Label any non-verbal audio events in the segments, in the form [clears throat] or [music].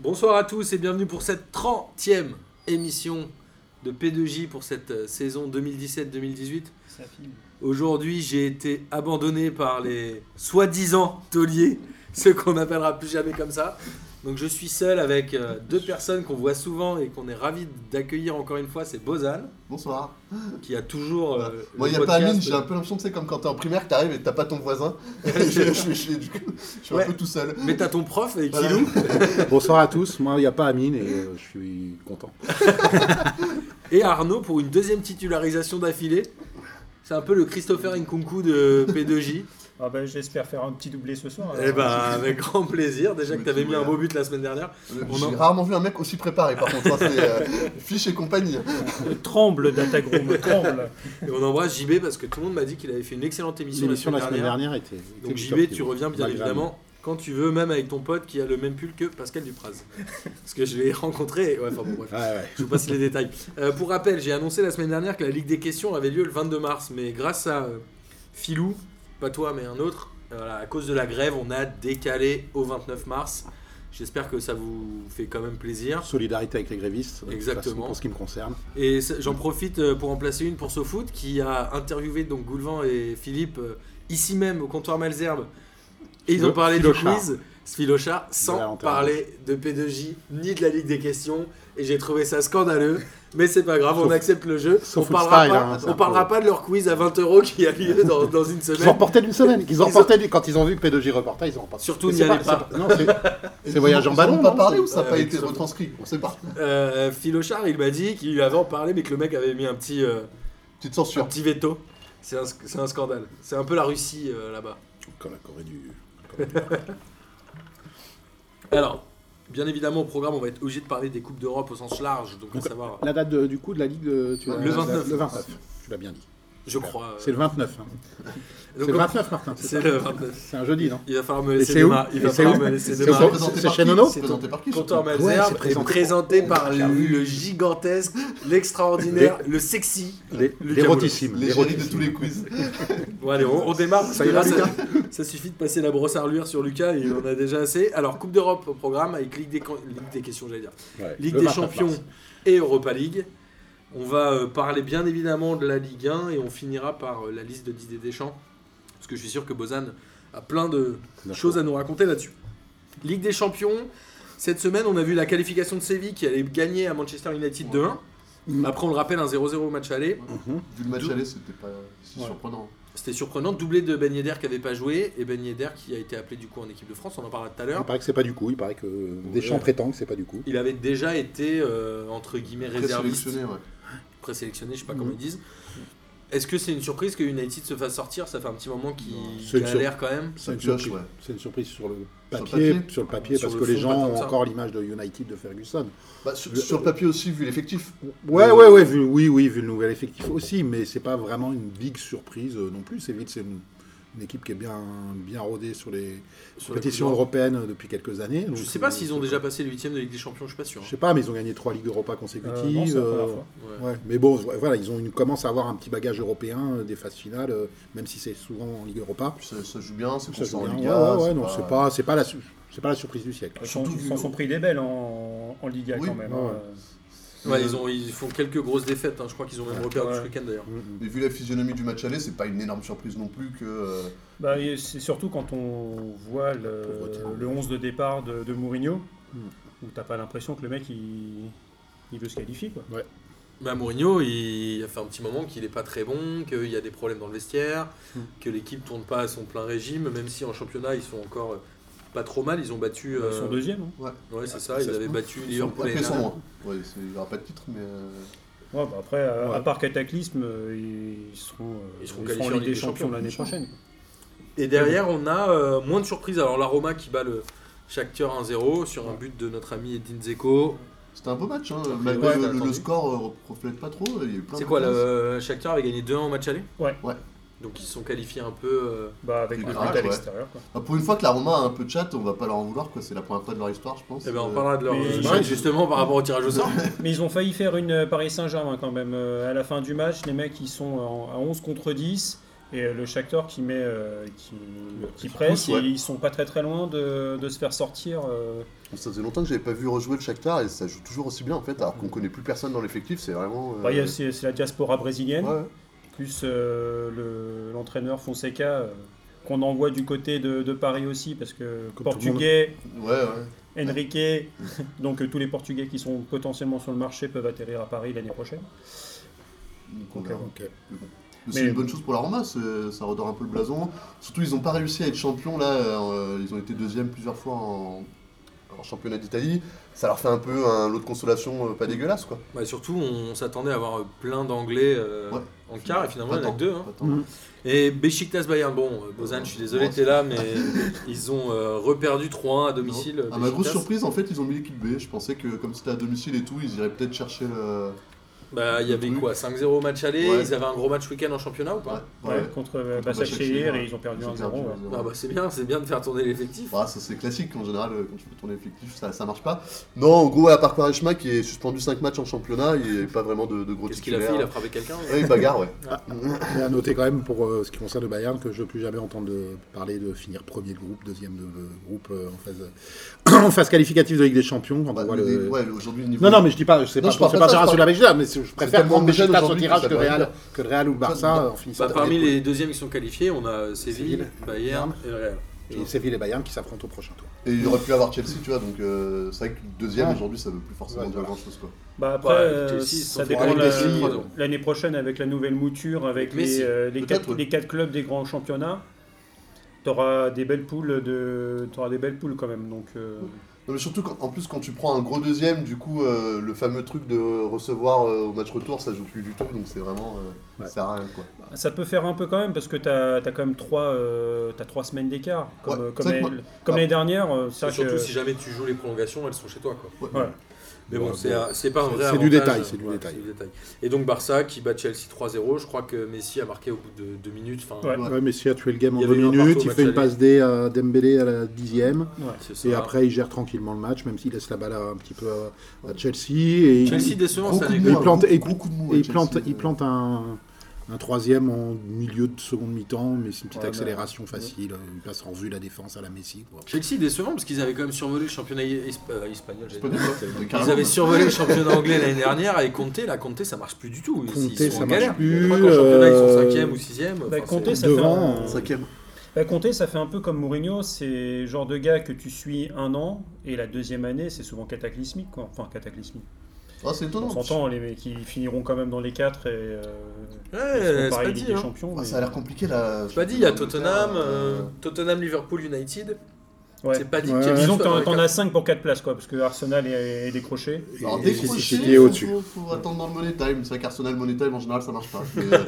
Bonsoir à tous et bienvenue pour cette 30e émission de P2J pour cette euh, saison 2017-2018. Ça file. Aujourd'hui, j'ai été abandonné par les soi-disant tauliers, [laughs] ceux qu'on n'appellera plus jamais comme ça. Donc je suis seul avec euh, deux personnes qu'on voit souvent et qu'on est ravi d'accueillir encore une fois, c'est Bozan Bonsoir. qui a toujours euh, le Moi, il n'y a pas podcast. Amine, j'ai un peu l'impression que c'est comme quand t'es en primaire, t'arrives et t'as pas ton [laughs] voisin. je, je- je- je- du coup, je suis Ouais. un peu tout seul. Mais t'as ton prof avec Voilà. Kilou Bonsoir à tous, moi il n'y a pas Amine et euh, je suis content. et Arnaud pour une deuxième titularisation d'affilée. C'est un peu le Christopher Nkunku de P2J. Ah ben, j'espère faire un petit doublé ce soir. Eh alors. ben, [laughs] Euh, avec grand plaisir. Déjà que t'avais mis un beau but la semaine dernière. On Euh, J'ai en- rarement vu un mec aussi préparé, par contre. hein, c'est euh, [laughs] fiche et compagnie. Tremble, Datagroom, tremble. Et on embrasse JB parce que tout le monde m'a dit qu'il avait fait une excellente émission L'émission la semaine dernière était. était Donc JB, plutôt tu reviens bien agréable. évidemment quand tu veux, même avec ton pote qui a le même pull que Pascal [laughs] Dupraz. parce que je l'ai rencontré. et- Ouais, enfin bon, bref. Ouais, ouais. Je vous passe les détails. Euh, pour rappel, j'ai annoncé la semaine dernière que la Ligue des questions avait lieu le 22 mars, mais grâce à euh, Philou, pas toi mais un autre, euh, voilà, à cause de la grève, on a décalé au 29 mars. J'espère que ça vous fait quand même plaisir. Solidarité avec les grévistes, de toute Exactement. façon, pour ce qui me concerne. Et ça- j'en profite euh, pour en placer une pour SoFoot qui a interviewé donc Goulvan et Philippe euh, ici même au comptoir Malzerbe. Et ils ont Le parlé du Philochard. quiz Philochard sans l'interview. parler de P2J ni de la Ligue des questions. Et j'ai trouvé ça scandaleux. Mais c'est pas grave, on Sauf- accepte le jeu. On sauf parlera, le style, pas, hein, c'est on un parlera peu- pas de leur quiz à 20 euros qui a lieu dans, dans une Ils ont semaine. reporté d'une semaine. Ils ont Ils reporté du- Quand ils ont vu que P2J reportait, ils ont reporté. Surtout, Mais n'y c'est allez pas. c'est Non, [laughs] c'est- C'est voyage Ils en en ont ballon, pas non, parlé c'est- ou ça n'a euh, pas avec été son- retranscrit On sait pas. Euh, Philochard, il m'a dit qu'il lui avait en parlé mais que le mec avait mis un petit, euh, Petite un censure. petit veto. C'est un, sc- c'est un scandale. C'est un peu la Russie euh, là-bas. Quand la Corée du. Alors, bien évidemment, au programme, on va être obligé de parler des Coupes d'Europe au sens large, donc à savoir, La date de- du coup de la Ligue, de- tu l'as- Le 29. Le 29, tu l'as bien dit. je crois. euh, C'est le 29. hein. donc, C'est le 29, Martin. c'est C'est ça le 29. C'est un jeudi, non Il va falloir me Et laisser c'est où demain. Il va Et c'est falloir où me laisser C'est C'est demain. où présenté c'est par chez qui Nono C'est présenté par qui Contour surtout Ouais, Malzerbe c'est est présenté présenté par lui, le gigantesque, l'extraordinaire, le sexy. Les- Le L'érotissime. Les géris de l'érotissime. tous les [laughs] quiz. Bon, allez, on, on démarre. parce Ça que ira, hein. là, ça, ça suffit de passer la brosse à reluire sur Lucas, il en a déjà assez. Alors, Coupe d'Europe au programme avec Ligue des, Con- Ligue des questions, j'allais dire. Ouais, Ligue le des 29 mars. Champions et Europa League. On va euh, parler bien évidemment de la Ligue 1 et on finira par euh, la liste de Didier Deschamps. Parce que je suis sûr que Bozan a plein de choses à nous raconter là-dessus. Ligue des Champions, cette semaine on a vu la qualification de Séville qui allait gagner à Manchester United 2-1. Après on le rappelle, un 0-0 au match aller. Mhm. Vu le match D'où- aller, c'était pas si Ouais. surprenant. C'était surprenant, doublé de Ben Yedder qui n'avait pas joué et Ben Yedder qui a été appelé du coup en équipe de France, on en parlera tout à l'heure. Il paraît que c'est pas du coup, il paraît que Deschamps Ouais. prétend que c'est pas du coup. Il avait déjà été euh, entre guillemets Très réserviste sélectionné, ouais. présélectionné, je sais pas Mhm. comment ils disent. Est-ce que c'est une surprise que United se fasse sortir Ça fait un petit moment Non, qu'il c'est une galère quand même. C'est Ça une, pioche, surprise. ouais. C'est une surprise sur le Sur le papier, sur le papier, papier. Sur le parce que les fond, gens pas tant que ont ça. encore l'image de United de Ferguson. Bah, sur, Le- sur le papier aussi, vu l'effectif. Ouais, Euh, ouais, ouais, vu, oui, oui, vu le nouvel effectif aussi, mais c'est pas vraiment une big surprise euh, non plus. C'est vite, c'est une, une équipe qui est bien, bien rodée sur les Sur la compétitions Coupe d'Europe. européennes euh, depuis quelques années. euh, Je sais pas s'ils ont déjà passé les huitièmes de Ligue des Champions, je suis pas sûr. Je hein. sais pas, mais ils ont gagné trois Ligues Europa Euh, non, c'est consécutives. la première euh, fois. Ouais. ouais. Mais bon, ouais, voilà, ils ont une, commencent à avoir un petit bagage européen euh, des phases finales, euh, même si c'est souvent en Ligue Europa. Ça, ça joue bien, c'est Ça joue constant en bien. Liga. ouais, ouais, ouais, non, c'est pas, c'est pas la, su- c'est pas la surprise du siècle. Ils Surtout s'en- vu- ils s'en sont pris des belles en, en Liga Oui, quand même. ouais. hein. Ouais, ils, ont, ils font quelques grosses défaites, hein. je crois qu'ils ont même repéré Ouais. ce week-end d'ailleurs. Mais vu la physionomie du match aller, c'est pas une énorme surprise non plus que. euh, Bah, et c'est surtout quand on voit le, Pauvreté. le 11 de départ de, de Mourinho, Mm. où t'as pas l'impression que le mec il, il veut se qualifier. Quoi. Bah, Mourinho, il a fait un petit moment qu'il est pas très bon, qu'il y a des problèmes dans le vestiaire, Mhm. que l'équipe tourne pas à son plein régime, même si en championnat ils sont encore euh, pas trop mal. Ils ont battu. Ils sont euh, deuxième. hein. Ouais, Ah, c'est ça, ils avaient battu ils sont- Liverpool. Après, l'année ils sont dernière. loin. Ouais, c'est- il n'y aura pas de titre, mais. euh, Ouais, bah, après, à- Ouais. à part Cataclysme, euh, ils seront, euh, Ils seront ils qualifiés seront en Ligue des Champions l'année Champions. prochaine. Et derrière, on a euh, moins de surprises. Alors, la Roma qui bat le Shakhtar 1-0 sur un but de notre ami Edin Dzeko. C'était un beau match, hein. Ouais, malgré ouais, le- le, attendu. score ne reflète pas trop. Il y a eu plein C'est de quoi, passes. le Shakhtar avait gagné 2-1 au match aller Ouais. Ouais. Donc, ils se sont qualifiés un peu. euh, Bah, avec Ouais, le but ouais. à l'extérieur. quoi. Ah, Pour une fois que la Roma a un peu de chat, on va pas leur en vouloir, quoi. C'est la première fois de leur histoire, je pense. Eh ben, on Euh, parlera de leur Mais- match, justement par rapport au tirage au [laughs] sort. Mais ils ont failli faire une euh, Paris Saint-Germain quand même. Euh, À la fin du match, les mecs ils sont en- à 11 contre 10. Et euh, le Shakhtar qui met, euh, qui, qui qui presse, pousse, ouais. et ils sont pas très très loin de, de se faire sortir. euh. Ça faisait longtemps que j'avais pas vu rejouer le Shakhtar et ça joue toujours aussi bien en fait, alors qu'on connaît plus personne dans l'effectif, c'est vraiment. euh, Bah, il y a- c'est c'est la diaspora brésilienne, ouais. plus euh, le- l'entraîneur Fonseca, euh, qu'on envoie du côté de, de Paris aussi, parce que tout le portugais, Ouais, ouais. Enrique, [laughs] donc euh, tous les portugais qui sont potentiellement sur le marché peuvent atterrir à Paris l'année prochaine. Donc, on verra. Ok. Mais C'est Mais- une bonne chose pour la Roma, c'est- ça redore un peu le blason. Surtout, ils n'ont pas réussi à être champions là. euh, ils ont été deuxième plusieurs fois en, en championnat d'Italie. Ça leur fait un peu un lot de consolation euh, pas dégueulasse quoi. Bah, surtout, on, s'attendait à avoir euh, plein d'anglais euh, Ouais. en quart et finalement il y en a Attends, que deux. hein. attends. Mhm. Et Besiktas Bayern, bon, euh, Bozan, je suis désolé, Ouais. t'es là, mais [laughs] ils ont euh, reperdu 3-1 à domicile. à Ah, ma grosse Beşiktaş. surprise, en fait, ils ont mis l'équipe B. Je pensais que comme c'était à domicile et tout, ils iraient peut-être chercher le. Bah, il y avait Oui. quoi 5-0 au match aller, Ouais. ils avaient un gros match week-end en championnat ou pas Ouais, ouais. Ouais, contre euh, Başakşehir Başakşehir, ouais. et ils ont perdu J'ai 1-0. perdu ouais. un zéro. Ah bah, c'est bien, c'est bien de faire tourner l'effectif. Voilà, ça, c'est classique en général euh, quand tu fais ton effectif ça, ça marche pas. Non en gros à part Quaresma qui est suspendu 5 matchs en championnat, il n'y a pas vraiment de, de gros Qu'est-ce qu'il a fait Il a frappé quelqu'un Ouais, il bagarre ouais. Et à noter quand même pour euh, ce qui concerne le Bayern que je ne veux plus jamais entendre de- parler de finir premier de groupe, deuxième de de groupe euh, en, phase, euh, [clears throat] en phase qualificative de Ligue des Champions. Quand Bah, on voit mais Ah, le- des- ouais, aujourd'hui le niveau. Non, non, mais je dis pas, je sais Non, pas, je je parle ne pas pas de ça, Gérard je sur la Béjda, mais je C'est préfère tellement prendre déjà Béjda sur aujourd'hui que tirage ça que le paraît Real, bien. que le Real ou le Barça euh, en finissant. Bah, Parmi dernier. les deuxièmes qui sont qualifiés, on a Séville, Bayern et le Real. Et Séville et Bayern qui s'affrontent au prochain tour. Et il aurait pu avoir Chelsea, tu vois, donc euh, c'est vrai que deuxième Ouais. aujourd'hui ça veut plus forcément Ouais, dire voilà. grand chose quoi. Bah, après, Bah, euh, Chelsea, ils se ça sont dépend fait la- Messi, euh, l'année prochaine avec la nouvelle mouture, avec Messi, les, euh, les, peut-être, quatre, ouais. les quatre clubs des grands championnats. T'auras des belles poules de, t'auras des belles poules quand même. Donc, euh, Non, mais surtout qu'en- en plus quand tu prends un gros deuxième, du coup euh, le fameux truc de recevoir euh, au match retour ça joue plus du tout donc c'est vraiment. euh, Ouais. Ça sert à rien quoi. ça peut faire un peu quand même parce que t'as as quand même trois, euh, t'as trois semaines d'écart. Comme, Ouais, euh, comme c'est vrai l'année que comme Ah. l'année dernière, euh, c'est C'est vrai surtout que- si jamais tu joues les prolongations, elles sont chez toi. Quoi. voilà. Mais bon, Ouais, c'est bon. un- c'est pas un C'est- vrai c'est du avantage. détail, c'est du détail. Et donc Barça qui bat Chelsea 3-0. Je crois que Messi a marqué au bout de 2 minutes. Enfin, Ouais. Ouais, Messi a tué le game Il en y deux avait eu un partout minutes, au il match fait une aller. passe D à Dembélé à la dixième. c'est ça. Et après, il gère tranquillement le match, même s'il laisse la balle à- un petit peu à à Chelsea. Et Chelsea il, décevant Gros cette coup de année. il mou, hein, plante- gros- et- gros coup de mou, et ouais, il plante, Chelsea, il euh. plante un, un troisième en milieu de seconde mi-temps, mais c'est une petite Ouais, accélération facile. Il passe en vue la défense à la Messi. quoi. Chelsea décevant parce qu'ils avaient quand même survolé le championnat is- euh, espagnol. j'allais dire. Espagnol, ouais, Ils carrément. bah. avaient survolé le championnat anglais l'année dernière et Comté, la Comté ça marche plus du tout. Ils- Conte, ils sont ça en marche galère. plus, Je crois qu'en championnat, ils sont euh, 5 ou 6 Bah, Conte, ça devant, fait un- euh, Cinquième. Bah, Conte, ça fait un peu comme Mourinho, c'est le genre de gars que tu suis un an et la deuxième année, c'est souvent cataclysmique. Quoi. Enfin, cataclysmique. Ah, c'est étonnant. On s'entend, les mecs qui finiront quand même dans les 4 et euh, ils seront Ouais, c'est pareil pas Ligue dit. des hein. Champions. Ah, mais- ça a l'air compliqué là. C'est pas dit, il y a Tottenham, euh, Tottenham, Liverpool, United. Ouais. C'est pas dit. Ouais. qu'il y a Ils Disons Chelsea que t'en, avec t'en un- as 5 pour 4 places, quoi, parce que Arsenal est, est décroché. Alors, Et- dès et que City City est au-dessus. Faut, faut attendre dans le Money Time. C'est vrai qu'Arsenal Money Time en général ça [laughs] marche pas. Mais, euh,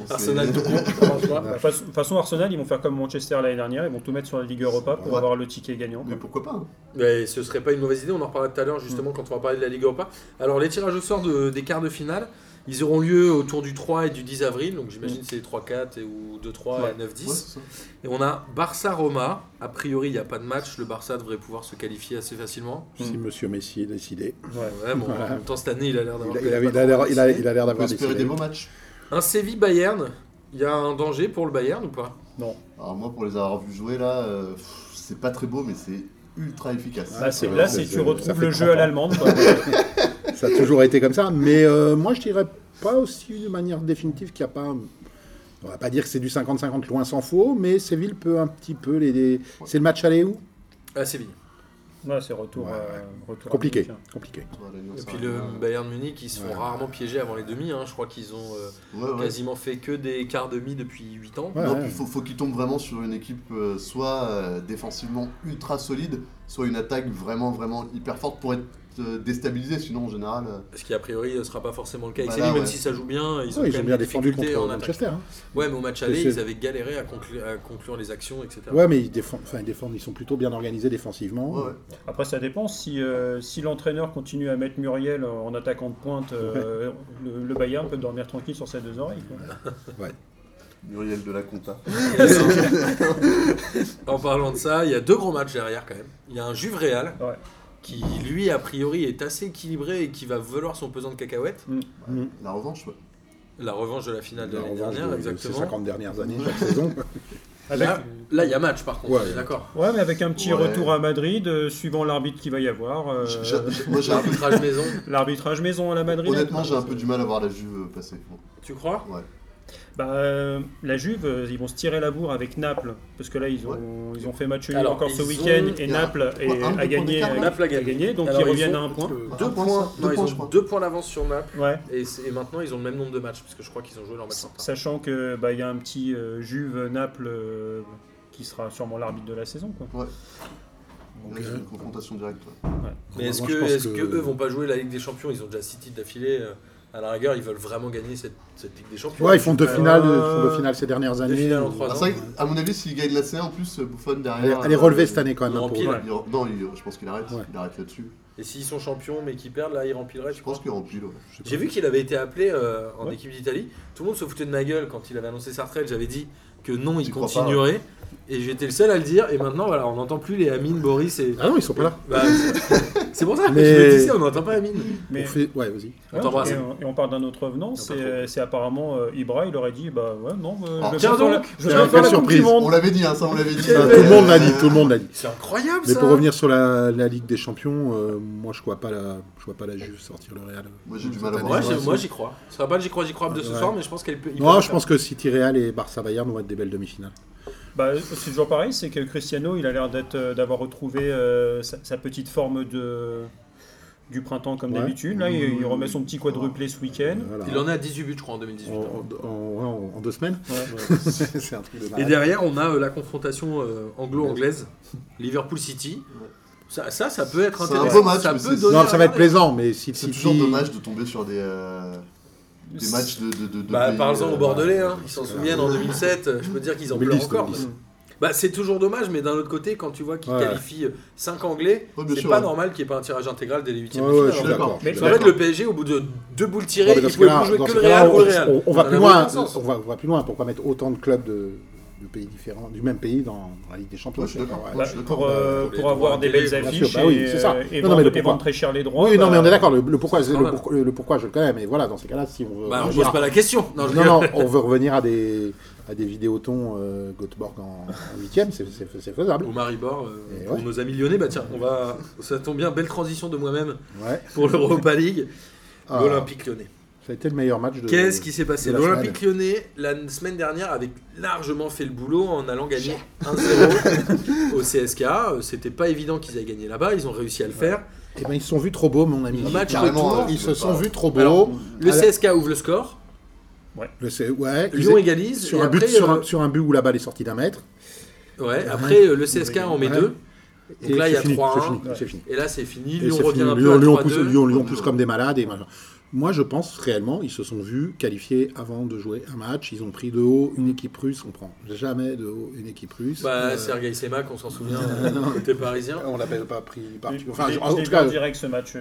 on sait- Arsenal de groupe, [laughs] ça marche pas. De toute façon- de toute façon, Arsenal, ils vont faire comme Manchester l'année dernière, ils vont tout mettre sur la Ligue Europa pour Ouais. avoir le ticket gagnant. Mais pourquoi pas hein. Mais ce serait pas une mauvaise idée, on en reparlera tout à l'heure justement quand on va parler de la Ligue Europa. Alors les tirages au sort de- des quarts de finale, ils auront lieu autour du 3 et du 10 avril, donc j'imagine c'est 3-4 et- ou 2-3 Mm. Ouais. et 9-10. Ouais, c'est ça. Et on a Barça-Roma, a priori il n'y a pas de match, le Barça devrait pouvoir se qualifier assez facilement. Si Monsieur Messi est décidé. Ouais. Ouais, bon, en même temps cette année il a l'air Il, d'avoir... a- il a- pas il a l'air- trop il a- décidé. il a l'air On peut d'avoir espérer décidé. des beaux matchs. Un Séville-Bayern, il y a un danger pour le Bayern ou pas Non. Alors moi pour les avoir vus jouer là, euh, pff, c'est pas très beau mais c'est ultra efficace. Euh, Là, c'est, c'est- là, c'est- c'est- tu ça retrouves fait le 30 jeu à ans. l'allemande. quoi. Ça a toujours été comme ça. Mais euh, moi, je dirais pas aussi de manière définitive qu'il n'y a pas. un- On va pas dire que c'est du 50-50 loin s'en faut, mais Séville peut un petit peu les. les- C'est le match aller où À Séville. Ouais, c'est retour, Ouais. euh, retour à Compliqué. Munich, hein. Compliqué. Ouais, la nuit, Et ça puis va. le Ouais, Bayern Munich, ils se font Ouais. rarement piéger avant les demi, hein. je crois qu'ils ont euh, ouais. quasiment fait que des quarts demi depuis 8 ans. Ouais, Non, ouais. puis faut, faut qu'il tombe vraiment sur une équipe euh, soit euh, défensivement ultra solide, soit une attaque vraiment vraiment hyper forte pour être euh, déstabilisé. Sinon en général, euh, Ce qui a priori ne sera pas forcément le cas avec Voilà, Séville, même Bah ouais. si ça joue bien, ils ont Ouais, quand ils ont même bien des défendu difficultés contre en attaque. Manchester. hein. Ouais, mais au match aller, c'est- ils avaient galéré à, conclu- à conclure les actions, etc. hein. Ouais, mais ils défendent, enfin, ils défendent, ils sont plutôt bien organisés défensivement. ouais, ouais. Après, ça dépend. Si, euh, si l'entraîneur continue à mettre Muriel en attaquant de pointe, euh, le, le Bayern peut dormir tranquille sur ses deux oreilles. quoi. Muriel de la Conta. En parlant de ça, il y a deux gros matchs derrière quand même. Il y a un Juve Real Ouais. qui, lui, a priori, est assez équilibré et qui va valoir son pesant de cacahuètes. La revanche, ouais. La revanche de la finale de La l'année revanche dernière, de- de exactement. Ces 50 dernières années, chaque saison. Avec- Là, là, il y a match par contre, Ouais, on est ouais. d'accord. Ouais, mais avec un petit Ouais. retour à Madrid, euh, suivant l'arbitre qu'il va y avoir. euh, J'ai- j'ai- moi, j'ai un peu- L'arbitrage maison, L'arbitrage maison à la Madrid. honnêtement, j'ai un peu du mal à voir la Juve euh, passer. Bon. tu crois Bah, euh, la Juve, euh, ils vont se tirer la bourre avec Naples, parce que là, ils ont, ils ont fait match nul Alors, encore ce ils week-end, ont- et Il y a Naples un- est- un a point gagné. d'écart, euh, Ouais. Naples a gagné. gagné, donc Alors, ils ils reviennent ont- à un point. Euh, Un deux point, points, deux non, points, ils je ont crois. deux points d'avance sur Naples Ouais. et, c'est- et maintenant ils ont le même nombre de matchs parce que je crois qu'ils ont joué leur match en retard. Sachant que bah, il y a un petit euh, Juve Naples euh, qui sera sûrement l'arbitre de la saison. Quoi. Là, j'ai une confrontation directe. ouais. Mais est-ce Moi, que, je pense est-ce que eux vont pas jouer la Ligue des Champions Ils ont déjà six titres d'affilée. euh, À la rigueur, ils veulent vraiment gagner cette, cette Ligue des Champions. Ouais, ils font deux Euh, finales, ils font deux finales ces dernières années. Ah, finales en trois Alors, ans. c'est vrai que, à mon avis, s'il gagne la C1, en plus, Bouffon Elle, derrière. elle est relevée euh, cette année quand même. hein, Non, un peu. pile. Ouais. il- Non, il- je pense qu'il arrête. Ouais. Il arrête là-dessus. Et s'ils sont champions mais qu'ils perdent, là, ils rempliraient. Je pense qu'il remplit. ouais. J'ai vu qu'il avait été appelé euh, en Ouais. équipe d'Italie. Tout le monde se foutait de ma gueule quand il avait annoncé sa retraite. J'avais dit que non, il J'y crois pas, continuerait. hein. Et j'étais le seul à le dire. Et maintenant, voilà, on n'entend plus les Amine, Boris et. Ah non, ils sont pas là. Bah, [laughs] c'est- c'est pour ça que Mais- je me disais, on n'entend pas Amine. Mais, On fait... Ouais, vas-y. on t'embrasse. et, on- et on parle d'un autre revenant, Non, bah, pas c'est c'est apparemment euh, Ibra, il aurait dit bah ouais non, euh, Ah, je vais tiens faire donc, la- je vais tiens, faire la quelle Coupe du surprise. Monde. On l'avait dit, hein, ça, on l'avait dit. Ah, Ça, ouais. tout le monde l'a dit, tout le monde l'a dit. C'est incroyable Mais ça. pour revenir sur la, la Ligue des Champions, euh, moi je vois pas la, je vois pas la Juve sortir le Real. Euh, Moi, j'ai du mal à Cette voir Moi, année. ça. j'ai- moi, j'y crois. Ce sera pas le j'y crois, j'y crois de ce Ouais. soir, mais je pense qu'elle peut. il peut Non, le je faire. pense que City Real et Barça Bayern vont être des belles demi-finales. Bah, c'est toujours pareil, c'est que Cristiano, il a l'air d'être, euh, d'avoir retrouvé euh, sa, sa petite forme de du printemps comme Ouais. d'habitude. Là, il, il remet son petit quadruplé ce week-end. Voilà. Il en est à 18 buts, je crois, en 2018. En, en- en- en deux semaines. Ouais. [laughs] C'est un truc de Et malade. derrière, on a euh, la confrontation euh, anglo-anglaise, Liverpool City. Ouais. Ça, ça, ça peut être C'est intéressant. un beau match, ça mais peut c'est- donner Non, à ça va être regarder. plaisant, mais si C'est City- toujours dommage de tomber sur des, euh, des matchs de. de, de, de Bah, pays, Parle-en euh, aux Bordelais, hein. ils s'en c'est souviennent en 2007. euh, Je peux dire qu'ils en 2010, pleurent encore. 2010. Bah, c'est toujours dommage, mais d'un autre côté, quand tu vois qu'ils Ouais. qualifient 5 Anglais, Ouais, bien c'est sûr, pas ouais. normal qu'il n'y ait pas un tirage intégral dès les 8 Ouais, de ouais, finale, je en suis fait. d'accord. Mais je suis En fait, d'accord. le PSG, au bout de deux boules Ouais, tirées, mais il dans ne ce pouvait cas-là- plus jouer dans que ce le cas-là, Real ou le Real. on- on- on va Ça plus n'a aucun loin. hein. sens. On va, on va plus loin. Pourquoi mettre autant de clubs de, de pays différents, du même pays dans la Ligue des Champions Ouais, je suis d'accord. Ouais. Bah, je suis pour d'accord, euh, bah, pour pour les avoir droits des télé, belles bien affiches sûr, bah oui, et, c'est ça. euh, et Non, non, mais vendre, le et vendre pourquoi. très cher les droits. Oui, non, bah, mais on est d'accord. Le, le pourquoi, c'est le, normal. pour- le pourquoi, je le connais. Mais voilà, dans ces cas-là, si on veut, Bah, on ne revenir pose à- pas la question. Non, je non, rigole. non, on veut revenir à des à des vidéotons euh, Göteborg en, en huitième, c'est c'est- c'est faisable. Au Maribor, euh, Et pour Eh ouais. nos amis lyonnais, bah tiens, on va, ça tombe bien, belle transition de moi-même Ouais. pour l'Europa League, Ah, l'Olympique lyonnais. ça a été le meilleur match de. Qu'est-ce qui s'est passé de la L'Olympique lyonnais, la semaine dernière, avait largement fait le boulot en allant gagner 1-0 [laughs] au CSK. Euh, C'était pas évident qu'ils aient gagné là-bas, ils ont réussi à le faire. Eh ben, ils se sont vus trop beaux, mon ami. euh, Le match Carrément, retour, hein, Ils je se veux sont pas. vus trop Alors, beaux. Le À la- CSK ouvre le score, Le C- ouais, ils- Lyon égalise. sur et un but, après, sur euh, un, sur un but où la balle est sortie d'un mètre. ouais, après, euh, le CSK en met Ouais. deux. Donc là, il y a c'est fini, 3-1. C'est fini. c'est fini. Et là, c'est fini. Et Lyon c'est revient fini. un peu Lyon, à Lyon 3-2. pousse, Lyon- Lyon Ouais, pousse ouais. comme des malades. Et machin. Moi, je pense réellement, ils se sont vus qualifiés avant de jouer un match. Ils ont pris de haut une équipe russe. On prend jamais de haut une équipe russe. Bah, Euh, Sergei Semak, on s'en souvient, euh, côté parisien. on l'appelle pas pris parti. je- Enfin, je- en je l'ai tout vu en cas, direct ce match.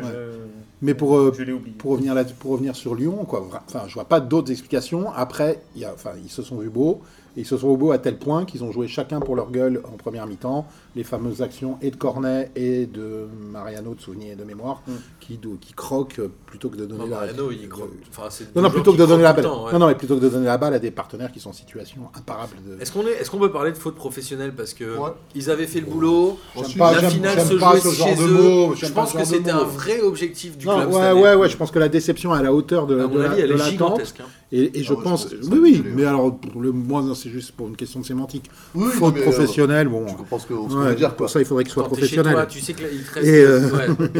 mais pour, euh, je l'ai oublié. pour revenir là, pour revenir sur Lyon, quoi. vra- Enfin, je vois pas d'autres explications. Après, il y a- enfin, ils se sont vus beaux. Et ils se sont vus beaux à tel point qu'ils ont joué chacun pour leur gueule en première mi-temps. Les fameuses actions et de Cornet et de Mariano de souvenir et de mémoire Mm. qui, do- qui croquent euh, plutôt que de donner Non, la. Mariano, il de- croque. Enfin, c'est Non, deux non, joueurs plutôt que qui de donner la croquent balle. tout le temps, ouais. Non, non, mais plutôt que de donner la balle à des partenaires qui sont en situation imparable de. Est-ce qu'on est, est-ce qu'on peut parler de faute professionnelle Parce que Ouais. ils avaient fait le boulot. Ensuite, pas, Ah, la j'aime- finale j'aime se pas jouait ce genre chez de eux. mots, je j'aime pense pas que ce genre de c'était un mots. vrai objectif du Non, club. ouais, cette année. ouais, ouais, je pense que la déception est à la hauteur de, À de mon la- avis, elle de est l'attente. gigantesque. hein. Et, et je Ah ouais, je pense, pense que ça oui, va oui, coller, ouais. mais alors, pour le, moi, non, c'est juste pour une question de sémantique. Oui, non, Faute mais, euh, professionnelle, bon. Je comprends ce que- ce qu'on Ouais, veut dire, quoi. pour ça, il faudrait que ce soit Quand t'es chez professionnel. toi, tu sais que là, il te reste. Et, euh, ouais, ok. Que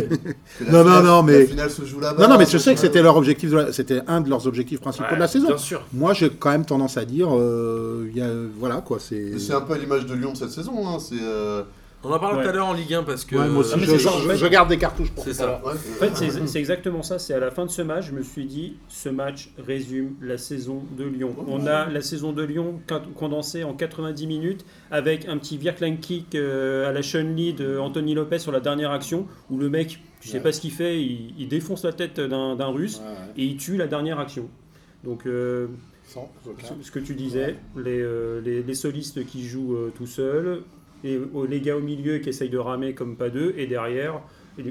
la Non, non, finale- non, mais- La finale se joue là-bas. hein, euh, non, non, mais je sais que Ouais. c'était leur objectif, de la- c'était un de leurs objectifs principaux de la saison. Bien sûr. Moi, j'ai quand même tendance à dire, euh, il y a, voilà, quoi, c'est. Mais C'est un peu à l'image de Lyon de cette saison. Hein. C'est. euh, [laughs] On en parle Ouais. tout à l'heure en Ligue 1 parce que. Ouais, moi aussi, Ah, mais je, c'est- je- je garde des cartouches pour C'est tout ça. à l'heure. ouais, En euh, fait, c'est c'est exactement ça. C'est à la fin de ce match, je me suis dit, ce match résume la saison de Lyon. On a la saison de Lyon con- condensée en 90 minutes avec un petit Virklang kick euh, à la Chun-Li de Anthony Lopez sur la dernière action où le mec, tu sais Ouais. pas ce qu'il fait, il, il défonce la tête d'un d'un Russe Ouais, ouais. et il tue la dernière action. Donc, euh, Sans aucun. ce- ce que tu disais, les, euh, les- les solistes qui jouent euh, tout seuls, et, oh, les gars au milieu qui essayent de ramer comme pas deux, et derrière,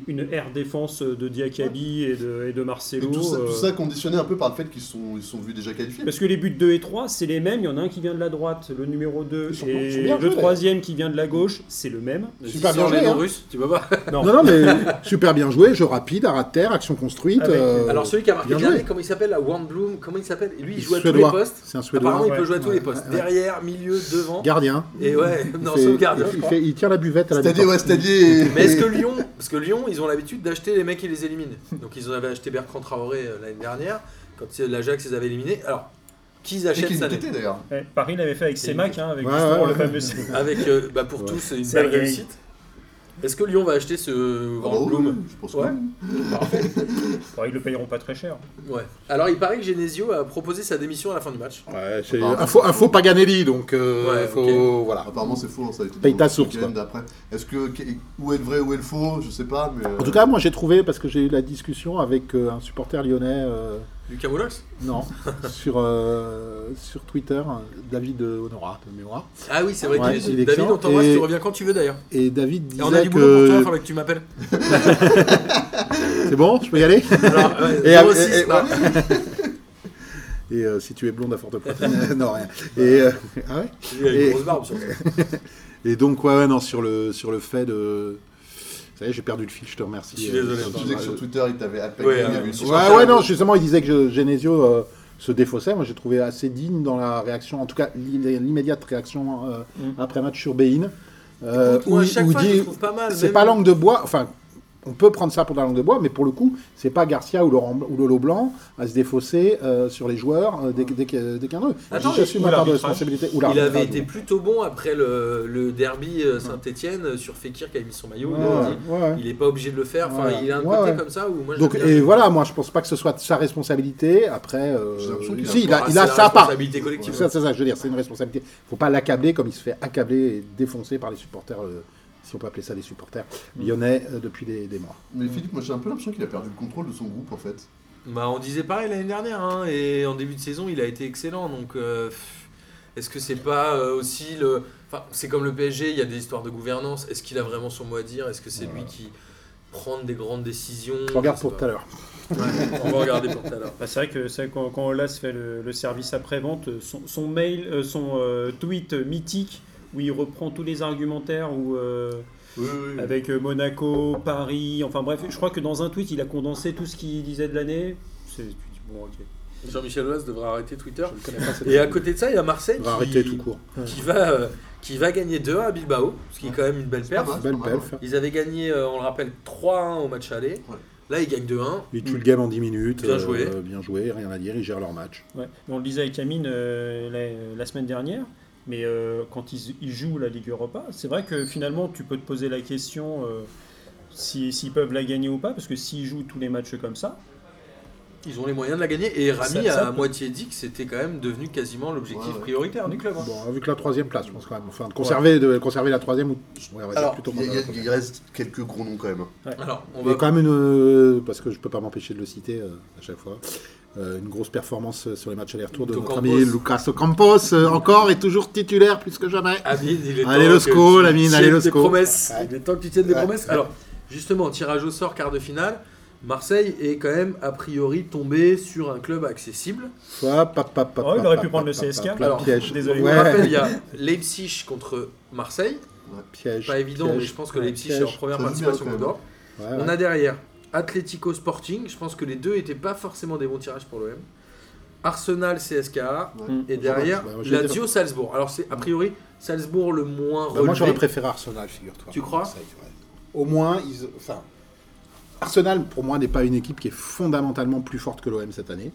une air défense de Diacabi et de, et de Marcelo. Et tout, ça, euh, tout ça conditionné un peu par le fait qu'ils sont, ils sont vus déjà qualifiés. Parce que les buts 2 et 3, c'est les mêmes. Il y en a un qui vient de la droite, le numéro 2, Ils sont- ils sont et bien le joués, troisième qui vient de la gauche, c'est le même. Super Si sort bien les joué, noms hein. russes, tu vas voir. Non. Non, non, mais [laughs] super bien joué, jeu rapide, arrêt de terre, action construite. Avec- euh, Ah, Alors celui qui a marqué bien le dernier, joué. comment il s'appelle là, Warren Bloom, comment il s'appelle Lui, il joue à tous les Suédois. postes. C'est un Suédois. Apparemment, il peut ouais. jouer à tous les postes. ouais. Derrière, milieu, devant. Gardien. Et ouais, [laughs] Il non, hein. fait- sauf gardien. je il, crois. fait- il tient la buvette à la Stadier, mi-temps. ouais, Stadier. et- Mais est-ce que Lyon, parce que Lyon, ils ont l'habitude d'acheter les mecs et les éliminer. Donc ils avaient acheté Bertrand Traoré euh, l'année dernière, quand c'est- l'Ajax les avait éliminés. Alors, qu'ils et achètent qui cette année était d'ailleurs. Eh, Paris l'avait fait avec C'est Semac, hein, avec Ouais, justement ouais, le ouais. fameux. [laughs] Avec, euh, bah pour tous, une C'est belle la gang. réussite. Est-ce que Lyon va acheter Oh. ce Ah bah Van oui, Bloom Je pense que Ouais. oui. Bon, ils le payeront pas très cher. Ouais. Alors il paraît que Genesio a proposé sa démission à la fin du match. Ouais, c'est Apparemment. un faux, un faux Paganelli, donc euh, Ah, Ouais, faut- voilà. Apparemment, c'est faux. hein, ça a été Paye dit ta dans le source, week-end après. Est-ce que où est le vrai, où est le faux Je sais pas. Mais euh, En tout cas, moi j'ai trouvé, parce que j'ai eu la discussion avec euh, un supporter lyonnais, euh, Lucas Moulox non, [laughs] sur, euh, sur Twitter, euh, David Honora, de mémoire. Ah oui, c'est vrai Ouais, qu'il est- il est David, excellent. on t'embrasse, Et- euh, tu reviens quand tu veux d'ailleurs. Et David disait Et on a du boulot pour toi, il que. faudrait que tu m'appelles. c'est bon, je peux y aller Alors, ouais, Et- 06, et- et- là. Et euh, si tu es blonde à [laughs] forte poitrine, [laughs] non, rien. Et, euh, ah ouais Il a une Et- grosse barbe sur ça. Et donc, ouais, ouais, non, sur le, sur le fait de. Ça y est, j'ai perdu le fil, je te remercie. Je suis désolé, Euh, tu disais que sur Twitter, il t'avait appelé. Ouais, euh, il y ouais. avait une source Ouais, interne. ouais, non, justement, il disait que je- Genesio euh, se défaussait. Moi, j'ai trouvé assez digne dans la réaction, en tout cas l'i- l'immédiate réaction euh, Mm. après match sur Bein. Euh, Moi, à chaque où fois, je dit- le trouve pas mal. c'est même- pas langue de bois, enfin, on peut prendre ça pour de la langue de bois, mais pour le coup, c'est pas Garcia ou, Laurent, ou Lolo Blanc à se défausser euh, sur les joueurs euh, dès, dès, que- dès qu'un d'eux. Attends, J'assume ou ma part de l'arbitrage. responsabilité. Ou Il l'arbitrage, avait été bon. plutôt bon après le, le derby euh, Saint-Etienne euh, sur Fekir qui a mis son maillot. il a dit, Ouais, ouais. Il est pas obligé de le faire. Enfin, Voilà. il a un Ouais, côté ouais. comme ça où moi je Donc, l'aime bien. et voilà, moi, je pense pas que ce soit de sa responsabilité. Après, euh, J'ai l'impression qu'il a- si, il a, Ah, il a c'est la sa part. responsabilité collective. hein. Ça, c'est ça, je veux dire, c'est une responsabilité. Faut pas l'accabler comme il se fait accabler et défoncer par les supporters, euh, si on peut appeler ça des supporters lyonnais euh, depuis des, des mois. Mais Philippe, moi j'ai un peu l'impression qu'il a perdu le contrôle de son groupe en fait. Bah, on disait pareil l'année dernière, hein, et en début de saison, il a été excellent. Donc, euh, pff, est-ce que c'est pas euh, aussi le. Enfin, c'est comme le PSG, il y a des histoires de gouvernance. Est-ce qu'il a vraiment son mot à dire Est-ce que c'est lui qui prend des grandes décisions On regarde Je sais pas. pour tout à l'heure. Ouais, on va regarder pour tout à l'heure. Bah, c'est vrai que c'est vrai que quand, quand Olas fait le, le service après-vente, euh, son, son mail, euh, son euh, tweet mythique où il reprend tous les argumentaires où, euh, Oui, oui. avec euh, Monaco, Paris, enfin bref, je crois que dans un tweet, il a condensé tout ce qu'il disait de l'année. C'est, tu dis, bon, ok. Jean-Michel Aulas devra arrêter Twitter. Je ne connais pas cette- Et à côté de ça, il y a Marseille On qui, va arrêter tout court. qui va, euh, qui va gagner 2-1 à Bilbao, ce qui est quand même une belle C'est pas perte. mal. Belle ouais. pelf. Ils avaient gagné, euh, on le rappelle, 3-1 au match aller. Ouais. Là, ils gagnent 2-1. Ils tuent le game en 10 minutes. euh, Bien joué. bien joué, rien à dire, ils gèrent leur match. Ouais. Mais on le disait avec Amine euh, la, la semaine dernière, mais euh, quand ils, ils jouent la Ligue Europa, c'est vrai que finalement tu peux te poser la question euh, si- s'ils peuvent la gagner ou pas, parce que s'ils jouent tous les matchs comme ça, Ils ont les moyens de la gagner. Et Rami Ça- ça a à peut- moitié dit que c'était quand même devenu quasiment l'objectif Ouais, ouais. prioritaire du club. hein. Bon, vu que la troisième place, je pense quand même. Enfin, de conserver, de conserver la troisième ou. ouais, on va dire Alors, plutôt il y a- il y a- conserver la il reste quelques gros noms quand même. Alors, on Il y va. a quand même une, euh, parce que je peux pas m'empêcher de le citer euh, à chaque fois, euh, une grosse performance euh, sur les matchs aller-retour de De notre Campos. ami Lucas Ocampos, euh, encore et toujours titulaire plus que jamais. Amine, il est Allez, temps le que SCO, tu Amine, tiennes allez, le tes SCO. promesses. Ouais. Il est temps que tu tiennes des Ouais. promesses. Alors, justement, tirage au sort, quart de finale. Marseille est quand même a priori tombé sur un club accessible. Hop, hop, hop, hop, Oh, il hop, aurait hop, pu hop, prendre le hop, hop, CSK. hop, plein de Alors, pièges. désolé, On Ouais, rappelle, il y a Leipzig contre Marseille. piège, Pas évident, piège. mais je pense que Ouais, Leipzig piège. c'est leur première Ça joue participation bien, au quand même. Nord. Ouais, On ouais. a derrière Atlético Sporting. Je pense que les deux étaient pas forcément des bons tirages pour l'OM. Arsenal CSKA Ouais. et derrière bah, moi, j'allais Lazio Salzbourg. Alors c'est a priori Salzbourg le moins Bah, moi, relevé. j'aurais préféré Arsenal, figure-toi. Tu crois Marseille, ouais. Au moins, ils... enfin, Arsenal, pour moi, n'est pas une équipe qui est fondamentalement plus forte que l'OM cette année.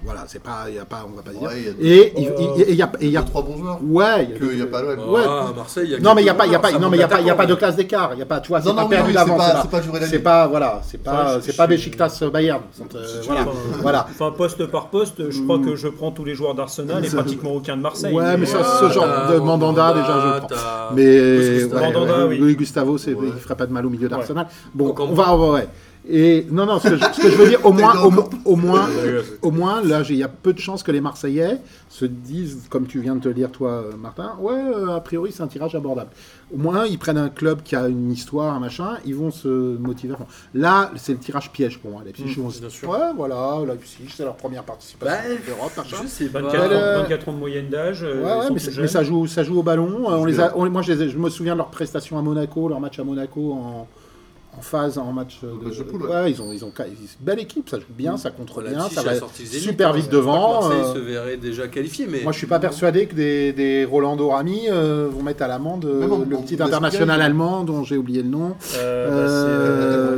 Voilà, c'est pas, y a pas, on va pas dire. Ouais, il y a deux- Et il Euh, il- il y a, et il il y y a a, trois bons joueurs. ouais, il y a Qu'il n'y a pas l'OM. Ouais. Ah, Marseille. Non mais il y a pas, il y a quelques- pas, Ah, ça non monte mais il y a pas, il y a pas de d'attaquant, classe d'écart. Il y a pas, tu vois, Non, c'est pas non, oui, perdu oui, c'est d'avance. pas, là. c'est pas durer la C'est nuit. pas, voilà, c'est pas, Ça, je- c'est pas je- Beşiktaş euh, Bayern. C'est, euh, je- voilà, je- voilà. enfin poste par poste, je crois que je prends tous les joueurs d'Arsenal et Ça- pratiquement aucun de Marseille. Euh, Ouais, mais ça, ce genre Ah, t'as de Mandanda, déjà, je le prends. t'as- Mais euh, Gustavo. ouais, Mandanda, ouais, oui. Louis Gustavo, c'est, Ouais. il ferait pas de mal au milieu d'Arsenal. Bon, Concombre. on va, ouais. ouais. Et non, non, ce que je, ce que je veux dire, au moins, au, mo- au moins, Ouais, au moins, là, j'ai- il y a peu de chances que les Marseillais se disent, comme tu viens de te lire, toi, euh, Martin, ouais, euh, a priori, c'est un tirage abordable. Au moins, ils prennent un club qui a une histoire, un machin, ils vont se motiver. à fond. Là, c'est le tirage piège pour moi. Les Leipzig, Mmh, on se bien dit, sûr. ouais, voilà, Leipzig, c'est leur première participation Bah, en Europe, machin. Je sais pas. 24, Bah, ans, le- 24 ans de moyenne d'âge. euh, Ouais, ils ouais, sont mais, tout c'est- jeunes. mais ça joue, ça joue au ballon. Euh, On Ils les jouent a, on- moi, je, les ai- je me souviens de leur prestation à Monaco, leur match à Monaco en, en phase, en match euh, de, match de poule, ouais. Mm. ouais, ils ont, ils ont, ils- belle équipe, ça joue bien, ça contre Voilà, bien, si ça j'ai va sorti les élites, super hein, vite je pense pas que devant. Marseille euh, se verrait déjà qualifié, mais moi, je suis pas persuadé que des, des Rolando Rami euh, vont mettre à l'amende euh, Même en- le en petit Bundesliga, international il- allemand dont j'ai oublié le nom. Euh, bah, Euh,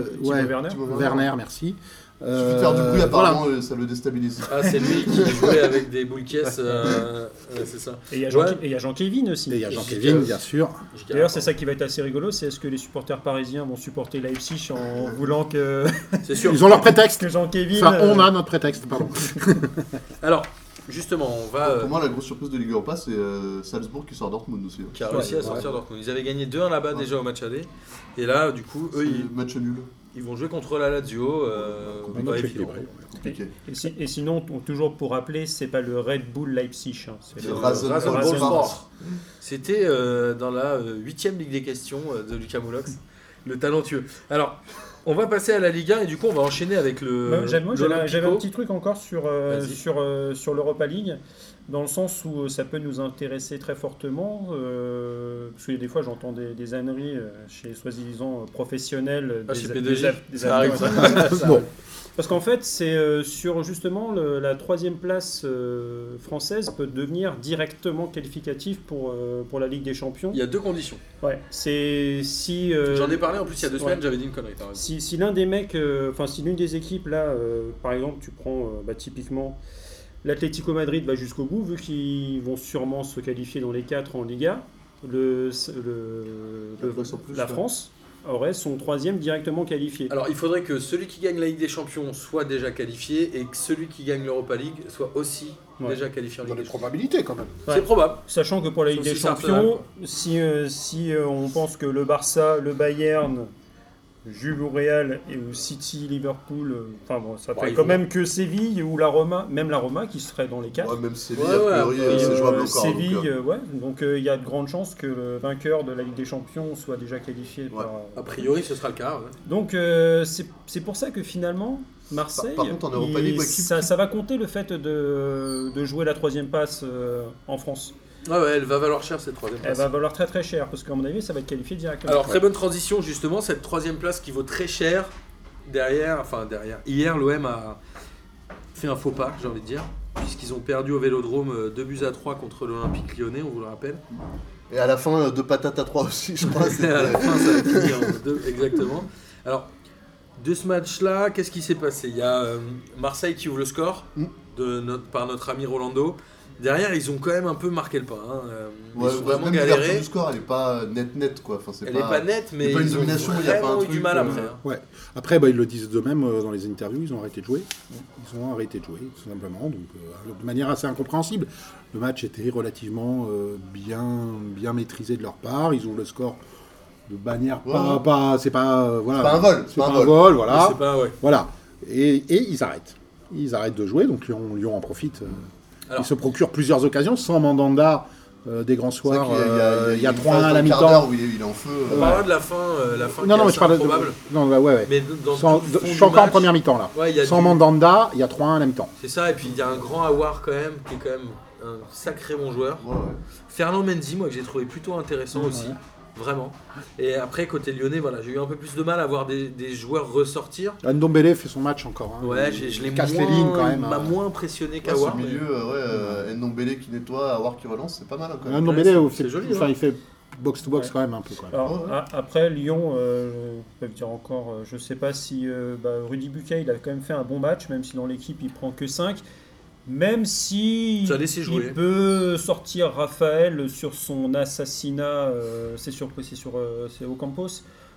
c'est, euh, Timo ouais. Werner. Tu vois, vraiment. Werner, merci. Il suffit de faire du bruit, Euh, voilà. apparemment, euh, ça le déstabilise. Ah, c'est lui qui jouait avec des boules caisses, euh, euh, c'est ça. Et il y a Jean- Ouais. et il y a Jean-Kévin aussi. Et il y a Euh, Jean-Kévin, bien sûr. Je dirais D'ailleurs, pas. c'est ça qui va être assez rigolo, c'est est-ce que les supporters parisiens vont supporter Leipzig en voulant que, [laughs] C'est sûr. Ils ont leur prétexte. que Jean-Kévin... Enfin, on euh, a notre [laughs] prétexte, pardon. Alors, justement, on va. euh, Pour moi, la grosse surprise de Ligue Europa, c'est euh, Salzbourg qui sort Dortmund aussi. hein. qui a réussi à Ouais. sortir Dortmund. Ils avaient gagné 2-1 là-bas Ouais. déjà au match aller. Et là, du coup, eux, ils, C'est Match nul, ils vont jouer contre la Lazio. euh, Ouais, pas évident. [laughs] match équilibré. compliqué. euh, Et, si- et sinon, on- toujours pour rappeler, c'est pas le Red Bull Leipzig. hein, c'est C'est le- Euh, Rasen- Rasen- Rasen- Sport. C'était euh, dans la euh, huitième Ligue des questions euh, de Lucas Moulox, le talentueux. Alors, on va passer à la Ligue 1 et du coup, on va enchaîner avec le. Moi, j'avais- Bah, moi, j'avais j'avais un l'Olympico. petit truc encore sur, euh, Vas-y. sur, euh, sur l'Europa League, dans le sens où euh, ça peut nous intéresser très fortement, euh, parce que des fois j'entends des, des âneries euh, chez soi-disant euh, professionnels, euh, Ah, des, chez des P2J, a- des ça amateurs. arrive, [laughs] ça. Bon. Parce qu'en fait, c'est euh, sur justement le- la troisième place euh, française peut devenir directement qualificatif pour, euh, pour la Ligue des Champions. Il y a deux conditions. Ouais, c'est si. euh, J'en ai parlé en plus il y a deux ouais. semaines, j'avais dit une connerie. t'as raison. si, si l'un des mecs, euh, enfin si l'une des équipes là, euh, par exemple, tu prends euh, bah, typiquement l'Atlético Madrid va jusqu'au bout, vu qu'ils vont sûrement se qualifier dans les quatre en Liga, le, le- La le- place en plus, la ouais. France aurait son troisième directement qualifié. Alors, il faudrait que celui qui gagne la Ligue des Champions soit déjà qualifié et que celui qui gagne l'Europa League soit aussi Ouais. déjà qualifié en Dans Ligue les des Champions. probabilités, quand même. C'est probable. Sachant que pour la Ligue Sauf des si c'est Arsenal, Champions, si, euh, si euh, on pense que le Barça, le Bayern, Juve ou Real et ou City, Liverpool, euh, enfin bon, ça Ouais, fait ils quand vont- même que Séville ou la Roma, même la Roma qui serait dans les quatre. Ouais, même Séville, Ouais, a ouais, priori, après, euh, c'est Euh, jouable encore. donc, Séville, euh, euh, ouais. Donc euh, il y a de grandes chances que le vainqueur de la Ligue des Champions soit déjà qualifié. A Par... euh, priori, ce sera le cas. ouais. Donc euh, c'est c'est pour ça que finalement Marseille, Par- par contre, en Europa il- League, ouais, qui- ça, ça va compter le fait de, de jouer la troisième passe euh, en France. Ah ouais, elle va valoir cher cette troisième Elle place. va valoir très très cher parce qu'à mon avis ça va être qualifié directement. Alors, très bonne transition, justement, cette troisième place qui vaut très cher. Derrière, enfin, derrière. Hier, l'OM a fait un faux pas, j'ai envie de dire, puisqu'ils ont perdu au vélodrome 2 buts à 3 contre l'Olympique lyonnais, on vous le rappelle. Et à la fin, euh, deux patates à trois aussi, [laughs] je crois. Et c'était- à la fin, ça a fini en deux, exactement. Alors, de ce match-là, qu'est-ce qui s'est passé Il y a euh, Marseille qui ouvre le score Mm. de notre, par notre ami Rolando. Derrière, ils ont quand même un peu marqué le pas. hein. Euh, Ouais, ils ont ouais, vraiment même l'ouverture galéré. du score, elle est pas nette nette quoi. Enfin, c'est Elle n'est pas nette, mais y a pas une ils ont domination, il y a pas un vraiment eu truc, du mal euh, après. hein. Ouais. Après, bah, ils le disent d'eux-mêmes euh, dans les interviews, ils ont arrêté de jouer. Ils ont arrêté de jouer, tout simplement, donc, euh, de manière assez incompréhensible. Le match était relativement euh, bien, bien maîtrisé de leur part. Ils ont le score de manière pas, Ouais. pas- c'est pas, euh, voilà, C'est pas un vol, c'est c'est pas un pas un Mais vol. Ah. vol, voilà, c'est pas, ouais. voilà. Et, et ils arrêtent. Ils arrêtent de jouer, donc Lyon, Lyon en profite. euh. Alors. ils se procurent plusieurs occasions sans Mandanda euh, des grands C'est vrai soirs. qu'il y a- il y a- euh, Il y a une 3-1 phase à d'un la quart mi-temps. d'heure où il est, il est en feu. On euh, parlera de la fin, euh, la fin Non, qui est non, mais assez je parle de. improbable. Non, bah, ouais, ouais. Mais dans Sans, tout le fond je du suis encore en match, première mi-temps là. ouais, il y a Sans du- Mandanda, il y a 3-1 à la mi-temps. C'est ça, et puis il y a un grand Awar quand même, qui est quand même un sacré bon joueur. ouais, ouais. Fernand Mendy, moi, que j'ai trouvé plutôt intéressant Ouais, aussi, ouais. vraiment. Et après, côté lyonnais, voilà, j'ai eu un peu plus de mal à voir des, des joueurs ressortir. Ndombele fait son match encore. hein. Ouais, Il- j'ai- je il l'ai moins, casse les lignes quand même. il m'a hein. moins impressionné Ouais, qu'Awar. ce milieu, euh, ouais, euh, Ndombele qui nettoie, Awar qui relance, c'est pas mal hein, quand même. Ndombele, Ouais, c'est- fait- c'est joli, enfin, ouais. il fait box to box Ouais. quand même un peu. Quand même. Alors, Ouais, ouais. a- après Lyon, euh, je peux dire encore, euh, je sais pas si euh, bah, Rudy Buquet, il a quand même fait un bon match, même si dans l'équipe il prend que 5. Même si Ça laissait jouer. il peut sortir Raphaël sur son assassinat, euh, c'est sur, c'est sur euh, c'est Ocampos,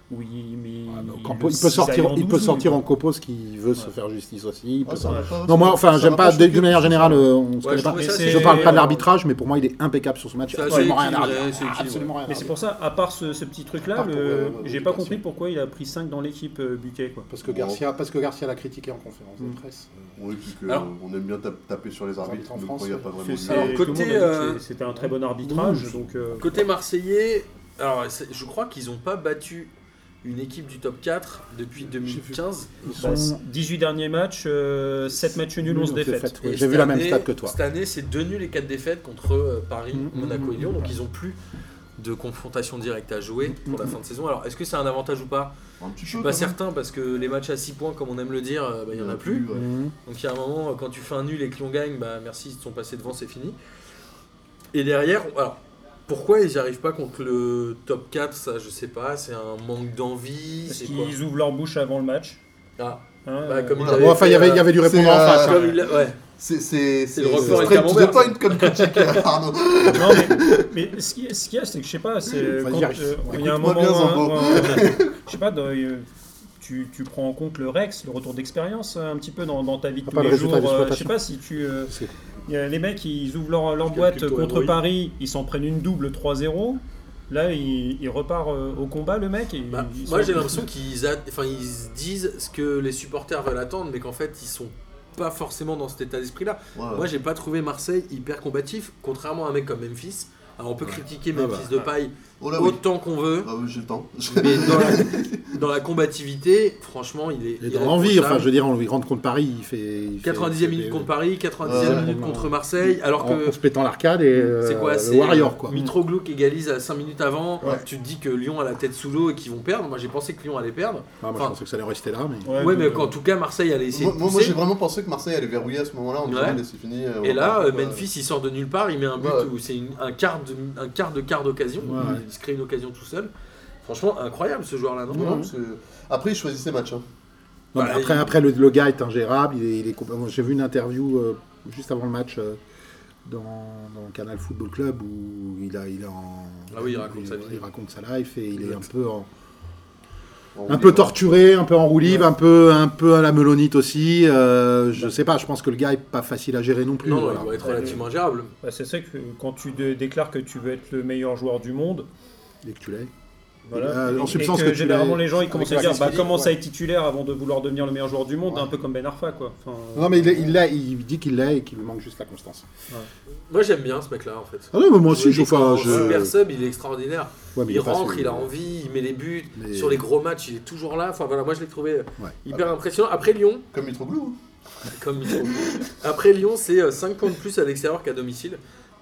Oui, mais. Ah, mais au il Campo- le il peut sortir, cisaille en il peut 12 sortir en minutes. copo ce qu'il veut se Ouais. faire justice aussi. il peut Ah, ça sortir- va pas, Non, ça moi, va enfin, ça j'aime va pas, choquer. d'une manière générale, euh, on se Ouais, je connaît pas. trouvais Mais ça c'est- assez- Je parle pas de euh, l'arbitrage, mais pour moi, il est impeccable sur ce match. Il C'est a assez Absolument rien à équilibré, redire. c'est équilibré. Absolument rien à Mais c'est redire. pour ça, à part ce, ce petit truc-là, Par contre, le- euh, j'ai euh, pas Garcia. compris pourquoi il a pris 5 dans l'équipe euh, Buquet. Quoi. Parce que Garcia, parce que Garcia l'a critiqué en conférence de Mm. presse. Oui, puis que, Alors- euh, on aime bien tape- taper sur les arbitres, arbitres en mais France, quand il n'y a ouais. pas vraiment C'est- de- c'est- Alors, tout le côté, monde a dit que euh, c'est- C'était un très bon arbitrage. donc, euh, Côté marseillais, alors c'est- je crois qu'ils n'ont pas battu une équipe du top 4 depuis 2015. Ils bah, sont- 18 derniers matchs, 7 matchs nuls, Nuls, 11 onze défaites. défaites. Et Ouais, j'ai vu cette la même année- stat que toi. Cette année, c'est 2 nuls et 4 défaites contre euh, Paris, Mm, mm, Monaco et mm, Lyon. mm. Donc ils n'ont plus de confrontation directe à jouer pour Mm, la fin de saison. Alors est-ce que c'est un avantage ou pas Un Je petit peu, suis pas quand même. certain parce que les matchs à 6 points, comme on aime le dire, euh, bah, il n'y en a plus. ouais. Mm. Donc il y a un moment, euh, quand tu fais un nul et que l'on gagne, bah merci, ils te sont passés devant, c'est fini. Et derrière, on- alors pourquoi ils n'y arrivent pas contre le top 4 Ça, je sais pas, c'est un manque d'envie, Parce c'est quoi qu'ils ouvrent leur bouche avant le match. Ah, hein, Bah, euh, comme il Bon, enfin, il y avait, il y avait du C'est, répondre en euh, face. hein. comme il a- ouais. C'est, c'est, le c'est record et le straight to the camembert, ça. point comme critique, Arnaud. Non, mais, mais ce qui- ce qu'il y a, c'est que je sais pas, c'est euh, Vas-y, quand, Arif. euh, il y a un Écoute-moi moment, bien, où un- Zambo. où un- je sais pas, dans, euh, tu, tu prends en compte le Rex, le retour d'expérience euh, un petit peu dans, dans ta vie de Ah, tous pas le les jours. résultat euh, je sais d'exploitation. pas si tu, euh, C'est- il y a les mecs, ils ouvrent leur, leur Parce qu'il y a boîte plutôt contre Emery. Paris, ils s'en prennent une double 3-0. Là, il, il repart euh, au combat, le mec. Et il- Bah, il moi sort- j'ai l'impression qu'ils a- enfin, ils se disent ce que les supporters veulent attendre, mais qu'en fait ils sont pas forcément dans cet état d'esprit là. Ouais. Moi j'ai pas trouvé Marseille hyper combatif, contrairement à un mec comme Memphis. Alors on peut critiquer Ah Memphis bah. de paille Oh là, oui. autant qu'on veut, Ah oui, j'ai le temps. mais dans [laughs] la, dans la combativité, franchement il est. Il est il dans est l'envie. Enfin, je reprochable. veux dire, on lui rentre contre Paris, il fait. il fait- 90e minute contre Paris, 90e Ouais, minute ouais. contre Marseille, alors En, que Mm, en se pétant l'arcade et euh, c'est quoi le C'est Warrior quoi. Mitroglou qui égalise à 5 minutes avant, Ouais. tu te dis que Lyon a la tête sous l'eau et qu'ils vont perdre. Moi j'ai pensé que Lyon allait perdre. Ah, moi, Enfin- je pensais que ça allait rester là, mais. euh, Ouais, mais en tout cas Marseille allait essayer Moi, de moi, moi, pousser. j'ai vraiment pensé que Marseille allait verrouiller à ce moment-là en disant Ouais. allez, c'est fini. euh, on Et là, va- euh, Memphis, il sort de nulle part, il met un but Ouais. où c'est une- un quart de un quart de quart d'occasion, Ouais. il se crée une occasion tout seul. Franchement, incroyable ce joueur-là, non Non, non, c'est- Après, il choisissait match. hein. Non, mais Bah, après, il- après le, le gars est ingérable. Il est, il est complètement- J'ai vu une interview euh, juste avant le match euh, dans, dans le Canal Football Club où il a, il est en. Ah oui, il raconte sa vie. il raconte sa life et il est un peu en- En un roue peu libre. torturé, un peu en roue libre, un peu un peu à la melonite aussi. euh, je sais pas. Je pense que le gars est pas facile à gérer non plus. Non, non, voilà. il doit être relativement gérable. Bah, c'est ça que quand tu dé- déclares que tu veux être le meilleur joueur du monde, Dès que tu l'es. Voilà. Euh, en Et- substance, et que que tu généralement l'aies- les gens ils commencent à avec dire la bah, Castille, commence ouais. à être titulaire avant de vouloir devenir le meilleur joueur du monde, Ouais. un peu comme Ben Arfa quoi. Enfin, Non, mais il, est- il, l'a- il dit qu'il l'est et qu'il lui manque juste la constance. Moi, j'aime bien ce mec-là, en fait. Ah non, mais moi aussi, Ouais, je. il est Enfin, en je... Super sub, il est extraordinaire. Ouais, mais il est pas rentre, sur- il a envie, il met les buts. Mais- Sur les gros matchs, il est toujours là. Enfin voilà, moi je l'ai trouvé euh, hyper impressionnant. Après Lyon, Comme Mitroglou. hein. comme il faut. Après Lyon, c'est 5 points de plus à l'extérieur qu'à domicile.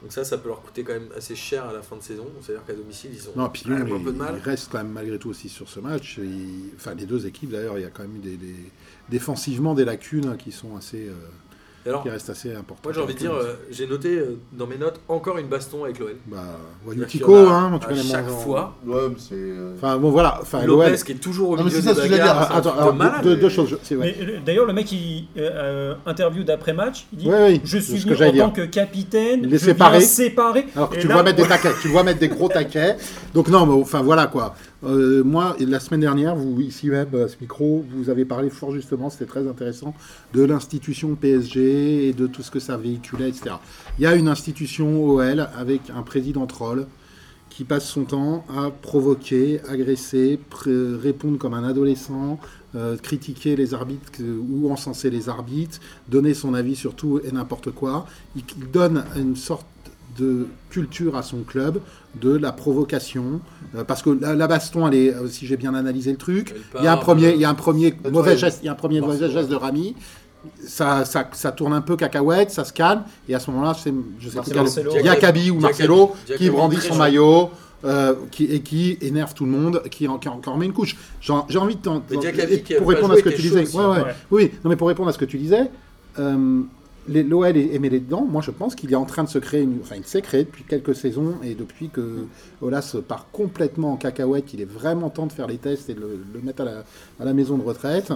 Donc ça, ça peut leur coûter quand même assez cher à la fin de saison. C'est-à-dire qu'à domicile, ils ont Non, puis quand Lyon, même Ah, un peu de il, mal. il reste quand même malgré tout aussi sur ce match. Il- Enfin, les deux équipes d'ailleurs, il y a quand même eu des, des- défensivement des lacunes hein, qui sont assez, euh, Et alors, qui restent assez importantes. Moi j'ai envie de dire, euh, j'ai noté euh, dans mes notes encore une baston avec l'OL. bah, C'est-à-dire qu'il y en Tico, a hein, tu à connais mon- chaque fois. Ouais, mais c'est. euh, Enfin bon, voilà. Enfin, Ah, Lopez l'OL. qui est toujours au Non, mais milieu c'est ça des ce que j'allais bagarres, dire. c'est un Attends, truc alors, de deux, malade. deux- deux choses. je- C'est mais, vrai. le- d'ailleurs le mec il euh, euh, interview d'après match, il dit Oui, oui, je c'est suis ce que venu en j'allais tant que capitaine, Les je séparés. viens séparer. Alors que Et tu le là, vois mettre des taquets, tu le vois mettre des gros taquets. Donc non, mais enfin voilà quoi. Euh, moi, la semaine dernière, vous ici même à ce micro, vous avez parlé fort justement, c'était très intéressant, de l'institution PSG et de tout ce que ça véhiculait, etc. Il y a une institution OL avec un président troll qui passe son temps à provoquer, agresser, pré- répondre comme un adolescent, euh, critiquer les arbitres que- ou encenser les arbitres, donner son avis sur tout et n'importe quoi. Il, il donne une sorte de culture à son club, de la provocation, euh, parce que la, la baston, elle est, euh, si j'ai bien analysé le truc, Elle il y a un part, premier, euh, il y a un premier toi, mauvais elle- geste, il y a un premier Barcelone. mauvais geste de Rami. Ça, ça, ça tourne un peu cacahuète, ça se calme, et à ce moment-là, c'est, je sais plus quel- Marcelo. il y a Kaby ou Giacobi. Marcelo qui Giacobi, brandit très son chaud. maillot euh, qui, et qui énerve tout le monde, qui en, qui en- qui en remet une couche. J'en- J'ai envie de t'en- Mais t'en- Giacobi et qui a pour pas répondre à joué ce que était tu chaud disais. aussi. Ouais, ouais. Ouais. Oui, non mais pour répondre à ce que tu disais, euh, les- l'OL est, est mêlé dedans. Moi, je pense qu'il est en train de se créer, une, enfin, il s'est créé depuis quelques saisons et depuis que Olas part complètement en cacahuète, il est vraiment temps de faire les tests et de le, le mettre à la, à la maison de retraite.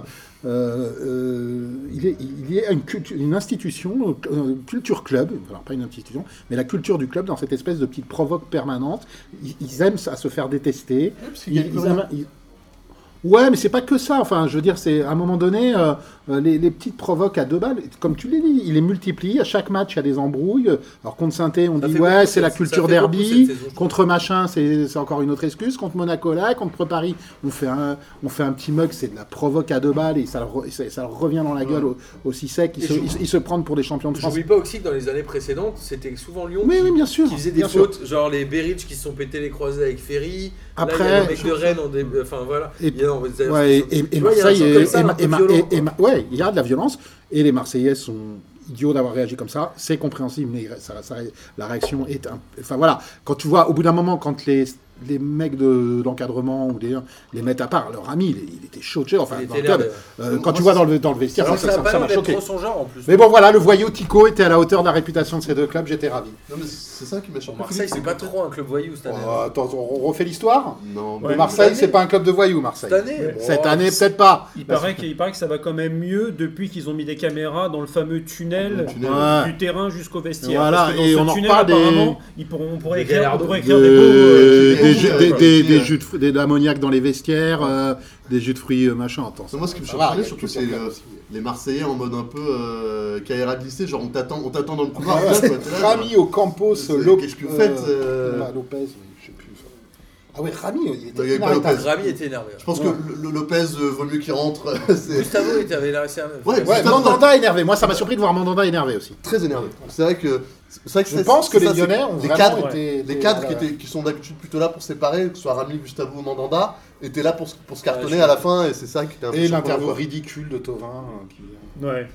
Euh, euh, il, est, il y a une, culture- une institution, euh, culture club, alors pas une institution, mais la culture du club dans cette espèce de petite provoque permanente. Ils, ils aiment à se faire détester. ouais, parce qu'il Ils, gagne ils plus rien. aiment- ils- Ouais, mais c'est pas que ça. Enfin, je veux dire, c'est à un moment donné, euh, euh, les, les petites provoques à deux balles. Comme tu l'as dit, il les multiplie. À chaque match, il y a des embrouilles. Alors contre saint on Ça dit fait ouais, beaucoup c'est la cette- ça culture fait beaucoup cette derby. saison, je trouve. Contre machin, c'est c'est encore une autre excuse. Contre Monaco là, contre Paris, on fait un, on fait un petit mug, c'est de la provoque à deux balles et ça, leur re- et ça- ça leur revient dans la gueule au- aussi sec. Ils Et se, je- ils- ils se prennent pour des champions de France. J'oublie pas aussi que dans les années précédentes, c'était souvent Lyon Oui, qui, oui, bien sûr. qui faisait des bien sûr. fautes, genre les Berich qui se sont pétés les croisés avec Ferry. Là, il y a Après, le mec de Rennes en dé- Enfin voilà. Et- Il y a- on va dire- Ouais, et- tu et, et vois, il y a un Marseille, truc et- comme ça, et- un et- peu et- violent, et- quoi. et- ouais, il y a de la violence, et les Marseillais sont idiots d'avoir réagi comme ça, c'est compréhensible, mais ça- ça- la réaction est... un- Enfin voilà, quand tu vois, au bout d'un moment, quand les, les mecs de l'encadrement ou des les mettent à part, leur ami, il, il était chaud de chez- enfin, Il dans était le là, club, euh, Moi, quand tu c'est- vois dans le, dans le vestiaire, Alors ça que ça ça- n'a pas ça l'air m'a d'être choqué. trop son genre en plus. Mais bon voilà, le voyou Tico était à la hauteur de la réputation de ces deux clubs, j'étais ravi. Non, mais c'est ça qui m'a Bon, choqué. Marseille, c'est pas trop un club voyou cette année. Oh, attends, on refait l'histoire Non, Ouais. Le Marseille, cette c'est année. pas un club de voyous, Marseille. Cette année Cette oh, année, peut-être pas. Il Parce- paraît, que, il paraît que ça va quand même mieux depuis qu'ils ont mis des caméras dans le fameux tunnel, euh, Le tunnel. Ouais. du terrain jusqu'au vestiaire. Voilà, Parce que dans et ce on en tunnel, reparle des- apparemment, ils pourront, on pourrait Des écrire, on galères pourrait de- écrire De- des beaux. euh, qui des dégoûtent, jus- euh, des- quoi. des- Qui, des euh, jus de fr- des- de l'amoniac dans les vestiaires, euh, des jus de fruits, euh, machin. Attends, Moi, ce qui me ça surprenait va, surtout, il y c'est a quelques euh, sortes. les Marseillais en mode un peu euh, carrière glissée, genre on t'attend, on t'attend dans le couloir. Ah, Là, ouais, toi, t'es là, Rami au Campos, C'est- Lopez. qu'est-ce que vous faites, euh, Lopez, oui, je sais plus. Ah ouais, Rami, il Non, il y était avait pas Lopez. inarrêtable. Rami était énervé. Je pense que Ouais. le- le Lopez euh, vaut mieux qu'il rentre. [laughs] c'est Gustavo était avait l'air assez énervé. Ouais, Ouais, Putain, Mandanda énervé. Moi, ça m'a surpris de voir Mandanda énervé aussi. très énervé. C'est vrai que c'est vrai que Je c'est- pense que c'est les ça, c'est Lyonnais ont les vraiment cadres, été- les été- cadres voilà. qui, étaient- qui sont d'habitude plutôt là pour séparer, que ce soit Rami, Gustavo ou Mandanda, étaient là pour, se- pour se cartonner Ouais, je- à la fin et c'est ça qui était un peu Et surprenant, l'interview quoi. ridicule de euh, Tovin. Ouais.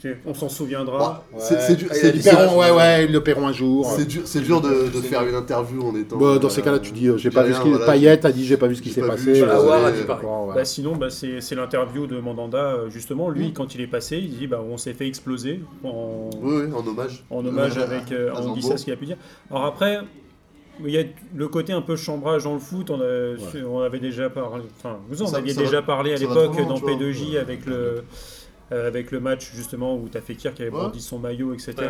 Tiens, on s'en souviendra. Ouais, C'est c'est dur, Ah, il y a c'est du Ils dur- paieront, ouais, ouais, ils le paieront un jour. c'est dur, c'est dur de, de faire une interview en étant. Bon, dans ces euh, cas-là, tu dis, euh, j'ai pas rien, vu ce qui. voilà, Payet a dit, j'ai pas vu ce qui j'ai s'est pas vu, passé. je suis euh, Awar a désolé. dit pareil. bon, voilà. Bah, sinon, bah, c'est c'est l'interview de Mandanda, euh, justement. Lui, quand il est passé, il dit bah, on s'est fait exploser en, Oui, oui, euh, en hommage. en hommage à- avec euh, à on dit Zambo. ça ce qu'il a pu dire. Alors après, il y a le côté un peu chambrage dans le foot. On, a- on avait déjà parlé, enfin vous en Ça- aviez ça va- déjà parlé à ça va l'époque trop loin, dans tu vois. P2J avec le euh, avec le match justement où t'as Fekir qui avait Ouais. brandi son maillot, etc. Ouais.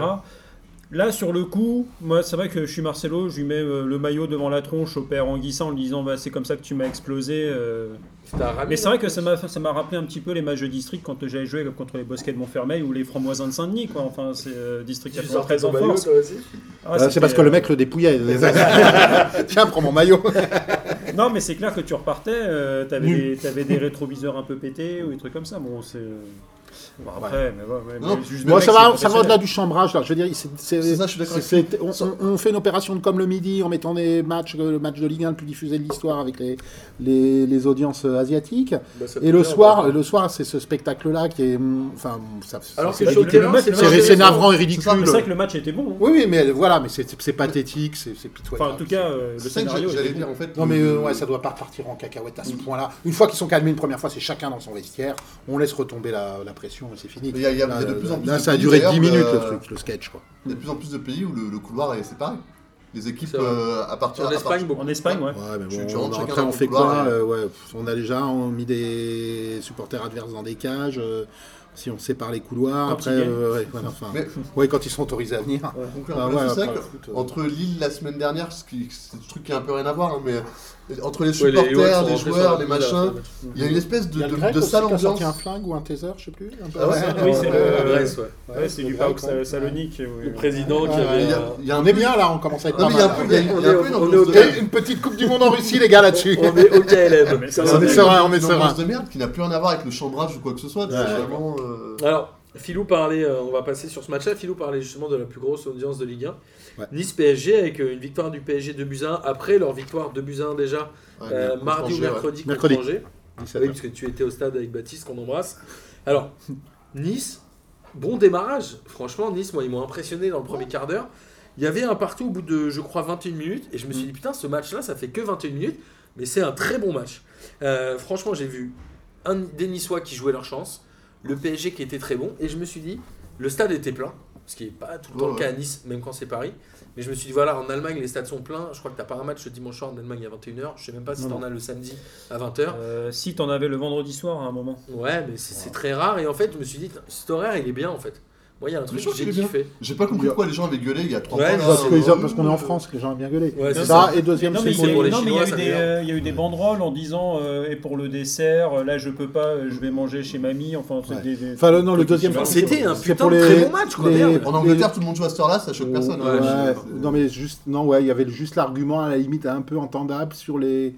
Là, sur le coup, moi, c'est vrai que je suis Marcelo, je lui mets euh, le maillot devant la tronche au père Anguissa en lui disant bah, C'est comme ça que tu m'as explosé. euh, C'était un hein. Rami. mais c'est vrai que ça m'a ça m'a rappelé un petit peu les matchs de district quand j'avais joué contre les Bosquets de Montfermeil ou les Framboisins de Saint-Denis quoi. Enfin c'est euh, district Tu sortais 93 ton en maillot, force. toi aussi Ah, Euh, c'était, C'est parce que le euh, mec le dépouillait. Tiens, prends mon [laughs] maillot. euh, Non mais c'est clair que tu repartais, euh, t'avais, Nul. des, t'avais des rétroviseurs un peu pétés ou des trucs comme ça. Bon c'est. euh, bon, après mais ouais, ouais, Non, mais juste Bon, le ça mec, va, c'est ça va au-delà professionnel. du chambrage. Là. Je veux dire, c'est, c'est- C'est ça, je suis d'accord c'est- c'est- on, on- on fait une opération de comme le midi en mettant des matchs, euh, le match de Ligue 1 le plus diffusé de l'histoire avec les, les, les audiences euh, asiatiques. Bah, ça Et peut le bien, soir, ouais. le soir, c'est ce spectacle-là qui est, hum, enfin, ça, Alors c'est, que sur le ridicule. terrain, C'est- c'est c'est, c'est navrant et ridicule. Mais C'est vrai que le match était bon. hein. Oui, oui, mais voilà, mais c'est, c'est- c'est pathétique, c'est, c'est pitoyable. Enfin en tout cas euh, le C'est ça que scénario. j'allais était dire bon. en fait. Non mais le- euh, ouais, ça doit pas repartir en cacahuète à ce point-là. Une fois qu'ils sont calmés une première fois, c'est chacun dans son vestiaire. On laisse retomber la, la pression et c'est fini. Il y a- il y a- il y a de Là, plus en plus Ah, là, de ça a pays, duré d'ailleurs, 10 minutes euh, le truc, le sketch quoi. Il y a de plus en plus de pays où le, le couloir est séparé. Les équipes C'est vrai. euh, à partir En à Espagne, partir- beaucoup. En Espagne ouais. Ouais, mais Tu- bon, tu on- rentres chacun après dans on ton fait couloir, quoi et- euh, ouais, pff, On a déjà on a mis des supporters adverses dans des cages. euh, si on sépare les couloirs, Quand après, ils gagnent. euh, ouais, voilà, enfin, Mais- ouais, quand ils sont autorisés à venir. Pour conclure, Ah parce que ouais, c'est vrai après, que le foot, euh. entre Lille la semaine dernière, ce qui- c'est un truc qui a un peu rien à voir, hein, mais euh, entre les Ouais, les- ouais, ils supporters, sont les rentrés sur joueurs, la les pelouse à la machins, fin de match. il y a une espèce de, de, de ça sale ambiance. un flingue ou un taser, je sais plus. un peu. Ah ouais, Ouais, c'est- oui, c'est ouais, En le- ouais. Grèce, ouais. Ouais, c'est du euh, Ouais, parc ouais. Salonique. oui. Le président qui Ouais, avait. Il y a- euh, il y a un On est bien là, on commence à être Non, pas mais il y a un mal, peu- là. il y a- il y a On un est au- peu une on est au ambiance de cas- merde. Et une petite Coupe du Monde en Russie, les gars, là-dessus. On est au KLM. Mais ça, On est serein, on est Une ambiance serein. de merde qui n'a plus rien à voir avec le chambrage ou quoi que ce soit. Ouais. C'est vraiment. euh, Alors, Philou parlait, euh, on va passer sur ce match-là. Philou parlait justement de la plus grosse audience de Ligue 1. Ouais. Nice-PSG avec euh, une victoire du PSG 2 buts 1 après leur victoire 2 buts 1 déjà ouais, euh, contre mardi ou Angers, ouais. mercredi contre Mercredi. Angers. Oui, parce que tu étais au stade avec Baptiste, qu'on embrasse. Alors, Nice, bon démarrage. Franchement, Nice, moi, ils m'ont impressionné dans le premier quart d'heure. Il y avait un partout au bout de, je crois, 21 minutes. Et je me suis dit, putain, ce match-là, ça fait que 21 minutes. Mais c'est un très bon match. Euh, franchement, j'ai vu un, des Niçois qui jouaient leur chance, le PSG qui était très bon. Et je me suis dit, le stade était plein. Ce qui n'est pas tout le temps Ouais, le cas à Nice, même quand c'est Paris. Mais je me suis dit, voilà, en Allemagne, les stades sont pleins. Je crois que tu n'as pas un match le dimanche soir en Allemagne à 21h. Je sais même pas si Non, tu en non. as le samedi à 20h. Euh, si t'en avais le vendredi soir à un moment. Ouais, mais c'est c'est très rare. Et en fait, je me suis dit, cet horaire, il est bien en fait. Moi, il y a un truc je crois que j'ai qu'il est bien. kiffé. J'ai pas compris pourquoi les gens avaient gueulé il y a 3 Ouais, mois. je là, vois Parce c'est que euh, ils ont- parce qu'on est en France, que les gens aiment bien gueuler. Ouais, c'est ça, ça. et deuxième, Non mais, il y c'est bon, a eu- pour les non, mais il y Chinois, a eu ça des, m'énerve. euh, il y a eu des banderoles en disant euh, et pour le dessert euh, là je peux pas euh, je vais manger chez mamie enfin c'est Ouais. des, des- Enfin, le- non, le deuxième, Enfin, c'est- C'était un c'est putain pour de les- très bon match, quoi. les- merde. En Angleterre, tout le monde joue à cette heure-là, ça choque personne. Ouais, hein. Ouais, Enfin, non mais juste non ouais il y avait juste l'argument à la limite un peu entendable sur les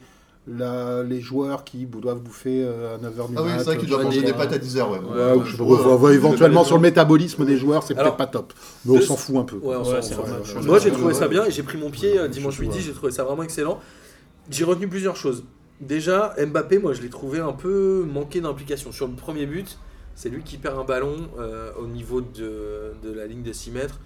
la- les joueurs qui bou- doivent bouffer euh, à 9h du Ah oui, mat, c'est vrai qu'ils doivent euh, manger je sais des pas. pâtes à 10h, ouais. Ouais. Ouais, ou je sais pas, Ouais, ouais, ouais, ouais, ouais, éventuellement ouais. sur le métabolisme des joueurs c'est Alors, peut-être pas top mais on deux- s'en fout un peu quoi. Ouais, on s'en Ouais, c'est fout. un match. Moi, Ouais, j'ai trouvé ouais, ça ouais. bien et j'ai pris mon pied euh, dimanche Ouais. midi. J'ai trouvé ça vraiment excellent. J'ai retenu plusieurs choses. Déjà, Mbappé, moi, je l'ai trouvé un peu manqué d'implication. Sur le premier but, c'est lui qui perd un ballon euh, au niveau de, de la ligne de 6 mètres.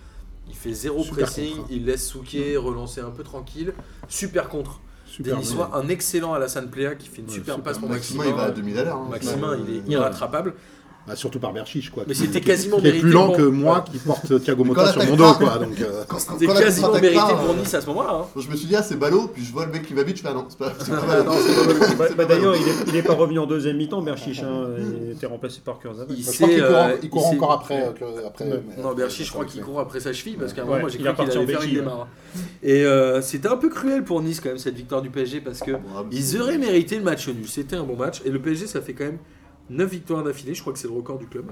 Il fait zéro Super pressing, contre, hein. il laisse Souquet relancer un peu tranquille. Super contre. Super, Denis ouais. Soa, un excellent Alassane Pléa qui fait une Ouais, super, super. passe pour Maximin, Maximin. il va à 2000 à l'heure. hein. Maximin, il est Ouais. irrattrapable. Bah, surtout par Berchiche quoi Mais qui- c'était qui- quasiment qui est mérité plus lent pour- que moi qui porte Thiago Mais Motta quand sur mon l'attaque dos part- quoi donc euh, Quand- quand- C'était quand la quasiment contre-attaque mérité part, pour euh, Nice à ce moment-là. hein. Je me suis dit, ah, c'est ballot, puis je vois le mec qui va vite, je fais, ah non, c'est pas, c'est pas [laughs] mal. Bah, bah, d'ailleurs il est, il est pas revenu en deuxième mi-temps Berchiche hein, il était remplacé par Kurzawa Mm. Il je s'est, crois qu'il court, en- euh, il court il s'est- encore après, euh, que- après Ouais. mais- Non, Berchi, je crois qu'il court après sa cheville parce qu'à un Ouais, moment, j'ai il cru a qu'il parti allait en faire une béquille, démarre. Et euh, c'était un peu cruel pour Nice quand même cette victoire du PSG parce que ah, ils auraient mérité le match nul. C'était un bon match et le PSG, ça fait quand même 9 victoires d'affilée. Je crois que c'est le record du club.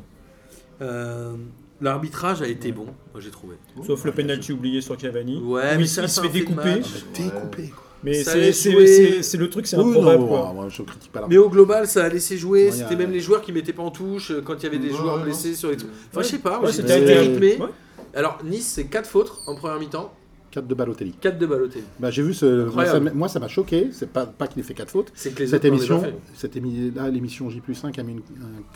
Euh, L'arbitrage a été bon, moi j'ai trouvé. sauf le penalty oublié sur Cavani Ouais, Où mais il, ça, il c'est se un fait fait de découper match. découpé quoi. mais Ça c'est allait c'est- jouer. c'est- c'est le truc c'est Oui, improbable non, quoi. ouais, je critique pas Mais au global, ça a laissé jouer. Ouais, y C'était a- même les joueurs qui mettaient pas en touche euh, quand il y avait des Ouais, joueurs ouais, blessés sur les trucs. Enfin, je sais pas, Ouais, moi, j'ai c'était trouvé été- rythmé. ouais. Alors, Nice, c'est 4 fautes en première mi-temps, 4 de Balotelli 4 de Balotelli. bah j'ai vu ce moi, ça oh. Incroyable. m'a- moi ça m'a choqué c'est pas pas qu'il ait fait 4 fautes C'est que les Cette autres, on les a émission, fait. cette émi- là, l'émission J 5 a mis une-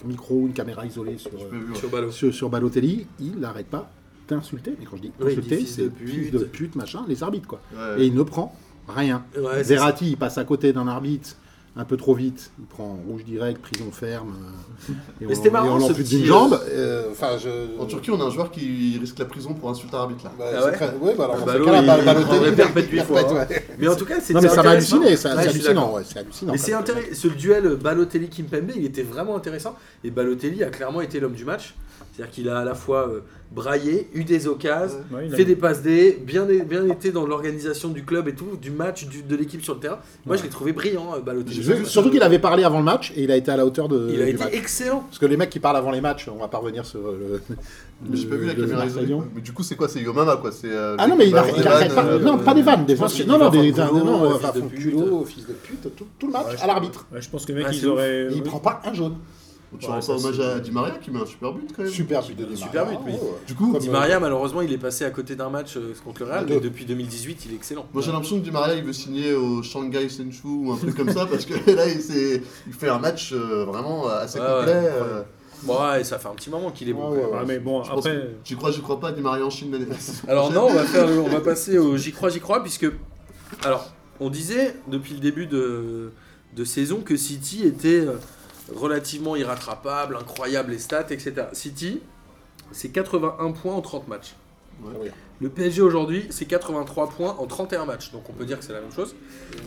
un micro, une caméra isolée sur, euh, sur Balo. sur, sur Balotelli. Il n'arrête pas d'insulter. Mais quand je dis Oui, il dit insulter, fils de c'est pute. Euh. fils de pute, machin, les arbitres quoi. Et il ne prend rien. Ouais, c'est ça. Zerati, il passe à côté d'un arbitre un peu trop vite. Il prend rouge direct, prison ferme. euh, et Mais c'était on- marrant, et on ce l'en petit, d'une euh, jambe. euh, Enfin, je. En Turquie, on a un joueur qui risque la prison pour insulter un arbitre là. Bah, Ah c'est ouais très- ouais, bah, alors, dans Ballot, ce cas-là, il- bah, il Balotelli, prendrait il- perpète huit il- fois, hein. ouais. Mais en tout cas, c'est Non, mais ça m'a intéressant. halluciné. ça- Ouais, C'est je suis d'accord. hallucinant. ouais, C'est hallucinant. Mais c'est parce que- intéressant. Ce duel Balotelli Kimpembe, il était vraiment intéressant. Et Balotelli a clairement été l'homme du match. C'est-à-dire qu'il a à la fois euh, braillé, eu des occasions, Ouais, il a- fait des passes dés, bien, bien été dans l'organisation du club et tout, du match, du- de l'équipe sur le terrain. Moi, je l'ai trouvé brillant, euh, Balotelli. Je- Surtout qu'il euh, avait parlé avant le match et il a été à la hauteur de. Il a du été match. excellent. Parce que les mecs qui parlent avant les matchs, on va pas revenir sur euh, le. Mais j'ai le- pas vu la le caméra isolée. Marseillais. Mais du coup, c'est quoi C'est Yomama quoi c'est, euh, Ah non, mais il Bah, a- il des arrête vannes, pas. euh, non, pas des vannes, des je pense qu'il Non, dit va non, des. faire Non, culot, non, euh, va fils de faire pute. culot, fils de pute, tout, tout le match Ouais, je- à l'arbitre. ouais, je pense que le mec Ah, c'est ils auraient Et il prend pas un jaune. Tu Ouais, rends ça, pas hommage c'est- à Di Maria qui met un super but quand même. Super but de Di Super Maria, but, oui. ouais, ouais. Du coup, Comme- Di Maria, malheureusement, il est passé à côté d'un match euh, contre le Real, Deux. mais depuis 2018, il est excellent. moi j'ai l'impression que Di Maria il veut signer au Shanghai Senshu ou un truc comme ça parce que là il, s'est- il fait un match euh, vraiment assez Ouais, complet. ouais. euh, Ouais, et ça fait un petit moment qu'il est bon. Ouais, quand même. ouais, ouais. Ah, mais bon je pense après que- J'y crois, j'y crois pas, Di Maria en Chine l'année la saison [laughs] Alors non, on prochaine. va, faire, on va passer au j'y crois, j'y crois, puisque... Alors, on disait depuis le début de, de saison que City était euh, relativement irrattrapable, incroyable les stats, etc. City, c'est 81 points en 30 matchs. Ah oui. Le PSG aujourd'hui, c'est 83 points en 31 matchs, donc on peut dire que c'est la même chose.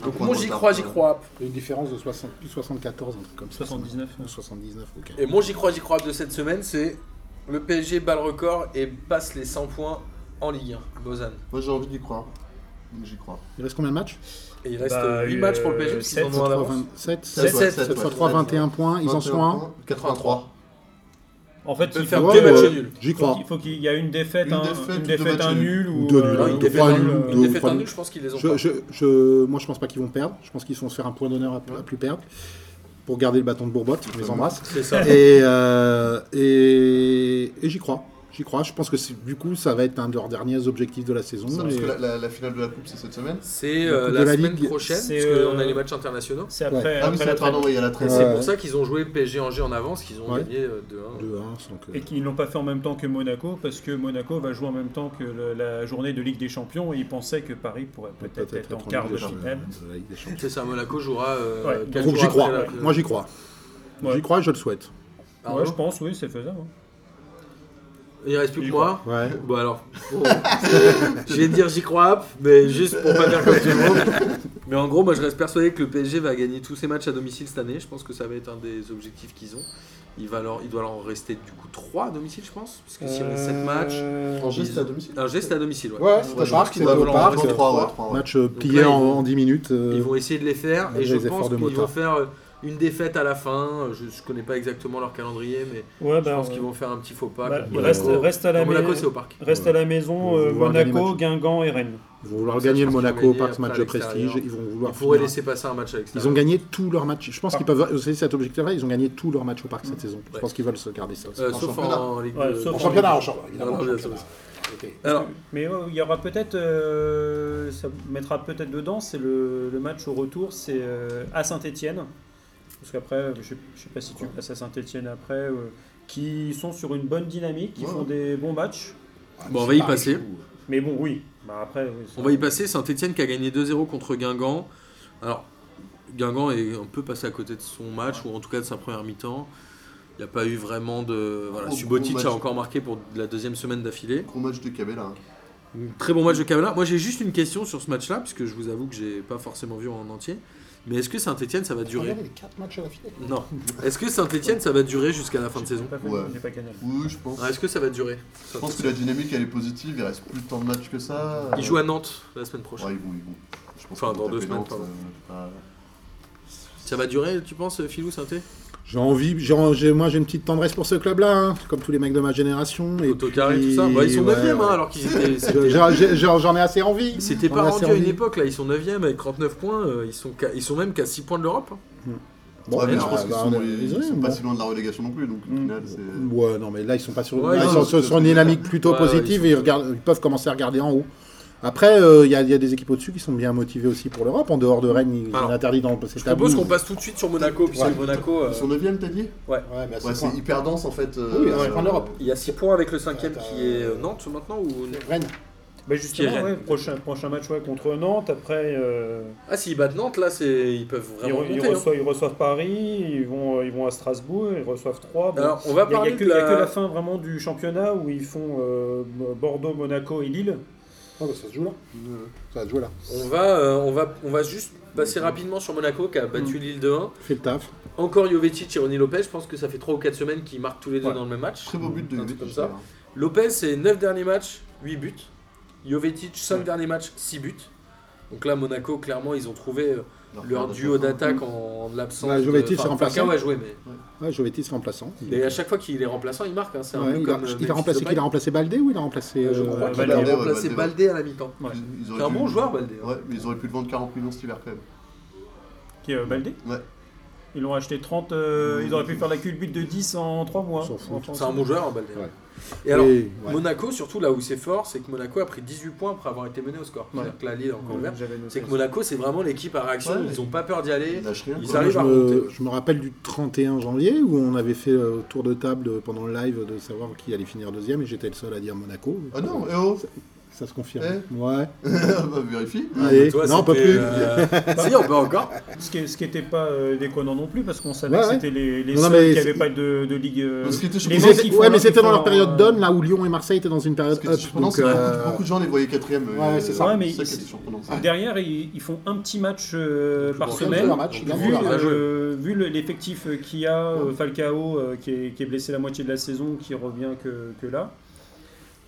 Un Donc point mon de j'y retard, crois, j'y ouais. crois. Une différence de 60 plus 74, un truc comme ça. 79 Ou 79, ok. Et mon j'y crois, j'y crois de cette semaine, c'est le PSG bat le record et passe les 100 points en Ligue 1, Bozan. Moi j'ai envie d'y croire. Donc j'y crois. Il reste combien de matchs Et il reste Bah, 8 euh, matchs pour le PSG, puisqu'ils en sept, ont un Trois, avance. 27, Sept, 7 sept, sept, fois ouais. 3, 21 points. Ils en sont 21 un. points, 83. en fait peut il faire faut deux que- matchs euh, nuls. J'y Il faut crois. qu'il- faut qu'il y a une défaite, Une un, défaite une ou deux défaite, matchs un nuls. nul Ou ou deux euh, nuls. Non, Ouais, une ou défaite trois un nuls, nul, euh, une ou défaite trois un nuls. nul, je pense qu'ils les ont Je, pas. je, je- moi, je pense pas qu'ils vont perdre. Je pense qu'ils vont se faire un point d'honneur à, à plus perdre pour garder le bâton de Bourbotte. Je les embrasse. C'est ça. et, euh, et, et j'y crois. J'y crois. Je pense que c'est- du coup, ça va être un de leurs derniers objectifs de la saison. C'est Parce Et- que la, la- la finale de la Coupe c'est cette semaine. C'est La euh, Coupe la, de la semaine Ligue, prochaine, parce c'est, euh, qu'on a les matchs internationaux. C'est après, Ouais. Ah oui, après c'est la la trêve. pardon, il y a la trêve. Et Ouais. c'est pour ça qu'ils ont joué PSG Angers en avance, qu'ils ont Ouais. gagné euh, 2-1. Deux, un, donc, euh, Et qu'ils n'ont pas fait en même temps que Monaco, parce que Monaco va jouer en même temps que le- la journée de Ligue des Champions, et ils pensaient que Paris pourrait peut-être être, en Ligue quart des de Champions, finale. de la Ligue des Champions. C'est ça, Monaco jouera. euh, Ouais. quatre Donc, jours j'y crois. après la- Moi, j'y crois. Ouais. J'y crois, je le souhaite. Arnaud, Ouais, je pense, oui, c'est faisable. hein. Il reste plus que J'y moi. Ouais. [laughs] Bon alors, bon, je vais dire j'y crois, mais juste pour pas faire comme tout le monde. Mais en gros, moi je reste persuadé que le PSG va gagner tous ses matchs à domicile cette année. Je pense que ça va être un des objectifs qu'ils ont. Il, va leur, il doit leur en rester du coup 3 à domicile, je pense. Parce que si on a 7 matchs. Un geste ils- à domicile Un geste à domicile, ouais. Euh, Ouais, Je c'est pense au parc, qu'ils c'est doivent au leur en parc. rester trois. trois, ouais, trois, ouais. Match euh, plié là, en, ils- en 10 minutes. euh, Ils vont essayer de les faire et malgré je les efforts pense de qu'ils vont Mota. faire euh, une défaite à la fin. Je, je connais pas exactement leur calendrier, mais Ouais, je bah, pense qu'ils vont faire un petit faux pas. bah, comme reste, Monaco. reste à la Non, Monaco, maison. c'est au parc. Reste à la maison, Ils vont euh, vouloir gagner Monaco, match. Guingamp et Rennes. Ils vont vouloir Ça, je gagner le pense qu'ils vont Monaco au gagner parc, ce match après de à l'extérieur. prestige. Ils vont Ils vouloir pourraient finir. laisser passer un match à l'extérieur. Ils ont gagné tous leurs matchs. Je pense qu'ils peuvent aussi cet objectif-là. Ils ont gagné tous leurs matchs au parc cette saison. Je Ouais. pense qu'ils veulent se garder ça. aussi. Euh, En sauf championnat. en Ligue Ouais, de- sauf En en championnat, en championnat, Non, évidemment. non, en bien championnat. sûr. Ok. Alors, Mais euh, il y aura peut-être, euh, ça mettra peut-être dedans, c'est le, le match au retour, c'est euh, à Saint-Etienne. Parce qu'après, euh, je sais- je sais pas si tu passes à Saint-Etienne après, euh, qui sont sur une bonne dynamique, qui Ouais. font des bons matchs. Bon, on va y Paris, passer. Mais bon, oui. Bah, après, oui, ça- on va y passer. Saint-Etienne qui a gagné 2-0 contre Guingamp. Alors, Guingamp est un peu passé à côté de son match, ou en tout cas de sa première mi-temps. Il n'y a pas eu vraiment de. Voilà, Gros, Subotic gros match. a encore marqué pour la deuxième semaine d'affilée. Gros match de Cabella. hein. Très bon match de Cabella. Moi, j'ai juste une question sur ce match-là, puisque je vous avoue que j'ai pas forcément vu en entier. Mais est-ce que Saint-Etienne, ça va durer Regardez, les quatre matchs à la finale. Non. Est-ce que Saint-Etienne, ça va durer jusqu'à la fin de saison J'ai pas fait- Ouais. j'ai pas canal. Oui, je pense. Ah, Est-ce que ça va durer Je pense que la dynamique elle est positive, il reste plus tant de matchs que ça. Ils jouent à Nantes la semaine prochaine. Ouais, ils vont, ils vont. Je pense Enfin, qu'ils vont dans deux taper semaines, Nantes, pardon. euh, pas- Ça va durer, tu penses, Philou, Saint-Etienne J'ai envie, j'ai, j'ai- moi j'ai une petite tendresse pour ce club-là, hein, comme tous les mecs de ma génération. Et Autocarré, puis- tout ça. Bah, ils sont ouais, 9ème, ouais. hein, alors qu'ils étaient. Je- c'était- j'ai- j'ai- J'en j'en ai assez envie. C'était J'en ai pas assez rendu à une envie. époque, là. Ils sont 9ème avec 39 points. euh, Ils sont, qu'à- ils sont même qu'à 6 points de l'Europe. hein. Bon, Ouais, mais je bah, pense qu'ils bah, sont, on dans est les- ils désolé, sont bon. pas si loin de la relégation non plus, donc au final c'est. Ouais, non, mais là, ils sont pas sur, Ouais, là, non, ils sont c'est- sur- sur une dynamique plutôt Ouais, ouais, positive ils et sont- ils, regardent- ils peuvent commencer à regarder en haut. Après, euh, il y, a- il y a des équipes au-dessus qui sont bien motivées aussi pour l'Europe. En dehors de Rennes, ils Mm. Alors, sont interdits dans le Je propose qu'on passe tout de suite sur Monaco, puisque Ouais. Monaco. euh, Ils sont 9ème, t'as dit Ouais, mais à ce Ouais, point. c'est hyper dense en fait. euh, Oui, à ce point de l'Europe. Il y a 6 points avec le 5ème Attends. qui est euh, Nantes maintenant ou... Rennes. Bah, Qui est justement, Rennes. ouais, prochain, prochain match ouais, contre Nantes. Après, euh, Ah, s'ils battent Nantes, là, c'est... ils peuvent ils, vraiment re- ils monter, hein. reçoivent, ils reçoivent Paris, ils vont, euh, ils vont à Strasbourg, ils reçoivent 3. Alors, on va Il n'y a, parler de que il y a que la... la fin vraiment du championnat où ils font euh, Bordeaux, Monaco et Lille. Oh, bah, ça se joue là. euh, Ça va se jouer là. On va, euh, on, va, on va juste passer rapidement sur Monaco qui a battu Lille de 1. Fais le taf. Encore Jovetic et Ronny Lopez, je pense que ça fait 3 ou 4 semaines qu'ils marquent tous les deux Ouais. dans le même match. Très beau but de Un truc but, comme je ça. sais, hein. Lopez, c'est 9 derniers matchs, 8 buts. Jovetic, 5 Ouais. derniers matchs, 6 buts. Donc là, Monaco, clairement, ils ont trouvé euh, leur Leur hein. duo attaque. d'attaque en, en l'absence. Ouais, Jovetic, enfin, c'est remplaçant. Falcao a joué, mais. Ouais, Jovetti, c'est remplaçant. Et à chaque fois qu'il est remplaçant, il marque. hein, C'est un Ouais, peu il, a, comme. euh, il a Memphis remplacé, Depay. qu'il a remplacé Baldé ou il a remplacé. Je euh, crois qu'il Baldé, a ouais, remplacé Baldé, Baldé à la mi-temps. Ouais. Ils- ils C'est auraient un pu- bon joueur, Baldé. hein. Ouais, mais ils auraient pu le vendre 40 millions cet hiver quand même. Qui est euh, Baldé Ouais. Ils l'ont acheté 30, euh, ils auraient pu faire la culbute de 10 en 3 mois. On s'en fout. En France. C'est un bon joueur, hein, Baldé. Ouais. Et alors, et- ouais. Monaco, surtout là où c'est fort, c'est que Monaco a pris 18 points après avoir été mené au score. C'est-à-dire que la Lille est encore Ouais, ouverte. j'avais noté C'est que ça. Monaco, c'est vraiment l'équipe à réaction. Ouais. Ils ont pas peur d'y aller. Ils lâchent rien. Ils quoi. arrivent. je, à me, remonter. je me rappelle du 31 janvier où on avait fait euh, tour de table euh, pendant le live de savoir qui allait finir deuxième et j'étais le seul à dire Monaco. Ah non, eh oh [laughs] Ça se confirme. Eh ouais. Bah, Vérifie. Allez, Ah, Toi, non, on peut c'était, plus. [laughs] euh, si, on peut encore. Ce qui ce qui était pas euh, déconnant non plus, parce qu'on savait Ouais, que ouais. c'était les, les Non, non, seuls mais qui n'avaient c'est- pas de, de ligue. euh, Ce qui les était Ils surprenant, mecs étaient- qui font ouais, mais leur- c'était qui dans font leur leur, période euh, down, là où Lyon et Marseille étaient dans une période ce qui était up. surprenant, Donc, c'est que euh, beaucoup- beaucoup de gens les voyaient quatrième. Ouais, euh, c'est ça. Ouais, mais ça qui ils- était surprenant. Derrière, ils, ils font un petit match euh, par bon, semaine. c'est un match, Vu, ils hein. ont joué. euh, vu le- l'effectif euh, qu'il y a, euh, Falcao euh, qui, est, qui est blessé la moitié de la saison, qui revient que, que là.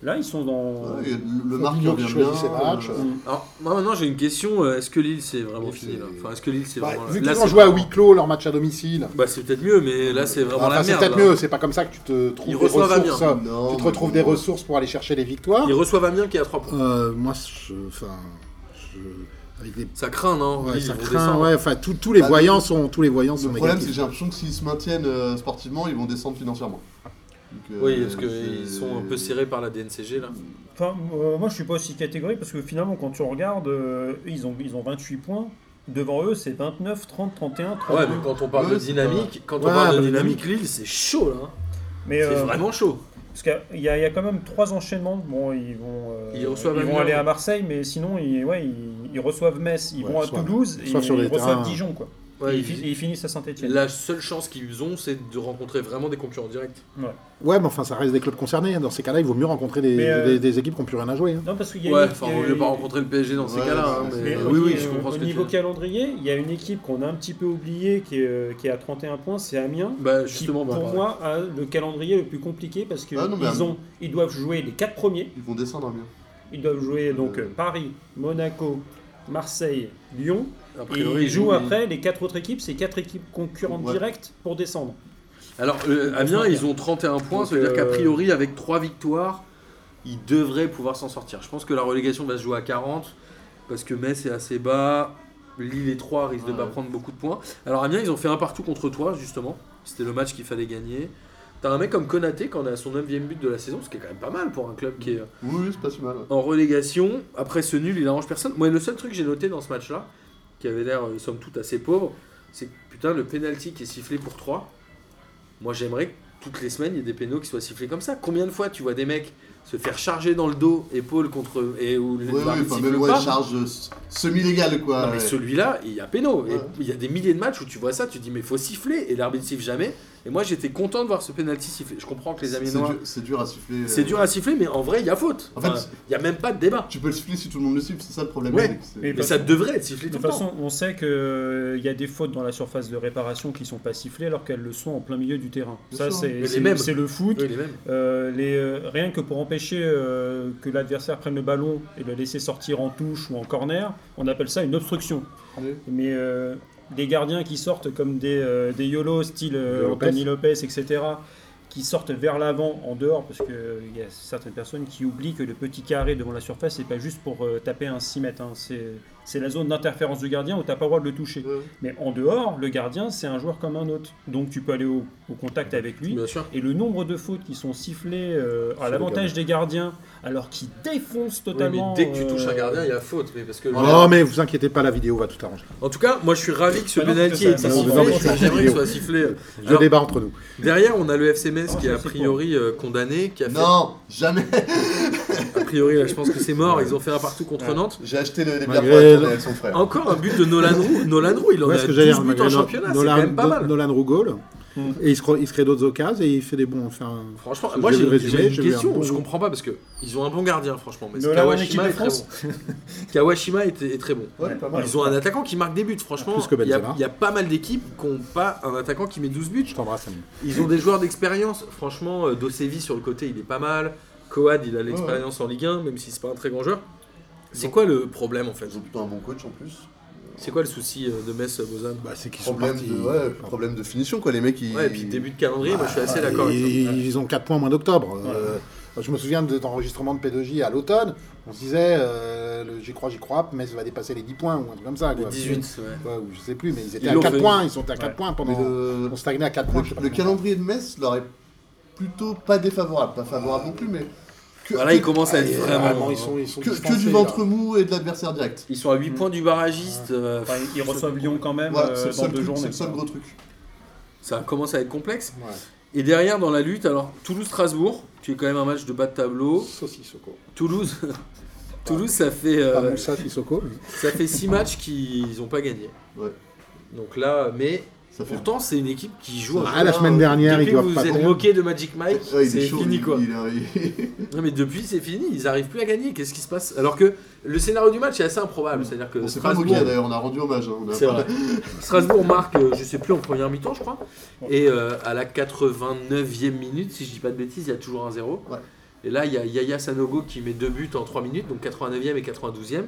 Là, ils sont dans. Ouais, et le- Le Faut marque qu'il revient choisisse bien. ses matchs. euh, Alors, moi maintenant j'ai une question. euh, Est-ce que Lille c'est vraiment fini là Enfin, est-ce que Lille c'est bah, vraiment. vu là, qu'ils ont c'est joué à vraiment- huis clos leur match à domicile, Bah, c'est peut-être mieux, mais là c'est vraiment enfin, la c'est merde. peut-être là. mieux. C'est pas comme ça que tu te trouves des reçoivent Amiens. ressources. euh, Non, Tu te mais retrouves bon, des ouais. ressources pour aller chercher les victoires. Ils reçoivent Amiens qui est à 3 points. Euh, moi, je- enfin, je- avec des Ça craint, non Ouais, Lille, ça ils vont craint, descendre. ouais, enfin, tous- tous les Bah, voyants sont, tous les voyants sont Le problème, c'est que négatifs. j'ai l'impression que s'ils se maintiennent euh, sportivement, ils vont descendre financièrement. Donc, euh, Oui, parce c'est- qu'ils sont un peu serrés par la DNCG là. Enfin, euh, moi, je suis pas aussi catégorique parce que finalement, quand tu regardes, euh, ils, ont, ils ont 28 points. Devant eux, c'est 29, 30, 31, 32. Ouais, mais quand on parle Ouais, de c'est dynamique, quand on Ouais, parle de bah, dynamique, Lille c'est chaud là. hein. mais, C'est euh, vraiment chaud. Parce qu'il y, a- il y a quand même trois enchaînements. Bon, ils vont, euh, Ils reçoivent vont Amiens. aller à Marseille, mais sinon, ils, ouais, ils, ils reçoivent Metz, ils Ouais, vont à reçoivent- Toulouse, et ils, reçoivent sur les reçoivent terrains. Dijon. Quoi. Ouais, et, ils, ils- fi- et ils finissent à Saint-Etienne. La seule chance qu'ils ont, c'est de rencontrer vraiment des concurrents directs. Ouais, mais enfin, ça reste des clubs concernés. hein. Dans ces cas-là, il vaut mieux rencontrer des, Mais, euh, des- des équipes qui n'ont plus rien à jouer. hein. Non, parce qu'il y a Ouais, une- enfin, il y a- on ne pas rencontrer le PSG dans ces Ouais, cas-là. hein, c'est- mais Mais euh, au- oui, oui, euh, je comprends au ce que tu niveau veux dire. calendrier, il y a une équipe qu'on a un petit peu oubliée qui est, euh, qui est à 31 points, c'est Amiens. Bah, Qui, justement, pour bah, bah, moi, a le calendrier le plus compliqué parce qu'ils Ah non, mais Amiens- ont ils doivent jouer les quatre premiers. Ils vont descendre, bien. Ils doivent jouer donc Euh. euh, Paris, Monaco, Marseille, Lyon. a Et priori, ils jouent jouent- après les quatre autres équipes, c'est quatre équipes concurrentes Ouais. directes pour descendre. Alors, euh, Amiens, ils ont 31 points, Donc, ça veut dire qu'a euh, priori, avec 3 victoires, ils devraient pouvoir s'en sortir. Je pense que la relégation va se jouer à 40, parce que Metz est assez bas, Lille et 3 risquent de Ouais, pas ouais. prendre beaucoup de points. Alors, Amiens, ils ont fait un partout contre toi, justement. C'était le match qu'il fallait gagner. T'as un mec comme Konaté, quand on est à son 9 but de la saison, ce qui est quand même pas mal pour un club qui est Oui, oui, c'est pas si mal. ouais. en relégation. Après ce nul, il arrange personne. Moi, le seul truc que j'ai noté dans ce match-là, qui avait l'air, euh, somme toute, assez pauvre, c'est que putain, le penalty qui est sifflé pour 3. Moi, j'aimerais que toutes les semaines, il y ait des pénaux qui soient sifflés comme ça. Combien de fois tu vois des mecs se faire charger dans le dos, épaule contre. et où Ouais, l'arbitre ouais, enfin, siffle même ouais, pas charge euh, s- semi-légale, quoi. non, mais ouais. celui-là, il y a péno. Et Ouais. Il y a des milliers de matchs où tu vois ça, tu dis, mais faut siffler, et l'arbitre siffle jamais. Et moi, j'étais content de voir ce penalty sifflé. Je comprends que les C'est amis dur- c'est dur à siffler. euh, C'est dur à siffler, mais en vrai, il y a faute. En fait, Enfin, il n'y a même pas de débat. Tu peux le siffler si tout le monde le siffle, c'est ça le problème. Ouais. Eric, c'est- Mais- Mais ça devrait être sifflé De tout toute le temps. façon, on sait qu'il y a des fautes dans la surface de réparation qui sont pas sifflées alors qu'elles le sont en plein milieu du terrain. Bien Ça, sûr. c'est- Mais les c'est mêmes. c'est le foot. Oui, les mêmes. Euh, les, euh, rien que pour empêcher euh, que l'adversaire prenne le ballon et le laisser sortir en touche ou en corner, on appelle ça une obstruction. Ouais. Mais euh, des gardiens qui sortent comme des, euh, des YOLO, style euh, Lopez. Anthony Lopez, etc., qui sortent vers l'avant, en dehors, parce qu'il y a certaines personnes qui oublient que le petit carré devant la surface, c'est pas juste pour euh, taper un 6 mètres. hein. C'est c'est la zone d'interférence du gardien où t'as pas le droit de le toucher. Ouais. Mais en dehors, le gardien, c'est un joueur comme un autre. Donc tu peux aller au, au contact avec lui. Bien sûr. Et le nombre de fautes qui sont sifflées euh, Sur à le l'avantage des gardiens, alors qu'ils défoncent Oui, mais totalement. dès que tu euh, touches un gardien, il y a faute. Mais parce que Oh, mais vous inquiétez pas, la vidéo va tout arranger. En tout cas, moi je suis ravi que ce Bah non, parce penalty que ait été ça- ça- sifflé. non, mais c'est- J'aimerais qu'il soit sifflé. Le Alors- débat entre nous. Derrière, on a le FC Metz Non, qui est ça, a c'est priori euh, condamné, qui a fait. Non, jamais. A priori, là, je pense que c'est mort. Ils ont fait un partout contre Nantes. J'ai acheté le- les bières Malgré pour la le- tournée avec son frère. Encore un but de Nolan Roux. Nolan Roux, il en Ouais, a ce que j'allais 12 dire, buts en Nolan- championnat. C'est quand Nolan- même pas mal. Hum. Nolan Rougol. Mm. Et il se, cre- il se crée d'autres occasions et il fait des bons. Enfin, Franchement, Je moi vais j'ai le résumer, j'ai je une vais question, un je bon- comprends pas parce que ils ont un bon gardien franchement, mais Nolan en équipe Kawashima de est très bon. France. Kawashima est, est très bon. Ouais, pas mal. Ils ont un attaquant qui marque des buts, franchement. Plus que Il y, a- Benzema. il y a pas mal d'équipes qui n'ont pas un attaquant qui met 12 buts. je t'embrasse, Amine. Ils ont des joueurs d'expérience. Franchement, euh, Dosevi sur le côté, il est pas mal. Coad, il a l'expérience en Ligue 1, même si c'est pas un très grand joueur. C'est quoi le problème en fait Ils ont plutôt un bon coach en plus. C'est quoi le souci euh, de Metz, euh, Bozan Bah, c'est qu'ils sont Problème partis. de, ouais, problème de finition, quoi. Les mecs, ils. Ouais, et puis début de calendrier, moi je suis assez Bah, d'accord avec toi. Ils, ils ont 4 points moins d'octobre. Euh, je me souviens de l'enregistrement de P2J à l'automne. On se disait, euh, le j'y crois, j'y crois, mais ça va dépasser les 10 points ou un truc comme ça. Le Quoi. 18, ouais. Ouais, ou je sais plus, mais ils étaient Ils à l'ont 4 fait. points. Ils sont à 4 Ouais. points Mais pendant. le, On stagnait à 4 points. je sais le- pas le comment. calendrier de Metz leur est plutôt pas défavorable. Pas favorable non plus, mais. Que, Voilà, ils que- commencent à Et, être euh, vraiment. ils sont, ils sont que, que dispensés, du là. ventre mou et de l'adversaire direct. Ils sont à 8 points du barragiste. euh, enfin, ils reçoivent Lyon quand même Voilà, euh, c'est le dans seul deux truc, c'est journées. le seul quoi. gros truc. Ça commence à être complexe. Ouais. Et derrière, dans la lutte, alors Toulouse-Strasbourg, qui est quand même un match de bas de tableau. Saucisse, Soko. Toulouse, [laughs] Toulouse ça fait Pas euh, Moussa Sissoko. mais- ça fait 6 matchs qu'ils n'ont pas gagné. Ouais. Donc là, mais Ça fait. pourtant, c'est une équipe qui joue. Ah, la non, semaine euh, dernière, Depuis ils que doivent vous pas vous êtes perdre. moqué de Magic Mike, Ouais, il est c'est chaud, fini il- quoi. il est- [laughs] il- Non mais depuis c'est fini, ils arrivent plus à gagner. Qu'est-ce qui se passe Alors que le scénario du match est assez improbable, c'est-à-dire que On s'est pas Strasbourg, moqué d'ailleurs, on a rendu hommage. hein, on a c'est pas- vrai. Strasbourg marque, euh, je sais plus en première mi-temps, je crois, et euh, à la 89e minute, si je dis pas de bêtises, il y a toujours un 0 Ouais. Et là, il y a Yaya Sanogo qui met deux buts en 3 minutes, donc 89e et 92e.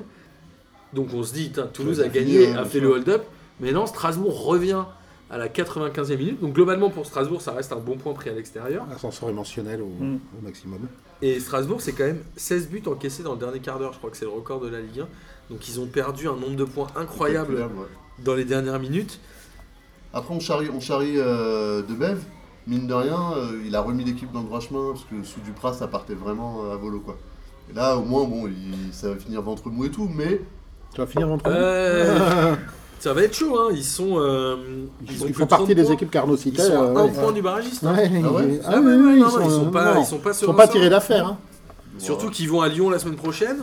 Donc on se dit, putain, Toulouse Ouais, a c'est fini, gagné, hein, a bien fait sûr. le hold-up. Mais non, Strasbourg revient à la 95e minute. Donc globalement pour Strasbourg, ça reste un bon point pris à l'extérieur. Ascenseur émotionnel au, Hmm. Mm. au maximum. Et Strasbourg, c'est quand même 16 buts encaissés dans le dernier quart d'heure. Je crois que c'est le record de la Ligue 1. Donc ils ont perdu un nombre de points incroyable ouais. dans les dernières minutes. Après, on charrie, on charrie euh, De Bev. Mine de rien, euh, il a remis l'équipe dans le droit chemin parce que sous Duprat, ça partait vraiment euh, à volo. quoi. Et là, au moins, bon, il- ça va finir ventre mou et tout, mais Tu vas finir Ah entre nous Euh, [laughs] ça va être chaud, hein. Ils sont. euh, Ils, ont plus ils font de 30 partie des points. équipes qu'Arnaud Ils citait. sont à euh, un ouais. point du barragiste. hein. Ouais, Ah ouais ils- Ah ouais, ah oui, ouais, oui, non, ils sont- ils sont pas, non. ils sont pas, Ils sont pas sereins. tirés d'affaire. hein. Surtout qu'ils vont à Lyon la semaine prochaine.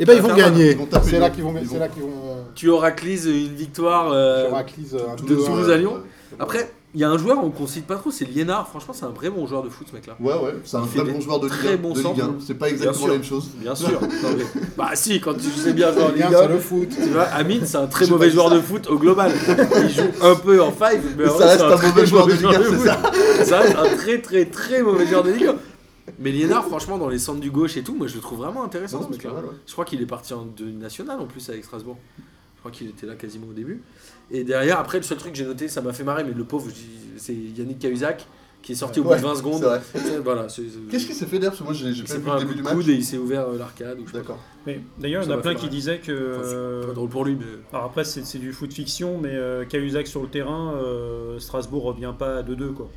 Eh ben, ils Ça va vont faire mal. gagner. Ils vont taper C'est le- là qu'ils vont. ils C'est vont- là qu'ils vont. Tu oraclises une victoire. euh, sur Aclise, un de peu- Toulouse à Lyon. ouais. Après, il y a un joueur qu'on ne cite pas trop, c'est Liénard. Franchement, c'est un vrai bon joueur de foot, ce mec-là. Ouais, ouais, c'est un Il fait très des bon joueur de très Ligue bons 1. De Ligue centres. 1. C'est pas exactement sûr. la même chose. Bien [laughs] sûr. Non, mais- Bah si, quand tu sais bien jouer en Ligue Ligue un, c'est 1, le foot. tu vois, Amine, c'est un très J'ai pas mauvais dit joueur de foot au global. Il joue un peu en five, mais, Mais en ça vrai, reste c'est un très mauvais joueur de Ligue 1, c'est foot. Ça reste un très très très mauvais joueur de Ligue 1. Mais Liénard, franchement, dans les centres du gauche et tout, moi je le trouve vraiment intéressant Non, ce c'est mec-là. pas mal, ouais. Je crois qu'il est parti en de national en plus avec Strasbourg. Je crois qu'il était là quasiment au début. Et derrière, après, le seul truc que j'ai noté, ça m'a fait marrer, mais le pauvre, je- c'est Yannick Cahuzac qui est sorti au bout Ouais, de 20 C'est secondes. vrai. Voilà, c'est- c'est- Qu'est-ce qui s'est fait d'ailleurs Parce que moi, j'ai j'ai il pas s'est vu pris un le coup début de du coude match. et il s'est ouvert euh, l'arcade. ou je sais pas. D'accord. Mais D'ailleurs, il y Ça en a m'a plein fait qui marrer. disaient que. Enfin, c'est euh, pas drôle pour lui, mais alors après, c'est c'est du foot fiction, mais euh, Cahuzac sur le terrain, euh, Strasbourg revient pas à 2-2, quoi.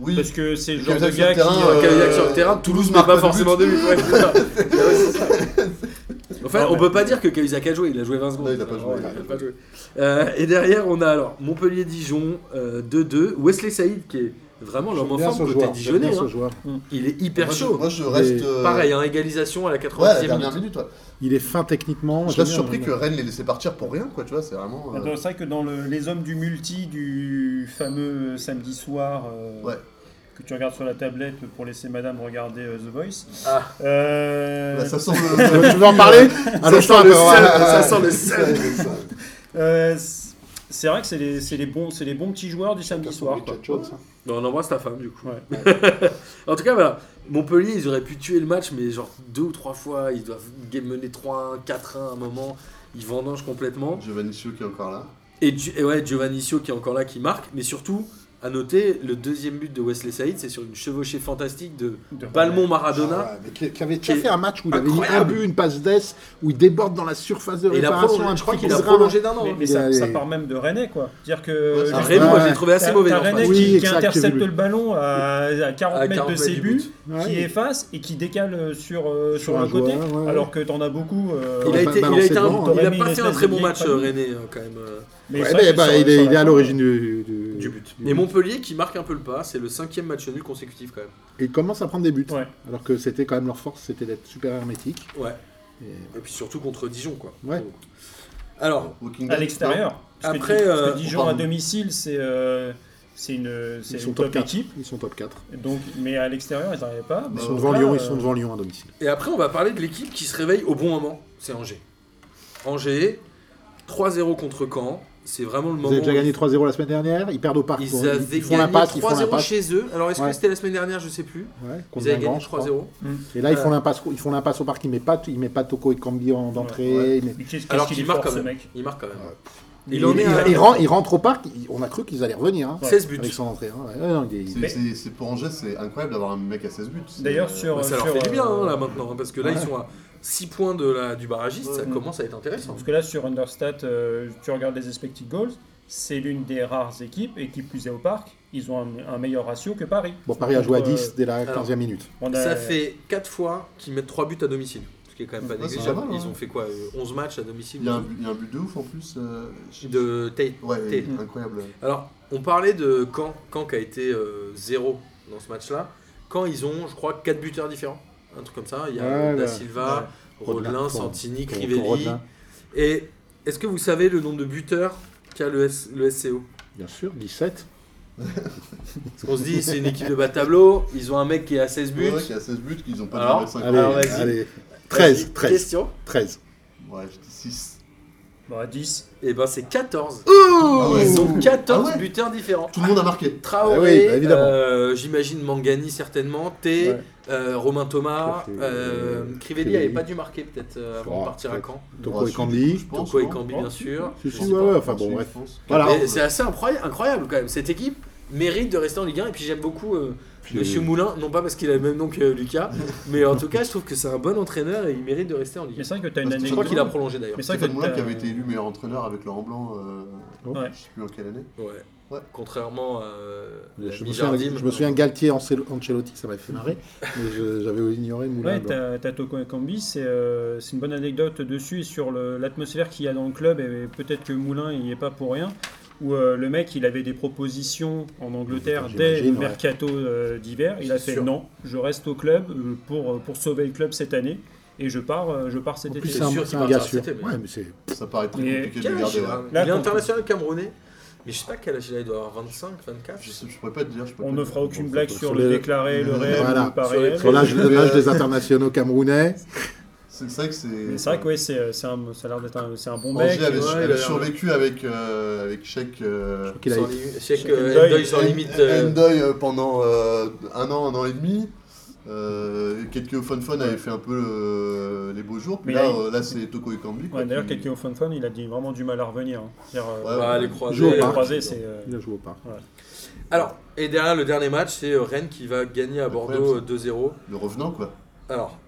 Oui. Parce que c'est le genre de Cahuzac sur gars le qui. terrain, euh, euh, Cahuzac sur le terrain, Toulouse Toulouse n'a pas marque pas de forcément de but. Ouais, c'est ça. Ouais, c'est [laughs] ça. Enfin, Ouais, on ouais. peut pas dire que Cahuzac a joué, il a joué 20 secondes. Non, il a pas joué, Ouais, il a il a pas joué. Euh, et derrière, on a alors Montpellier-Dijon euh, 2-2. Wesley Saïd qui est vraiment l'homme en J'aime bien forme ce côté joueur. J'aime Dijonais. bien ce hein. joueur. Il est hyper Moi, je- chaud. Moi, je reste. Mais- euh, Pareil, hein, égalisation à la Ouais, à 90e la dernière minute. minute, ouais. Il est fin techniquement. Je j'aime reste bien, surpris j'aime que bien. Rennes les laissé partir pour rien, quoi, tu vois, c'est vraiment. euh, Attends, C'est vrai que dans le- les hommes du multi du fameux samedi soir euh, Ouais. que tu regardes sur la tablette pour laisser madame regarder euh, The Voice. Ah. euh, bah, [laughs] ça sent le. Tu veux en parler Allons, je sent le seul, parle. Ouais, ouais, ça ouais. [laughs] sent le Ouais, seul. c'est ça. euh, c'est c'est vrai que c'est les, c'est les bons, c'est les bons petits joueurs du samedi soir. quoi. Bon, on embrasse ta femme du coup. Ouais. [laughs] En tout cas, voilà. Montpellier, ils auraient pu tuer le match, mais genre deux ou trois fois, ils doivent mener 3-1, 4-1 à un moment. Ils vendangent complètement. Giovanni Chiu qui est encore là. Et, Giovanni ouais, Giovannizio qui est encore là, qui marque. Mais surtout, à noter, le deuxième but de Wesley Saïd, c'est sur une chevauchée fantastique de De- Balmont Maradona. Ah ouais, mais qui, qui avait déjà Qui est fait un match où il avait mis un incroyable. but, une passe d'ess, où il déborde dans la surface de Et il a réparation. prolongé, Ah, un je crois petit qu'il a coup de prolongé d'un an. Mais, hein. mais ça, Il y a- ça part même de Rennes, quoi. Dire que Ouais, c'est Ah, Ah, Raymond, ouais. moi, je l'ai trouvé assez t'as- mauvais. t'as dans le Rennes match. Oui, qui, qui exact, intercepte j'ai vu. le ballon à, à 40 À mètres 40 de ses du buts. but. Ouais. qui efface et qui décale sur, euh, sur, Sur un, un côté, joueur, ouais, ouais. alors que t'en as beaucoup. euh, Il a Ouais, été, il a balancé été un- devant, il hein. a T'aurais pas fait mis une un très espèce bon de match, ligne, euh, pas René, euh, quand même. euh, mais Ouais, c'est bah, vrai que bah, sur- il, sur est, il est la à fin, l'origine du, du- du but. du Et Montpellier qui marque un peu le pas, c'est le cinquième match nul consécutif quand même. Et ils commencent à prendre des buts. Ouais. Alors que c'était quand même leur force, c'était d'être super hermétique. Ouais. Et- Et puis surtout contre Dijon, quoi. Ouais. Alors, Walking à Dead, l'extérieur. Parce que Après, Di- parce que euh, Dijon pardon. à domicile, c'est euh, c'est une, c'est Ils sont une top top 4. équipe. Ils sont top 4. Donc, mais à l'extérieur, ils n'arrivent pas. Ils Bah, sont Donc devant là, Lyon, euh, ils sont devant Lyon à domicile. et après, on va parler de l'équipe qui se réveille au bon moment. C'est Angers. Angers, 3-0 contre Caen. C'est vraiment le Ils moment. avaient déjà où gagné 3-0 la semaine dernière, ils perdent au parc. Ils Ils, avaient ils font gagné la passe, ils font 3-0 l'impasse. chez eux. Alors, est-ce que Ouais. c'était la semaine dernière Je sais plus. Ouais, contre Ils avaient Guingamp, gagné je crois. 3-0. Et là, ils Euh. font l'impasse, ils font l'impasse au parc. Ils mettent pas, ils mettent pas Toko et Cambi en d'entrée. Ouais. ils mettent- mais Qu'est-ce Alors qu'est-ce qu'il qu'il est marque quand fort, ce même. mec Il marque quand même. Il Il en est- est il à a- Ils rentrent, ils rentrent au parc. ils- On a cru qu'ils allaient revenir. hein, 16 buts. Avec son entrée. hein. Ouais, non, il est- C'est- Mais- c'est- C'est pour Angers, c'est incroyable d'avoir un mec à 16 buts. C'est- D'ailleurs, sur. Bah, ça leur sur, fait du bien hein, euh, là maintenant, hein, parce que là Ouais. ils sont à 6 points de la, du barragiste, ça Ouais. commence à être intéressant. Parce que là, sur Understat, euh, tu regardes les expected goals, c'est l'une des rares équipes, et qui plus est au parc, ils ont un, un meilleur ratio que Paris. Bon, Paris a joué à Donc, euh, 10 dès la alors, 15e minute. on a- Ça fait 4 fois qu'ils mettent 3 buts à domicile, ce qui est quand même pas Ouais, c'est négligeable. pas mal, Ils hein. ont fait quoi euh, 11 matchs à domicile Il y, a un but, il y a un but de ouf en plus. euh, je- de Tate. Ouais, T. incroyable. Alors, on parlait de Caen, Caen qui a été 0 dans ce match-là. Caen, ils ont, je crois, 4 buteurs différents. Un truc comme ça. Il y a Ouais, Da ouais. Silva, Rodelin, Rodelin, pour- Santini, pour- pour Crivelli. Rodelin. Et est-ce que vous savez le nombre de buteurs qu'a le, S- le SCO Bien sûr, 17. Parce qu'on se dit, c'est une équipe de bas de tableau. Ils ont un mec qui est à 16 buts. Ouais, qui a 16 buts, qu'ils n'ont pas Alors, de 5 Allez, Alors, vas-y. allez. 13, 13, Question 13. Ouais, je dis 6. Bon, à 10. Et ben c'est 14. Ah ouais. Ils ont 14 Ah ouais. buteurs différents. Tout le monde a marqué. Traoré, Ah oui, bah évidemment. euh, j'imagine Mangani certainement, T, Ouais. euh, Romain Thomas, Tout à fait. euh, Crivelli Crivelli. avait pas dû marquer peut-être euh, avant de Oh, partir à peut-être. Caen. Toko et Ensuite, Cambi. je pense, Toko et non Cambi non. bien sûr. Si, Je si, sais ouais, pas. ouais, enfin bon, Ensuite, bref. je pense. Voilà. Mais c'est assez incroyable, incroyable quand même. Cette équipe mérite de rester en Ligue 1 et puis j'aime beaucoup euh, Puis- Monsieur Moulin, non pas parce qu'il a le même nom que [laughs] Lucas, mais en tout cas je trouve que c'est un bon entraîneur et il mérite de rester en Ligue Mais 1. c'est vrai que tu as une Parce que Je crois anecdote. qu'il a prolongé d'ailleurs. Mais c'est vrai que Stéphane Moulin qui t'as- avait été élu meilleur entraîneur avec Laurent Blanc, euh, Ouais. je sais plus en quelle année. Ouais. Ouais. Contrairement à euh, Je me, souviens, Mijardim. je me souviens Galtier Ancel- Ancelotti, ça m'a [laughs] fait marrer, mais je- j'avais ignoré Moulin. Ouais, Blanc. t'as t'as Toko et Kambi, c'est euh, c'est une bonne anecdote dessus et sur le- l'atmosphère qu'il y a dans le club, et peut-être que Moulin il n'y est pas pour rien, où euh, le mec il avait des propositions en Angleterre dès le J'imagine, ouais. mercato euh, d'hiver, il a C'est fait sûr. euh, non, je reste au club euh, pour, pour sauver le club cette année, Et je pars, euh, je pars cet En été. plus, c'est c'est un, sûr c'est qu'il un va gars faire sûr. cet été, mais- Ouais, mais c'est Ça paraît très Mais compliqué de quel garder. âge il là. a Là, Il est quand- international camerounais, mais je sais pas quel âge il a, il doit avoir 25, 24. Je, sais- je pourrais pas te dire. Je pourrais On pas ne te fera dire. aucune Bon, blague sur- sur sur le les- déclaré, le réel, Voilà. le pas Sur les réel. sur l'âge l'âge des internationaux [laughs] camerounais. C'est c'est vrai que c'est. Mais c'est vrai que ouais, c'est, euh, c'est un, ça a l'air d'être un, c'est un bon Angers mec. avait, ouais, avait il a l'air- survécu avec euh, avec Sheik, euh, qu'il a Sans été- limite- Je sais que Endoy, Endoy sans En- limite. euh, Endoy, euh, pendant euh, un an, un an et demi. Euh, quelques fun fun avait fait un peu euh, les beaux jours. Puis Mais là, là, euh, là c'est Toko et Kambi. Ouais, D'ailleurs, quelqu'un au fun fun, il a dit vraiment du mal à revenir. hein. C'est-à-dire, euh, Ouais, bah, les Joue au croisés. les parc. croisés, c'est. euh, Il a joué au parc. Alors, et derrière le dernier match, c'est euh, Rennes qui va gagner à Bordeaux euh, 2-0. Le revenant, quoi. Alors,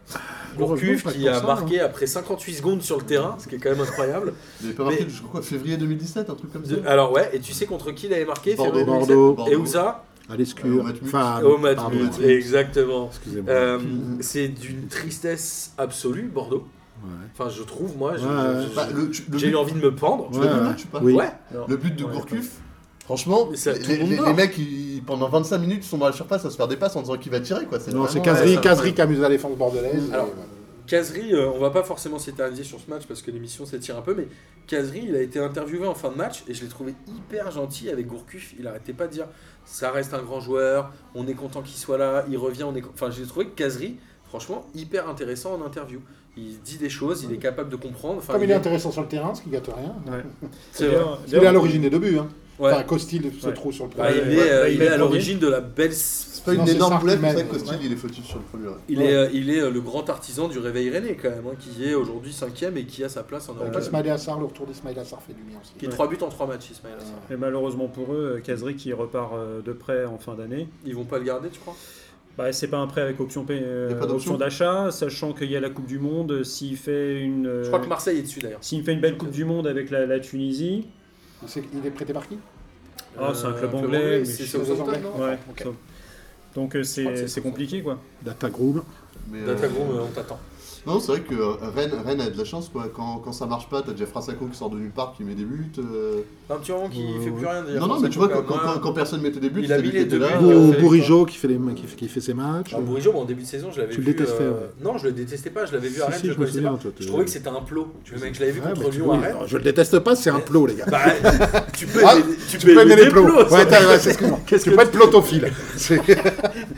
Le revenant, Gourcuff pas qui tant a ça, hein. marqué après 58 secondes sur le terrain, ce qui est quand même [laughs] incroyable. Il avait pas marqué, Mais- je crois, février 2017, un truc comme ça. De- Ah, alors ouais, et tu sais contre qui il avait marqué Bordeaux, février 2017? Bordeaux. Et où ça À Euh, au l'escure. Matmut. Enfin, Au pardon, Mm. Matmut, Matmut. exactement. Excusez-moi. Euh, c'est d'une tristesse absolue, Bordeaux. Ouais. Enfin, je trouve, moi, je- Ouais, je- ouais. Bah, le- tu- le j'ai eu but- envie de me pendre. Tu Ouais, l'as vu, ouais. le match ou pas Oui. Ouais, non. Le but de Ouais, Gourcuff, franchement, Mais les, ça, tout le monde les- dort. les mecs, ils- pendant 25 minutes, ils sont dans la surface à se faire des passes en disant qu'il va tirer. quoi. Non, vraiment, euh, c'est ouais, Casery ça- Casery qui amuse la défense bordelaise. Alors, Et, euh, Kazri, euh, on va pas forcément s'éterniser sur ce match parce que l'émission s'étire un peu, mais Kazri, il a été interviewé en fin de match et je l'ai trouvé hyper gentil avec Gourcuff. Il arrêtait pas de dire ça reste un grand joueur, on est content qu'il soit là, il revient, on est. con- Enfin, j'ai trouvé que Kazri, franchement, hyper intéressant en interview. Il dit des choses, il est capable de comprendre. Enfin, Comme il est est- intéressant sur le terrain, ce qui gâte rien. c'est vrai. D'ailleurs- Il est à l'origine des deux buts. Hein. Ouais. Enfin, Costil se Ouais. trouve sur le Bah, premier. il ouais, est, euh, bah, il il est est à premier. l'origine de la belle. C'est pas une Non, c'est énorme Sartre boulette, c'est même, ça que Costil, ouais. il est fautif sur le premier. ouais. Il Ouais. est, euh, il est euh, le grand artisan du réveil rennais, quand même, hein, qui est aujourd'hui cinquième et qui a sa place en Euh, Avec Europe. Euh, Ismail Assar, le retour d'Ismail Assar fait du bien aussi. Qui est 3 buts en 3 matchs, Ismail Assar. Et malheureusement pour eux, Kazri qui repart euh, de prêt en fin d'année. Ils vont pas le garder, tu crois Bah, c'est pas un prêt avec option, pay- euh, Y a pas d'option option d'achat, sachant qu'il y a la Coupe du Monde. euh, S'il fait une, euh, Je crois que Marseille est dessus d'ailleurs. s'il fait une belle Coupe du Monde avec la, la Tunisie, Il sait- Il est prêté par qui Ah, c'est un club Euh, anglais, mais c'est je- Les Southampton, Anglais. non ouais, ok. ça- donc euh, crois que c'est c'est c'est ça. compliqué quoi. Data Groom. Mais, euh, Data Groom, euh, on t'attend. Non, c'est vrai que euh, Rennes, Rennes a de la chance. quoi. Quand, quand ça marche pas, t'as Jeff Rassako qui sort de nulle part, qui met des buts. euh. Un petit moment qui Ouais, fait ouais. plus rien. d'ailleurs, Non, non, ça mais tu vois, fait quand, quand quand, même un- quand- quand personne mettait des buts, Il a c'est mis lui qui les était deux là. buts. Bour- fait- Bourigeau qui fait, les, qui, fait- qui fait ses matchs. Alors, Ah, Bourigeau, moi, en début de saison, je l'avais Tu vu. euh, le détestais, ouais. Non, je le détestais pas, je l'avais vu à Si, Rennes, je si, le je me connaissais souviens, pas. toi, t'es- Je trouvais que c'était un plot. Tu vois, mec, je l'avais vu Ouais, contre mais tu- Lyon à oui, [laughs] Rennes. non, je le déteste pas, c'est un plot, les gars. Bah, tu peux Ah, aimer- tu Tu peux aimer les des plots. plots, ça. Ouais, t'as- ouais, c'est- excuse-moi. Qu'est-ce Tu que peux tu- être plotophile. C'est- [laughs]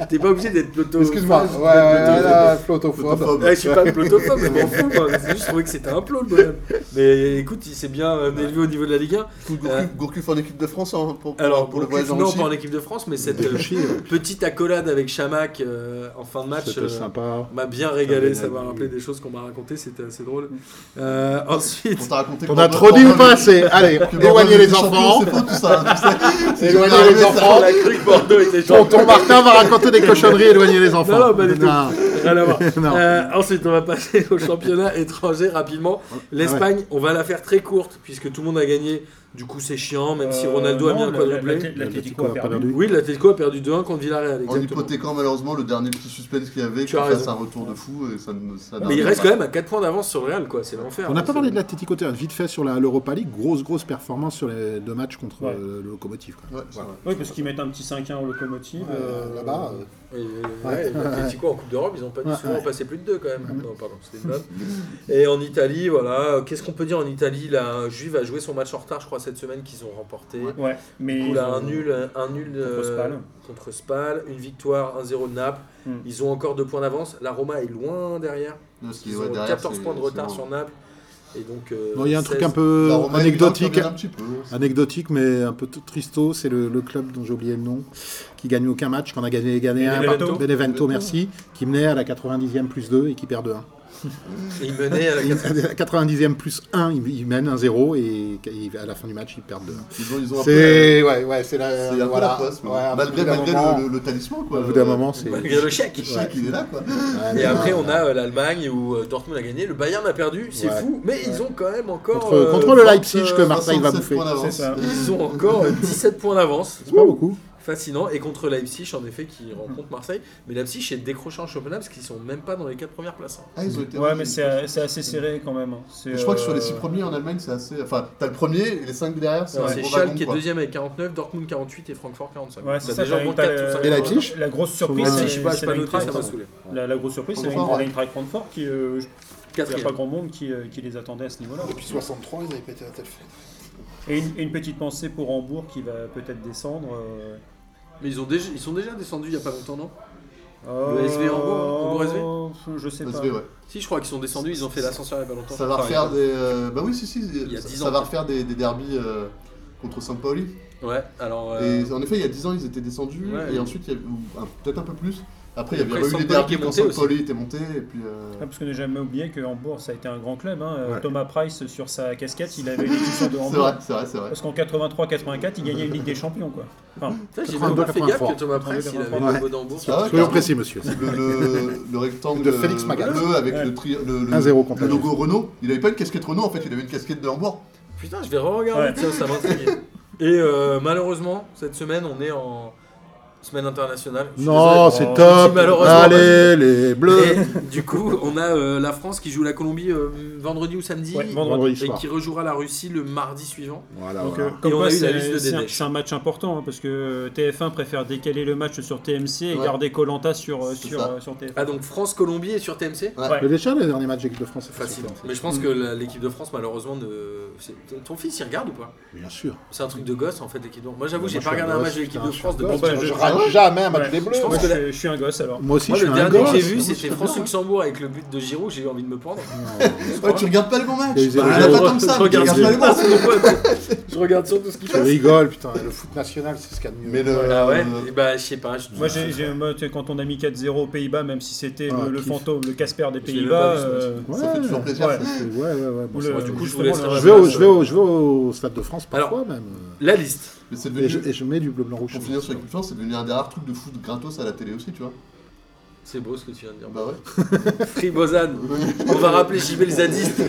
T'es pas obligé d'être ploto. Excuse-moi. Ouais, ouais, ouais, là, plotophobe. Photophobe. Ouais, je suis pas plotophobe, je m'en fous. moi. C'est juste, Je trouvais que c'était un plot, le bonhomme. Mais écoute, il s'est bien euh, élevé au niveau de la Ligue 1. Gourcuff- Gourcuff- Gourcuff en équipe de France hein, pour, pour- Alors, pour le Gourcuff, voyage en non, Russie. pas en équipe de France, mais cette euh, petite accolade avec Chamac euh, en fin de match. C'était euh, sympa. m'a bien régalé, Ça ça m'a m'a bien rappelé aidé. des choses qu'on m'a racontées, c'était assez drôle. Euh, On ensuite, t'a raconté On que a Bordeaux- trop dit ou Bordeaux- pas C'est allez, que Bordeaux éloignez les était champion, enfants. C'est faux tout ça. C'est- [laughs] c'est- Éloignez c'est- les c'est- enfants. on a cru que Bordeaux était champion. Tonton Martin va raconter des cochonneries, éloignez les enfants. Non, non, pas du tout. Rien à voir. [laughs] Non. Euh, ensuite, on va passer au championnat étranger rapidement. L'Espagne, on va la faire très courte puisque tout le monde a gagné. Du coup, c'est chiant, même si Euh, Ronaldo a non, mis un la- quadruplé. l'Athlético L'Atletico a perdu. Oui, l'Atletico a perdu 2-1 contre Villarreal. En Exactement. hypothéquant malheureusement le dernier petit suspense qu'il y avait, Tu qu'on as fasse raison. un retour de fou et ça ne Mais ça il n'arrive reste pas. quand même à 4 points d'avance sur le Real, quoi. C'est l'enfer. On n'a hein, pas parlé c'est- de l'Atletico Terre, vite fait sur la- l'Europa League, grosse grosse performance sur les deux matchs contre Ouais. euh, le locomotive. quoi. Ouais, c'est vrai. Oui, parce qu'ils mettent un petit 5-1 au locomotive. Euh, euh, Là-bas, euh, Oui, oui, oui, Ouais. ouais, l'Atlético en Coupe d'Europe, ils ont pas Ouais, souvent ouais. passé plus de deux quand même. Non, pardon, c'était une blague. Et en Italie, voilà, qu'est-ce qu'on peut dire en Italie La Juve a joué son match en retard, je crois, cette semaine qu'ils ont remporté. Ouais, mais. Du coup, là, un nul, un nul euh, Spal. contre Spal, une victoire 1-0 de Naples. Mm. Ils ont encore deux points d'avance. La Roma est loin derrière. Non, c'est- Ils ouais, ont derrière, 14 c'est- points de c'est retard bon. sur Naples. Et donc, euh, bon, il y a un 16 truc un peu La Roma et Milan anecdotique, reviennent un petit peu. anecdotique mais un peu t- tristo, c'est le, le club dont j'ai oublié le nom, qui gagne aucun match, qu'on a gagné, gagné un Benevento. par- Benevento, merci, qui menait à la 90e plus 2 et qui perd [laughs] 2-1. Et ils menaient à [laughs] la Et à la 90e plus 1, ils il mènent 1-0 et et à la fin du match, ils perdent 2-1. Ils ont, ils ont un peu la- C'est ouais, ouais, c'est la, Euh, c'est un peu voilà. la poisse, mais Ouais, à malgré, bout d'un malgré moment- le, le- le talisman. Quoi. Euh, Au bout d'un moment, c'est. Il y a le chèque. Le chèque, il est là. Quoi. Et Ouais, après, mais- on a euh, l'Allemagne où euh, Dortmund a gagné, le Bayern a perdu, c'est Ouais. fou, mais ils ont quand même encore. euh, Contre- contre le 20, Leipzig que Marseille va 67 bouffer. points d'avance. C'est ça. Ils ont encore euh, 17 euh, points d'avance. C'est pas beaucoup. fascinant. Et contre Leipzig, en effet, qui rencontre Marseille. Mais Leipzig est décroché en championnat parce qu'ils sont même pas dans les 4 premières places. hein. Ah, ils ont été Ouais, remis. mais c'est euh, c'est assez serré quand même. hein. C'est, Je crois que sur les euh, 6 premiers en Allemagne, c'est assez. Enfin, t'as le premier et les 5 derrière, c'est un C'est gros Schalke wagon, qui est quoi. deuxième avec 49, Dortmund 48 et Francfort 45. Ouais, c'est ça, déjà au moins t'as- 4 ou 5 Et Leipzig La grosse surprise, Leipzig, c'est je sais pas, bah, je c'est hein. pas noté, l'Eintracht. ça m'a saoulé. La, la grosse surprise, c'est Francfort, ouais. l'Eintracht Francfort qui. euh, il n'y a Quatrième. pas grand monde qui, euh, qui les attendait à ce niveau-là. Depuis 63, ils avaient pété la tête fenêtre. Et une, et une petite pensée pour Hambourg qui va peut-être descendre. euh, Mais ils, ont déjà, ils sont déjà descendus il y a pas longtemps, non euh, SV Hambourg, Hambourg SV? je- Je sais pas. SV, ouais. Si, je crois qu'ils sont descendus, ils ont fait l'ascenseur il y a pas longtemps. Ça va Enfin, refaire des. euh, Bah oui, si, si. y a ça- 10 ans. Ça va refaire des des derbys euh, contre Saint-Pauli. Ouais, alors. euh, Et en effet, il y a 10 ans, ils étaient descendus, Ouais. et ensuite, il y avait- ou, un- peut-être un peu plus. Après, il y Après, avait eu les Sampoli qui est derbys quand monté aussi. Sampoli était monté, et puis. euh, Ah, parce qu'on n'a jamais oublié que Hambourg, ça a été un grand club. hein. Euh, Ouais. Thomas Price, sur sa casquette, il avait les t-shirts de [laughs] C'est Hambourg. vrai, c'est vrai, c'est vrai. Parce qu'en 83-84, il gagnait une Ligue des Champions. quoi. Enfin, ça, J'ai 82, pas fait gaffe 83. que Thomas Press, il avait le Ouais. mot d'Hambourg. Ah ouais, Soyons carrément. précis, monsieur. Le, le, le rectangle De Félix Magath. bleu avec Ouais. le, tri- le, le- 1-0 le contre la logo Renault. Il avait pas une casquette Renault en fait, il avait une casquette de Hambourg. Putain, je vais re-regarder, Ouais. tiens, ça m'intrigue. Et euh, malheureusement, cette semaine, on est en semaine internationale. Je suis Non, désolé. c'est Oh, je top. dis malheureusement, Allez, les bleus. Et du coup, on a euh, la France qui joue la Colombie euh, vendredi ou samedi. Ouais, vendredi Vendredi Et soir. qui rejouera la Russie le mardi suivant. Voilà, Donc, voilà. euh, comme Et on quoi, a eu la c'est- liste de c'est un- Dedesch. c'est un match important hein, parce que TF1 préfère décaler le match sur TMC et Ouais. garder Colanta sur, euh, C'est sur, ça. euh, sur TF1. Ah, donc France-Colombie est sur TMC ouais. Le Deschamps, le dernier match d'équipe de France, c'est Facile. Mais je pense que la- l'équipe de France, malheureusement, ne. c'est- Ton fils, il regarde ou pas Bien sûr. C'est un truc de gosse en fait, l'équipe de France. Moi, j'avoue, Moi, j'ai je pas suis regardé un un match gosse, de l'équipe putain, de je suis France un de gosse, bon bah, je- Je jeu. rate ouais jamais un match Ouais. des bleus. Je pense moi. Moi, que je, la- je suis un gosse alors. Moi aussi, Moi, je suis le un dernier que j'ai gosse. vu, c'était France-Luxembourg avec le but de Giroud. J'ai eu envie de me pendre. Ouais, tu regardes pas le bon match. Il y a eu Bah, Il y zéro en a zéro. pas tant que ça, je mais tu regarde regardes pas les bons. Je regarde surtout ce qu'il Je rigole, putain. Le foot national, c'est ce qu'il y a de mieux. Mais le, Ah ouais euh, Et bah, je sais pas. Je... Moi, j'ai- j'ai- moi, tu sais, quand on a mis 4-0 aux Pays-Bas, même si c'était Ah, le, le kiff. fantôme, le Casper des Je l'ai Pays-Bas, pas vu, ce match. euh, Ouais, ça fait toujours plaisir. Ouais. ça. c'est- ouais, ouais, ouais. Bon, Ou ça le- va. du coup, je vous justement, laisse le- je vais, au, je, vais au, je vais au Stade de France Alors- parfois même. La liste. Mais c'est Et je, devenu. et je mets du bleu-blanc-rouge. Pour finir sur l'équipe de France, c'est devenu un des rares trucs de foot gratos à la télé aussi, tu vois. C'est beau ce que tu viens de dire. Bah ouais. Free Bozan. On va rappeler JB les zadistes.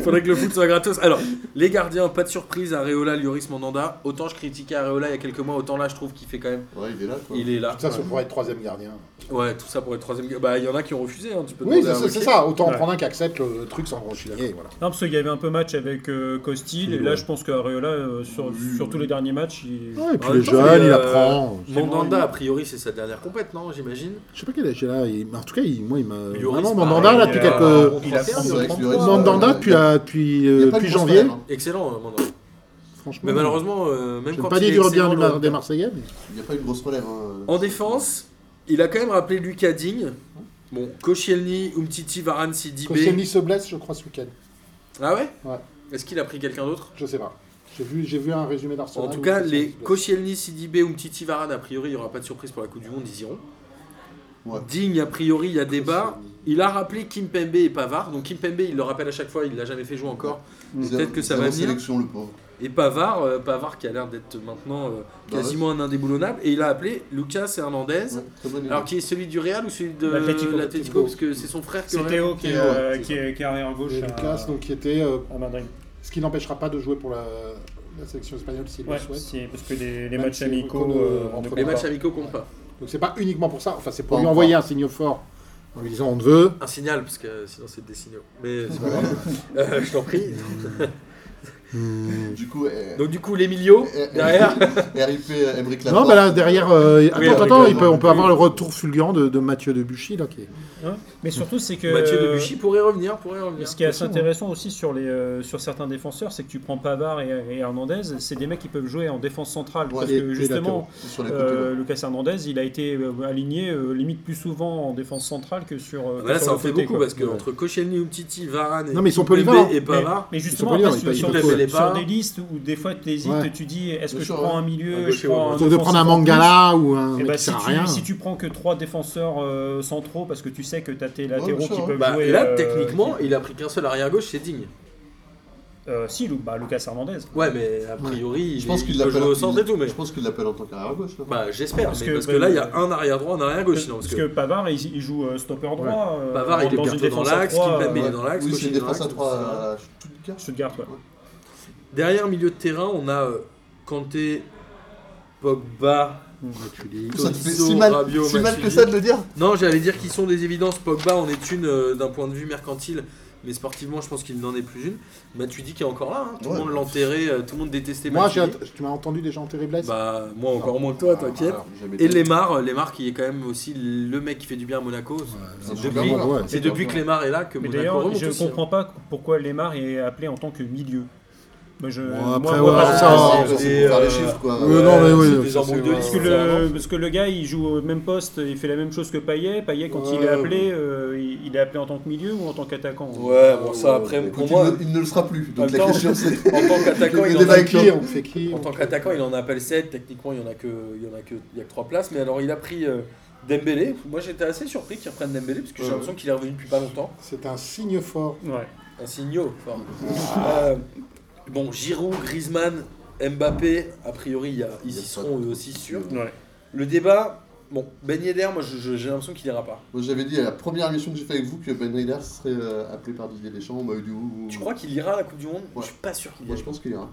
[laughs] Faudrait que le foot soit gratos. Alors, les gardiens, pas de surprise. Areola, Lloris, Mandanda. Autant je critiquais Areola il y a quelques mois, autant là, je trouve qu'il fait quand même. Ouais, il est là quoi. Il est là. Ça, ça pourrait être troisième gardien. Ouais, tout ça pour être troisième. Bah, il y en a qui ont refusé. hein, Tu peux Oui, demander à c'est- c'est Ruquier. c'est ça. Autant en Ouais. prendre un qui accepte le truc sans gros chilier. Voilà. Non, parce qu'il y avait un peu match avec euh, Costil, et là, Ouais. je pense qu'Areola, euh, sur, sur tous les derniers matchs, il... Ouais, et puis En les même temps, jeunes, mais, il euh, apprend. Mandanda, a priori, c'est sa dernière compète, non J'imagine. Je sais pas quel âge il a. il- En tout cas, il- moi, il m'a. Lloris, Vraiment, pareil, Euh, Mandanda, là, il depuis a- quelques. il a Transfert, C'est vrai que il Lloris, prend- euh, Mandanda, il depuis, y a- euh, depuis, il y a euh, pas de depuis grosse janvier. fan, hein. Excellent, euh, Mandanda. Franchement. Mais malheureusement, euh, même J'ai quand Mm. pas il dit est du bien excellent, euh, du le- Mar- des Marseillais. mais- Il n'y a pas une grosse relève. hein. En défense, il a quand même rappelé Lucas Digne. Bon, Koscielny, Umtiti, Varane, Sidibé. Koscielny se blesse, je crois, ce week-end. Ah ouais Ouais. Est-ce qu'il a pris quelqu'un d'autre Je sais pas. J'ai vu, j'ai vu un résumé En d'Arsenal. tout où cas, Koscielny les se blesse. Koscielny, Sidibé, Umtiti, Varane, a priori, il n'y aura pas de surprise pour la Coupe du Monde, ils iront. Ouais. Digne, a priori, il y a débat. Il a rappelé Kimpembe et Pavard. Donc Kimpembe, il le rappelle à chaque fois, il l'a jamais fait jouer encore. Zéro- Peut-être que ça va zéro venir. sélection, le pauvre. Et Pavard, euh, Pavard qui a l'air d'être maintenant euh, Bah ouais. quasiment un indéboulonnable. Et il a appelé Lucas Hernandez. Ouais, très bonne idée. Alors qui est celui du Real ou celui de L'Atlético. l'Atlético Parce que c'est son frère qui C'est aurait... Théo qui est, Théo, euh, ouais, qui est, qui est arrière gauche euh, Et à- Lucas, donc, qui était. euh, à Madrid. ce qui n'empêchera pas de jouer pour la, la sélection espagnole s'il Ouais, le souhaite. c'est- parce que les, les Même matchs si amicaux Rocco ne euh, rentre ne Les pas. matchs amicaux comptent pas. Donc c'est pas uniquement pour ça. Enfin, c'est Pour pour lui lui envoyer un signe fort en lui disant on te [laughs] veut. Un signal, parce que sinon c'est des signaux. Mais c'est pas grave. Euh, je t'en prie. Hmm. Du coup, euh, Donc du coup, les milieux, euh, [laughs] derrière, RIP euh, Emeric Laporte. Non, bah là, derrière. euh, Oui, attends, avec attends, le- il peut- on peut avoir le retour fulgurant de, de Mathieu Debuchy, là, qui est- Hein Mais surtout, c'est que. Mathieu Debuchy pourrait revenir, pourrait Mais revenir. Ce qui est assez intéressant aussi sur, les, euh, sur certains défenseurs, c'est que tu prends Pavard et, et Hernandez, c'est des mecs qui peuvent jouer en défense centrale. Ouais, parce et- que et justement, Sur les côtés, euh, ouais. Lucas Hernandez, il a été euh, aligné euh, limite plus souvent en défense centrale que sur. euh, Ah que bah là, sur ça en le fait côté, beaucoup, quoi. parce que entre Koscielny, Umtiti, Varane et, Non, mais ils sont Kimpembe polyvalents. et Mais, Pavard, mais justement, pas liés, après, ils sur, peuvent- sur ils des, peuvent les sur pas. des listes où des fois tu hésites, Ouais. tu dis est-ce que Bien je sûr, prends ouais. un Un milieu, je gaucher, prends ouais. un Plutôt que de défenseur prendre un central hein. Mangala ou un Eh mec bah, qui si, sert à tu, rien. si tu prends que trois défenseurs euh, centraux parce que tu sais que t'as tes bien latéraux sûr, qui hein. peuvent bah, jouer. là, euh, techniquement, qui- il a pris qu'un seul arrière-gauche, c'est digne. Euh, si, Lu- bah, Lucas Hernandez. Ouais, mais a priori, il, Je pense est- qu'il il peut l'appelle jouer au centre il- et tout, mais... Je pense qu'il l'appelle en tant qu'arrière gauche. là. Bah, j'espère, Parce mais que- parce que bah, là, il y a bah, un arrière-droit, un arrière-gauche, Parce, sinon, parce que Pavard, il, il joue euh, stoppeur droit. euh, Pavard, il est dans une bientôt dans défense à l'axe, trois, Kimpembe, il est euh, dans l'axe. oui, c'est Koscielny une dans défense à l'axe, 3 tout ça. à Stuttgart. Stuttgart, ouais. Derrière milieu de terrain, on a euh, Kanté, Pogba, Matuidi. Ça te fait Tolisso, si mal, Rabiot, si mal Matuidi. que ça de le dire Non, j'allais dire qu'ils sont des évidences. Pogba en est une euh, d'un point de vue mercantile, mais sportivement, je pense qu'il n'en est plus une. Matuidi qui est encore là. hein. Tout Ouais. bah, le monde l'enterrait, euh, tout le monde détestait Moi, j'ai Matuidi. ent- tu m'as entendu des gens enterrer Blaise Bah, moi encore moins que toi, Ah, t'inquiète. Et Lemar, euh, Lemar qui est quand même aussi le mec qui fait du bien à Monaco. C'est depuis, Lemar, ouais. c'est depuis que Lemar est là que Mais Monaco d'ailleurs, remonte je ne aussi, hein. comprends pas pourquoi Lemar est appelé en tant que milieu. Moi, je, Bon, moi, après, moi, ouais, Ah parce- ça, c'est- ça, c'est c'est, pour faire euh, les chiffres, quoi. Ouais, non, mais oui, c'est ça, des c'est embrouilles de vrai. parce liste. que, le, parce que le gars, il joue au même poste, il fait la même chose que Payet. Payet, quand il est Ouais. appelé, euh, il, il est appelé en tant que milieu ou en tant qu'attaquant Ouais, bon, ça après, Écoute, pour il moi, ne- il ne le sera plus. En Donc même la temps, question [laughs] c'est. en tant qu'attaquant, il Le en a débat fait est qui clos. On fait qui En tant qu'attaquant, il en appelle 7. Techniquement, il y en a que, il y en a que, il y a que 3 places. Mais alors, il a pris euh, Dembélé. Moi, j'étais assez surpris qu'il reprenne Dembélé parce que j'ai Ouais. l'impression qu'il est revenu depuis pas longtemps. C'est un signe fort. Ouais. Un signaux. fort. Euh, bon, Giroud, Griezmann, Mbappé. A priori, il y a- ils y seront eux aussi sûrs. Ouais. Le débat, bon, Ben Yedder, moi, je- je- j'ai l'impression qu'il ira pas. Moi j'avais dit à la première émission que j'ai fait avec vous que Ben Ryder serait euh, appelé par Didier Deschamps. On m'a eu du ou- Tu crois qu'il ira à la Coupe du Monde Ouais. Je suis pas sûr qu'il Moi je ira. pense qu'il ira.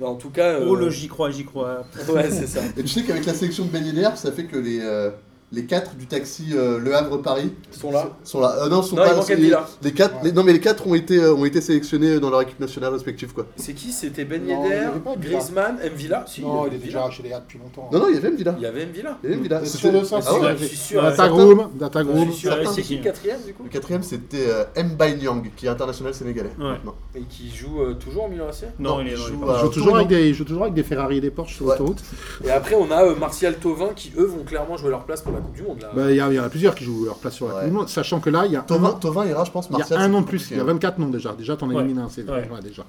En tout cas, euh, Oh, le j'y crois, j'y crois. [laughs] ouais, c'est ça. Et tu sais qu'avec la sélection de Ben Yedder, ça fait que les, euh, les 4 du taxi euh, Le Havre-Paris Ils sont [laughs] là. sont là. Euh, non, sont Non, il pas manque sont- Abdullah. les quatre, Ouais. les- non, mais les 4 ont été, euh, ont été sélectionnés dans leur équipe nationale respective quoi. C'est qui C'était Ben Non, il y Yedder, avait pas Villa. Griezmann, M. Villa Si, non, il il y avait est déjà arraché les gars depuis longtemps. Non, non, il y avait Mvila. Il y avait M. Villa. Il y avait Mvila. T'es sûr C'était- de ça Ah ouais Je suis sûr. Ouais, Data Groom, Data Groom. Je suis sûr, Ah, ouais, c'est c'est qui le qui quatrième du coup Le quatrième c'était euh, Mbaye Nyang qui est international sénégalais. Ouais. maintenant. Et qui joue euh, toujours au milieu AC Non, Non, il est il il est joue pas. à- Je joue, toujours avec des, je joue toujours avec des Ferrari et des Porsche sur Ouais. l'autoroute. Et après on a euh, Martial Tauvin qui eux vont clairement jouer leur place pour la Coupe du Monde là. Bah, Il y, a- il y en a plusieurs qui jouent leur place sur la Ouais. Coupe du Monde, sachant que là, il y a un Tovin, an- Tovin ira, je pense, il y a Martial. un c'est an de compliqué, plus, il y a hein. 24 noms déjà. Déjà, t'en Ouais. élimines un, c'est Ouais. ouais, déjà.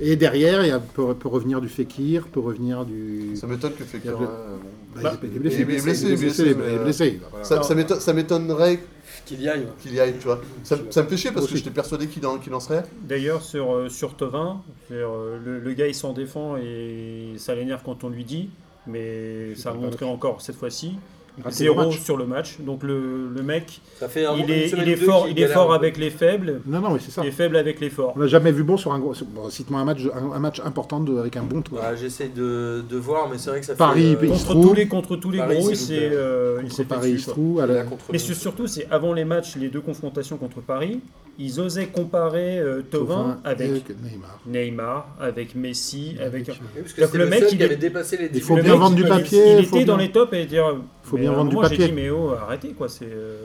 Et derrière, il y a- peut, peut revenir du Fekir, peut revenir du. Ça m'étonne que Fekir. Il y a- euh, bon. Bah, il est- il est blessé, il est blessé, il est blessé, il blessé, est blessé, il est mais- blessé, il va- voilà. Ça, ça m'étonne- ça m'étonnerait Qu'il y aille. ouais. qu'il y aille, tu vois. Ça, ça me fait chier parce que j'étais persuadé qu'il en, qu'il en serait. D'ailleurs, sur, euh, sur Tovin, sur, euh, le, le gars il s'en défend et ça l'énerve quand on lui dit, mais ça a pas montré encore cette fois-ci. Il rate le Zéro match. sur le match. Donc le, le mec, Ça fait un il une est, semaine, il est deux, fort, qu'il il est galère fort un peu. avec les faibles Non, non, oui, c'est ça. et faible avec les forts. On n'a jamais vu bon sur un gros. sur- Bon, Cite-moi un match, un, un match important de- avec un bon tour. Ouais, Bah, J'essaie de, de voir mais c'est vrai que ça Paris, fait. euh, il se Contre trouve. tous les, contre tous les Paris, gros, c'est il s'est loupé. euh, il contre s'est fait Paris, dessus, il se quoi. trouve. à la- là, contre Mais nous. sur- surtout, c'est avant les matchs, les deux confrontations contre Paris, ils osaient comparer euh, Tovin Thauvin avec et Neymar. Neymar, avec Messi, avec Oui, parce que Donc c'était le le mec, mec il qui est- avait dépassé les 10 faut Le bien mec, vendre du il- papier, Il, faut était dans bien- les tops et dire. faut mais bien à un vendre du moment, papier. J'ai dit mais oh arrêtez quoi c'est. euh,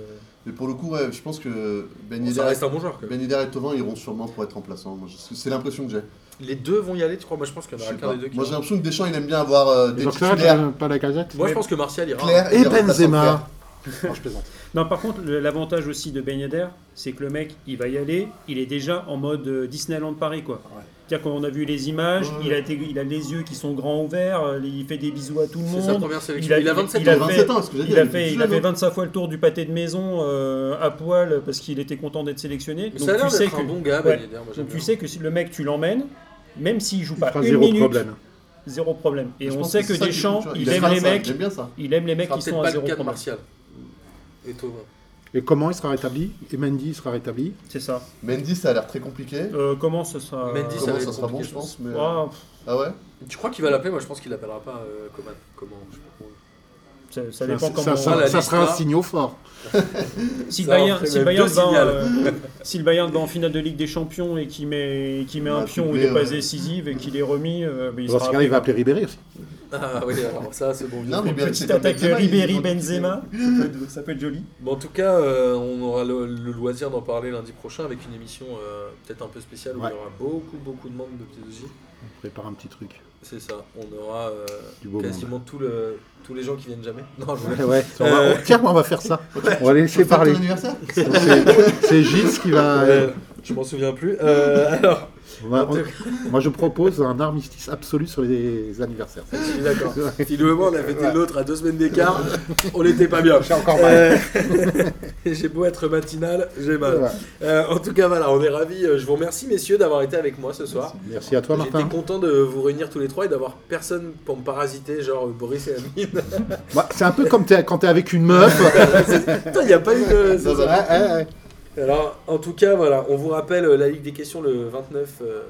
Mais pour le coup, ouais, je pense que Ben Bon, Yedder, ça reste un bon joueur quand même. Ben Yedder et Tovin iront sûrement pour être remplaçants. Moi, je- C'est l'impression que j'ai. Les deux vont y aller, tu crois Moi je pense qu'il y Je en aura sais qu'un pas. des deux qui Moi, j'ai ira. l'impression que Deschamps, il aime bien avoir euh, Et des donc là, titulaires t'as pas la casette Moi je pense que Martial ira. clairs Et des remplaçants Benzema. clairs. je plaisante. Non par contre le- l'avantage aussi de Ben Yedder, c'est que le mec il va y aller, il est déjà en mode euh, Disneyland Paris quoi. Ouais. C'est-à-dire qu'on a vu les images, Ouais. il, a été- il a les yeux qui sont grands ouverts, euh, il fait des bisous à tout le C'est sa monde. première Il sélection. a- Il a 27 il a ans. Il a 27 ans, ce que j'ai dit. Il a était fait, tout il a jeune, fait hein. 25 fois le tour du pâté de maison euh, à poil parce qu'il était content d'être sélectionné. Mais Donc ça a l'air tu sais d'être que, un bon gars, Ouais. Ben Yedder. moi, j'aime donc tu bien. sais que si le mec tu l'emmènes, même s'il joue pas Pas Bah, une zéro minute, problème. zéro problème. Et Je on pense sait que, c'est ça Deschamps, qui- il a aime ça, les ça, mecs, J'aime bien ça. il aime les mecs Ce qui sera sont peut-être à pas zéro le cas de problème. Martial. Et Thauvin. Et comment il sera rétabli Et Mendy sera rétabli C'est ça. Mendy, ça a l'air très compliqué. Euh, comment ce sera Mendy, ça va Comment être ça sera bon, compliqué, je pense. mais- Ah, pff, Ah ouais Tu crois qu'il va l'appeler Moi, je pense qu'il l'appellera pas euh, Coman. Comment je sais pas comment. euh, ça, ça dépend comment. ça, ça- la ça liste, sera là. un signal fort. si, le ça en Bayern, ferait si le même Bayern deux va, signaux. euh, si le Bayern va en finale de Ligue des Champions et qu'il met, qu'il met On un va pion où il euh, couper, n'est pas ouais. décisif et qu'il est remis, euh, ben, il Dans ce sera cas-là, il va appeler Ribéry aussi. [laughs] Ah oui, alors ça, c'est bon. vieux. Non, mais bien Petite attaque Benzema, il- Ribéry Benzema, ça peut être- ça peut être joli. Bon, en tout cas, euh, on aura le, le loisir d'en parler lundi prochain avec une émission euh, peut-être un peu spéciale où Ouais. il y aura beaucoup, beaucoup de membres de P2J. On prépare un petit truc. C'est ça. On aura euh, Du beau quasiment tout le, tous les gens qui viennent jamais. Non, [laughs] je Ouais, ouais. Euh, On va- on- Tiens, on va faire ça. On va les C'est laisser ton parler. [laughs] anniversaire C'est- C'est Gilles qui va. Euh, je m'en souviens plus. Euh, alors, on va- on- moi, je propose un armistice absolu sur les anniversaires. je suis d'accord. Philou et moi, on a fêté l'autre à deux semaines d'écart. On n'était pas bien. J'ai encore Euh, [laughs] j'ai beau être matinal, j'ai mal. Ouais. Euh, en tout cas, voilà, on est ravis. Euh, Je vous remercie, messieurs, d'avoir été avec moi ce soir. Merci à toi, J'étais Martin. content de vous réunir tous les trois et d'avoir personne pour me parasiter, genre euh, Boris et Amine. [laughs] Ouais, Bah, c'est un peu comme t'es- quand t'es avec [laughs] une meuf. Putain, Il n'y a pas eu de. c'est Non, ça. bah, Ouais, ouais, ouais. Alors, en tout cas, voilà, on vous rappelle euh, la Ligue des questions le 29 euh,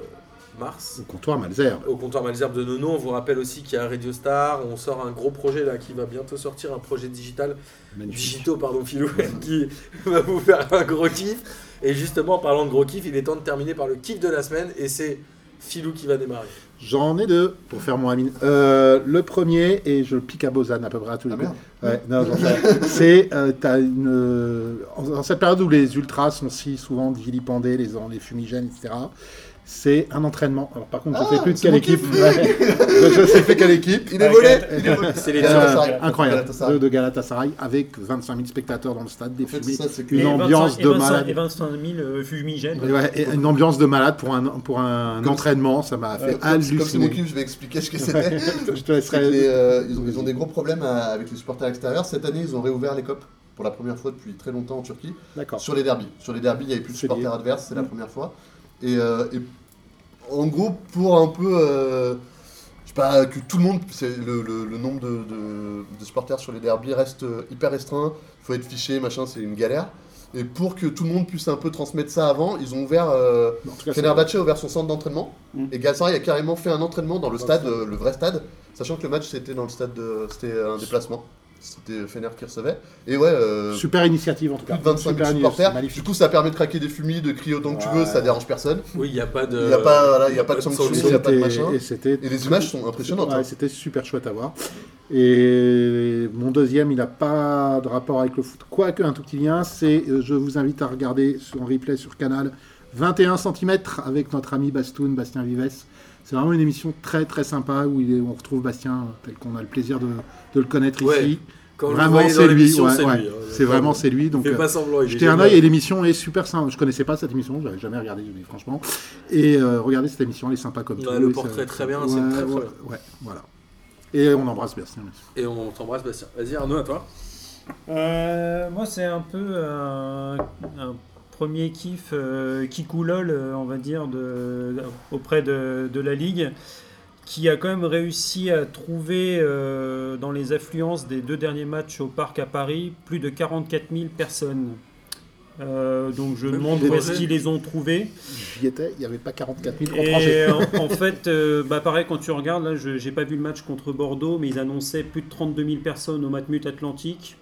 mars. Au comptoir Malzer. Au comptoir Malzerbe de Nono, on vous rappelle aussi qu'il y a Radio Star, on sort un gros projet là qui va bientôt sortir, un projet digital, Magnifique. digito pardon Philou, [laughs] qui va vous faire un gros kiff. Et justement, en parlant de gros kiff, il est temps de terminer par le kiff de la semaine et c'est Philou qui va démarrer. J'en ai deux pour faire mon amine. Euh, le premier, et je le pique à Bozan à peu près à tous les Ah coups. merde. Ouais, non, j'en sais. c'est euh, t'as une euh, en- dans cette période où les ultras sont si souvent vilipendés, les les fumigènes, etc. C'est un entraînement. Alors par contre, je Ah, sais plus de c'est quelle mon équipe. kiff. Ouais. Je sais plus quelle équipe. Il est Ah, volé. quatre. Il est volé. C'est les Euh, tiens. Galatasaray. incroyable. Galatasaray. Deux de Galatasaray avec 25 000 spectateurs dans le stade, des En fait, fumées, ça, c'est que- une Et ambiance 25 de et 25 malade. Et 25 000 euh, fumigènes. Ouais, et une ambiance de malade pour un pour un Comme- entraînement, ça m'a fait Euh, comme c'est comme c'est mon halluciner. kiff, je vais expliquer ce que [laughs] c'était. je te C'est que laisserai. les, euh, ils, ont, ils ont des gros problèmes à- avec les supporters extérieurs. Cette année, ils ont réouvert les COP pour la première fois depuis très longtemps en Turquie. D'accord. Sur les derbys. Sur les derbys, il n'y avait plus de C'est lié. supporters adverses, c'est la première fois. Et, euh, et en gros, pour un peu. euh, je sais pas, que tout le monde. c'est Le, le- le nombre de, de- de supporters sur les derbys reste euh, hyper restreint. faut être fiché, machin, c'est une galère. Et pour que tout le monde puisse un peu transmettre ça avant, ils ont ouvert. euh, En tout cas, c'est- Fenerbahçe a ouvert son centre d'entraînement Mm. et Galatasaray a carrément fait un entraînement dans le stade, euh, le vrai stade, sachant que le match c'était dans le stade, de- c'était un déplacement, c'était Fener qui recevait. Et ouais, euh, plus Super initiative en tout cas. de 25 Super 000 initiative, supporters. Du magnifique. coup, ça permet de craquer des fumis, de crier autant que tu veux, Ouais. ça dérange personne. Oui, il n'y a pas de. Il y a pas- voilà, il y a pas de sanction, Et il y a pas de c'était- machin. Et c'était Et les images sont impressionnantes. Ouais, hein. C'était super chouette à voir. Et mon deuxième, il n'a pas de rapport avec le foot, quoique un tout petit lien, c'est euh, je vous invite à regarder en replay sur Canal 21 cm avec notre ami Bastoun, Bastien Vives. C'est vraiment une émission très très sympa où il est- on retrouve Bastien euh, tel qu'on a le plaisir de, de le connaître Ouais. ici. Quand vous vraiment voyez dans c'est lui, l'émission, ouais, c'est ouais. lui, hein. C'est vraiment c'est lui. Il Donc, fait euh, pas semblant. il est Jetez un génial. œil et l'émission est super sympa. Je connaissais pas cette émission, j'avais jamais regardé, mais franchement. Et euh, regardez cette émission, elle est sympa comme Ouais, tout. le et portrait ça- très bien, ouais, c'est très, très ouais, bien. ouais, voilà. Et on embrasse Bastien. bien sûr. Et on t'embrasse, Bastien. Vas-y, Arnaud, à toi. Euh, moi, c'est un peu un, un premier kiff euh, qui coulole, euh, on va dire, de, auprès de, de la Ligue, qui a quand même réussi à trouver euh, dans les affluences des deux derniers matchs au Parc à Paris plus de 44 000 personnes. Euh, donc je me Même demande les où est-ce Français. qu'ils les ont trouvés. J'y étais, il n'y avait pas 44 000 étrangers. Et euh, en, en fait, euh, bah pareil, quand tu regardes, là, je j'ai pas vu le match contre Bordeaux, mais ils annonçaient plus de 32 000 personnes au Matmut Atlantique.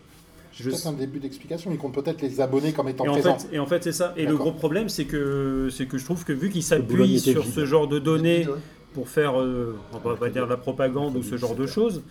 J'ai Je- peut-être un début d'explication. Ils comptent peut-être les abonnés comme étant Et en, présents. fait, et en fait, c'est ça. Et le D'accord. gros problème, c'est que, c'est que je trouve que vu qu'ils Boulogne s'appuient était sur vide. ce genre de données Ouais. pour faire, euh, on va pas dire de la propagande ou ce genre de choses,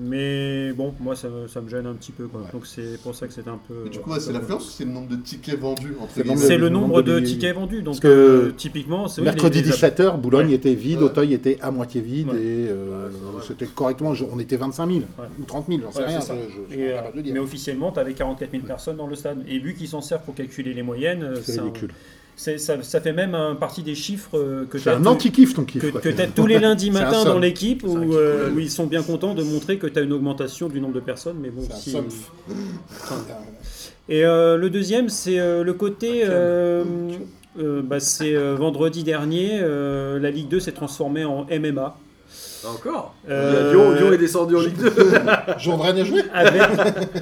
mais bon, moi, ça, me- ça me gêne un petit peu. quoi. Ouais. Donc c'est pour ça que c'est un peu. euh, Et du coup, ouais, c'est l'affluence ou c'est le nombre de tickets vendus entre C'est le guillemets C'est le Le nombre nombre de de billets. tickets vendus. Donc Parce que euh, typiquement, c'est oui, les- Mercredi les- 17h, Boulogne Ouais. était vide, Ouais. Auteuil était à moitié vide, Ouais. et euh, Ouais, c'est normal. c'était correctement, je- on était 25 000 Ouais. ou 30 000, j'en sais Ouais, rien. c'est ça, je- je suis Et, euh, capable de le dire. mais officiellement, tu avais 44 000 personnes dans le stade. Et vu qu'ils s'en servent pour calculer les moyennes, euh, C'est c'est un- ridicule. c'est- ça, ça fait même un partie des chiffres euh, que tu C'est as, un anti-kiff ton kiff. que, quoi. que t'as tous les [laughs] lundis un matins somme. dans l'équipe un où, kiff. euh, où ils sont bien contents de montrer que tu as une augmentation du nombre de personnes. Mais bon, C'est un si- somph. Et euh, le deuxième, c'est euh, le côté. Raquel. euh, euh, bah, c'est euh, vendredi dernier, euh, la Ligue 2 s'est transformée en MMA. Bah, Encore Euh, Lyon, Lyon est descendu en Ligue 2. Jourdain a joué. avec,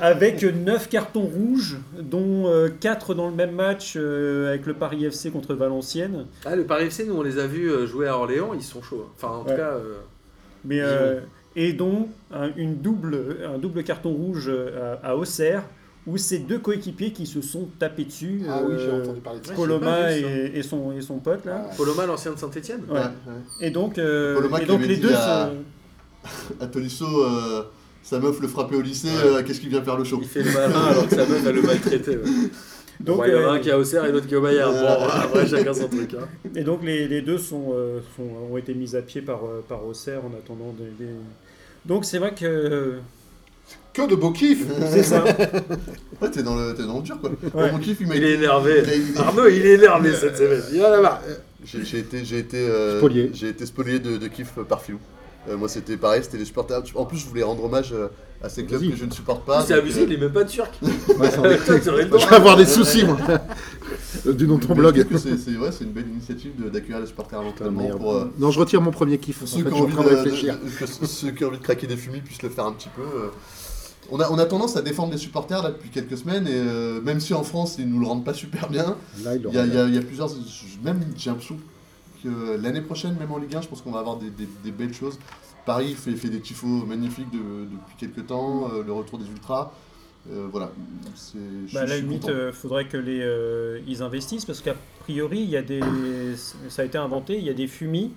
[laughs] avec 9 cartons rouges, dont 4 dans le même match euh, avec le Paris FC contre Valenciennes. [laughs] Ah, le Paris FC, nous, on les a vus euh, jouer à Orléans, ils sont chauds. hein. Enfin, en tout Ouais. cas, euh, Mais, euh, et dont un, une double, un double carton rouge euh, à, à Auxerre, où ces deux coéquipiers qui se sont tapés dessus, Ah oui, j'ai euh, entendu parler de ça. Ouais, Coloma j'ai pas vu et, et son, et son pote. Là. Coloma, l'ancien de Saint-Etienne. Ouais. Et donc, euh, Coloma et qui donc avait les dit deux à- sont- À Tolisso, euh, sa meuf le frappait au lycée, euh, qu'est-ce qu'il vient faire le show Il fait le malin alors que sa meuf, elle le maltraitait. ouais. donc, Bon, il y en a euh, un qui est à Auxerre et l'autre qui est au Bayard. Bon, après, chacun son truc. hein. Et donc les, les deux sont, euh, sont- ont été mis à pied par, euh, par Auxerre en attendant des... des- Donc c'est vrai que... euh, Que de beaux kiffs. C'est ça. Ouais, t'es dans, le- t'es dans le dur quoi. Ouais. Mon kiff, il m'a Il est énervé. il a- il a- Arnaud, il est énervé cette semaine. Il en a marre. J'ai j'ai été, j'ai été, euh, Spolié. j'ai été spolié de, de kiff par Philou. Euh, moi, c'était pareil, c'était les supporters. En plus, je voulais rendre hommage euh, à ces clubs Vas-y. que je ne supporte pas. C'est donc, euh, abusé, il est même pas turc. Ouais, [laughs] c'est Avec embêtant. toi, tu aurais [laughs] Je vais avoir des soucis, moi. Euh, Du nom de euh, ton mais blog. je trouve que C'est c'est- ouais, c'est une belle initiative de- d'accueillir les supporters à l'entraînement Merde. pour. euh, Non, je retire mon premier kiff. En pour fait, ceux, je qui ont suis en envie train de, de réfléchir. de- que ceux qui ont envie de craquer des fumis puissent le faire un petit peu. euh. On a, on a tendance à défendre les supporters là depuis quelques semaines et euh, même si en France ils nous le rendent pas super bien, Là, il il aura- y, a- il y a- il y a plusieurs. Même j'ai l'impression que que l'année prochaine, même en Ligue 1, je pense qu'on va avoir des, des- des belles choses. Paris fait, fait des tifos magnifiques de- depuis quelques temps, euh, le retour des ultras. Euh, voilà. C'est- je Bah, à la suis- je suis limite, content. euh, faudrait que les euh, ils investissent parce qu'a priori, il y a des ça a été inventé, il y a des fumis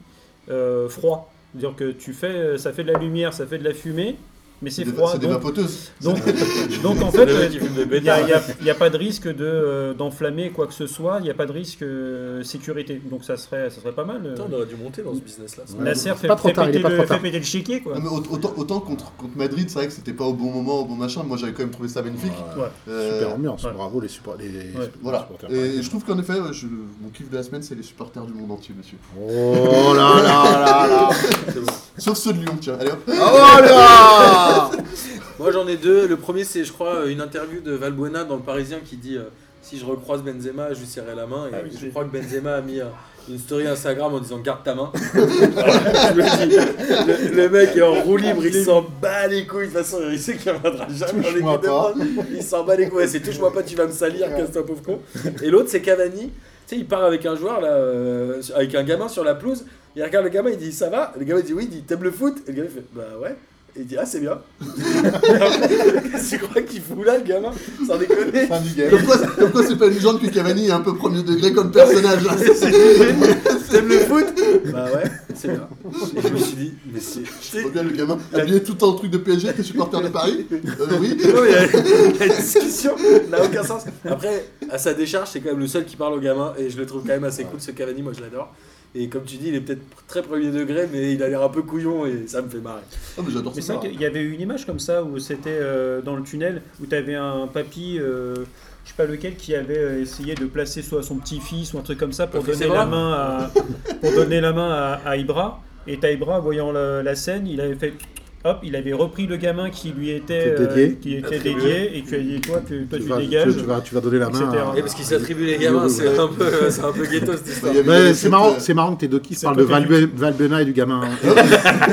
euh, froids. C'est-à-dire que tu fais euh, ça fait de la lumière, ça fait de la fumée, mais c'est des- froid. C'est des donc, vapoteuses. donc, [laughs] donc, en C'est fait, le mec euh, qui fume des il n'y a, bêtards. il y a- il y a pas de risque de euh, d'enflammer quoi que ce soit, il n'y a pas de risque euh, sécurité. Donc ça serait ça serait pas mal. euh. Putain, on aurait dû monter dans ce business-là. ça. Ouais. Nasser C'est fait, pas trop fait tard, il est péter pas trop le, tard. fait péter le chiquier quoi. Non, mais au- autant, autant contre, contre Madrid, c'est vrai que c'était pas au bon moment, au bon machin. Moi, j'avais quand même trouvé ça magnifique. Ouais. Euh, Super ambiance, ouais. bravo les, support- les- les Ouais. Voilà. supporters. Et je trouve qu'en effet, ouais, je- mon kiff de la semaine, c'est les supporters du monde entier, monsieur. Oh [laughs] là là là là C'est bon. Sauf ceux de Lyon, tiens. Allez hop. Oh là Moi j'en ai deux. Le premier c'est je crois une interview de Valbuena dans le Parisien qui dit euh, si je recroise Benzema je lui serrai la main et Ah oui, je j'ai crois que Benzema a mis euh, une story Instagram en disant garde ta [laughs] main. [laughs] je me dis le, le mec est en roue libre, il s'en bat les couilles. De toute façon il sait qu'il reviendra jamais dans Touche-moi l'équipe de pas. France. Il s'en bat les couilles. Ouais, C'est touche-moi pas tu vas me salir casse-toi pauvre con. Et l'autre c'est Cavani. Tu sais, il part avec un joueur là, euh, avec un gamin sur la pelouse. Il regarde le gamin, il dit ça va. Le gamin il dit oui, il dit t'aimes le foot. Et le gamin il fait bah ouais. Et il dit ah c'est bien. [laughs] Qu'est-ce que tu crois qu'il fout là le gamin Sans déconner Fin du game. Ah, Comme quoi, comme quoi, c'est pas une genre que Cavani est un peu premier degré comme personnage. [laughs] hein. [laughs] T'aimes le foot Bah ouais, c'est bien. Et je me suis dit, mais c'est. Je c'est- vois bien le gamin habillé tout en truc de PSG, t'es supporter de Paris Euh, Oui. Non, mais la, la discussion n'a aucun sens. Après, à sa décharge, c'est quand même le seul qui parle au gamin et je le trouve quand même assez cool ce Cavani, moi je l'adore. Et comme tu dis, il est peut-être très premier degré, mais il a l'air un peu couillon et ça me fait marrer. Ah, mais j'adore Mais c'est ça. vrai qu'il y avait eu une image comme ça où c'était euh, dans le tunnel où tu avais un papy, euh, je sais pas lequel, qui avait euh, essayé de placer soit son petit-fils ou un truc comme ça pour Patrice donner la Evra main à pour donner la main à, à Ibra. Et t'as Ibra voyant la, la scène, il avait fait hop, il avait repris le gamin qui lui était euh, Qui est dédié. qui était Attribué. dédié et qui a dit toi tu, toi, Tu tu vas- tu- dégages. tu vas- tu vas donner la main. etc. à- Et parce qu'il s'attribue les gamins, c'est un peu, c'est un peu ghetto cette Bah, histoire. il y avait- il y Ouais, avait c'est cette, marrant, euh, c'est marrant que tes deux kiffs c'est parlent un de peu Valbe- Valbena et du [laughs] gamin.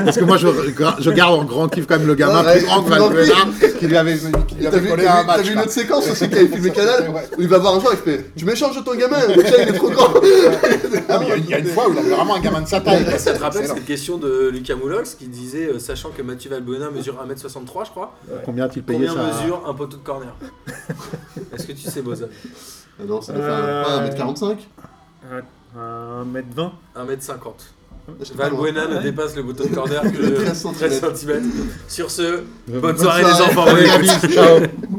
Parce que moi, je, je garde en grand kiff quand même le gamin Ouais, plus grand que ouais, [laughs] Valbena, qui lui avait, qui lui T'as avait vu, collé t'as un vu- t'as match. vu une quoi. autre séquence [laughs] aussi qui avait filmé Canal où il va voir un joueur et il fait Tu m'échanges de ton gamin, le tien il est trop grand. Ah, mais il y a- il y a une fois où il avait vraiment un gamin de sa taille. quoi. Ça te rappelle Excellent. cette question de Lucas Moulox qui disait, euh, sachant que Mathieu Valbuena mesure 1m63, je crois, Combien a-t-il payé combien ça hein. mesure un poteau de corner [laughs] Est-ce que tu sais, Boza Ah Non, ça doit faire un- quoi, 1m45 Un mètre 20 1m50. J'étais pas loin. Valbuena ne Ouais. dépasse le bouton de corner que [laughs] Que de de 13 13 centimètres. cm. Sur ce, Euh, bonne soirée les soirée. enfants. Allez, la bise, ciao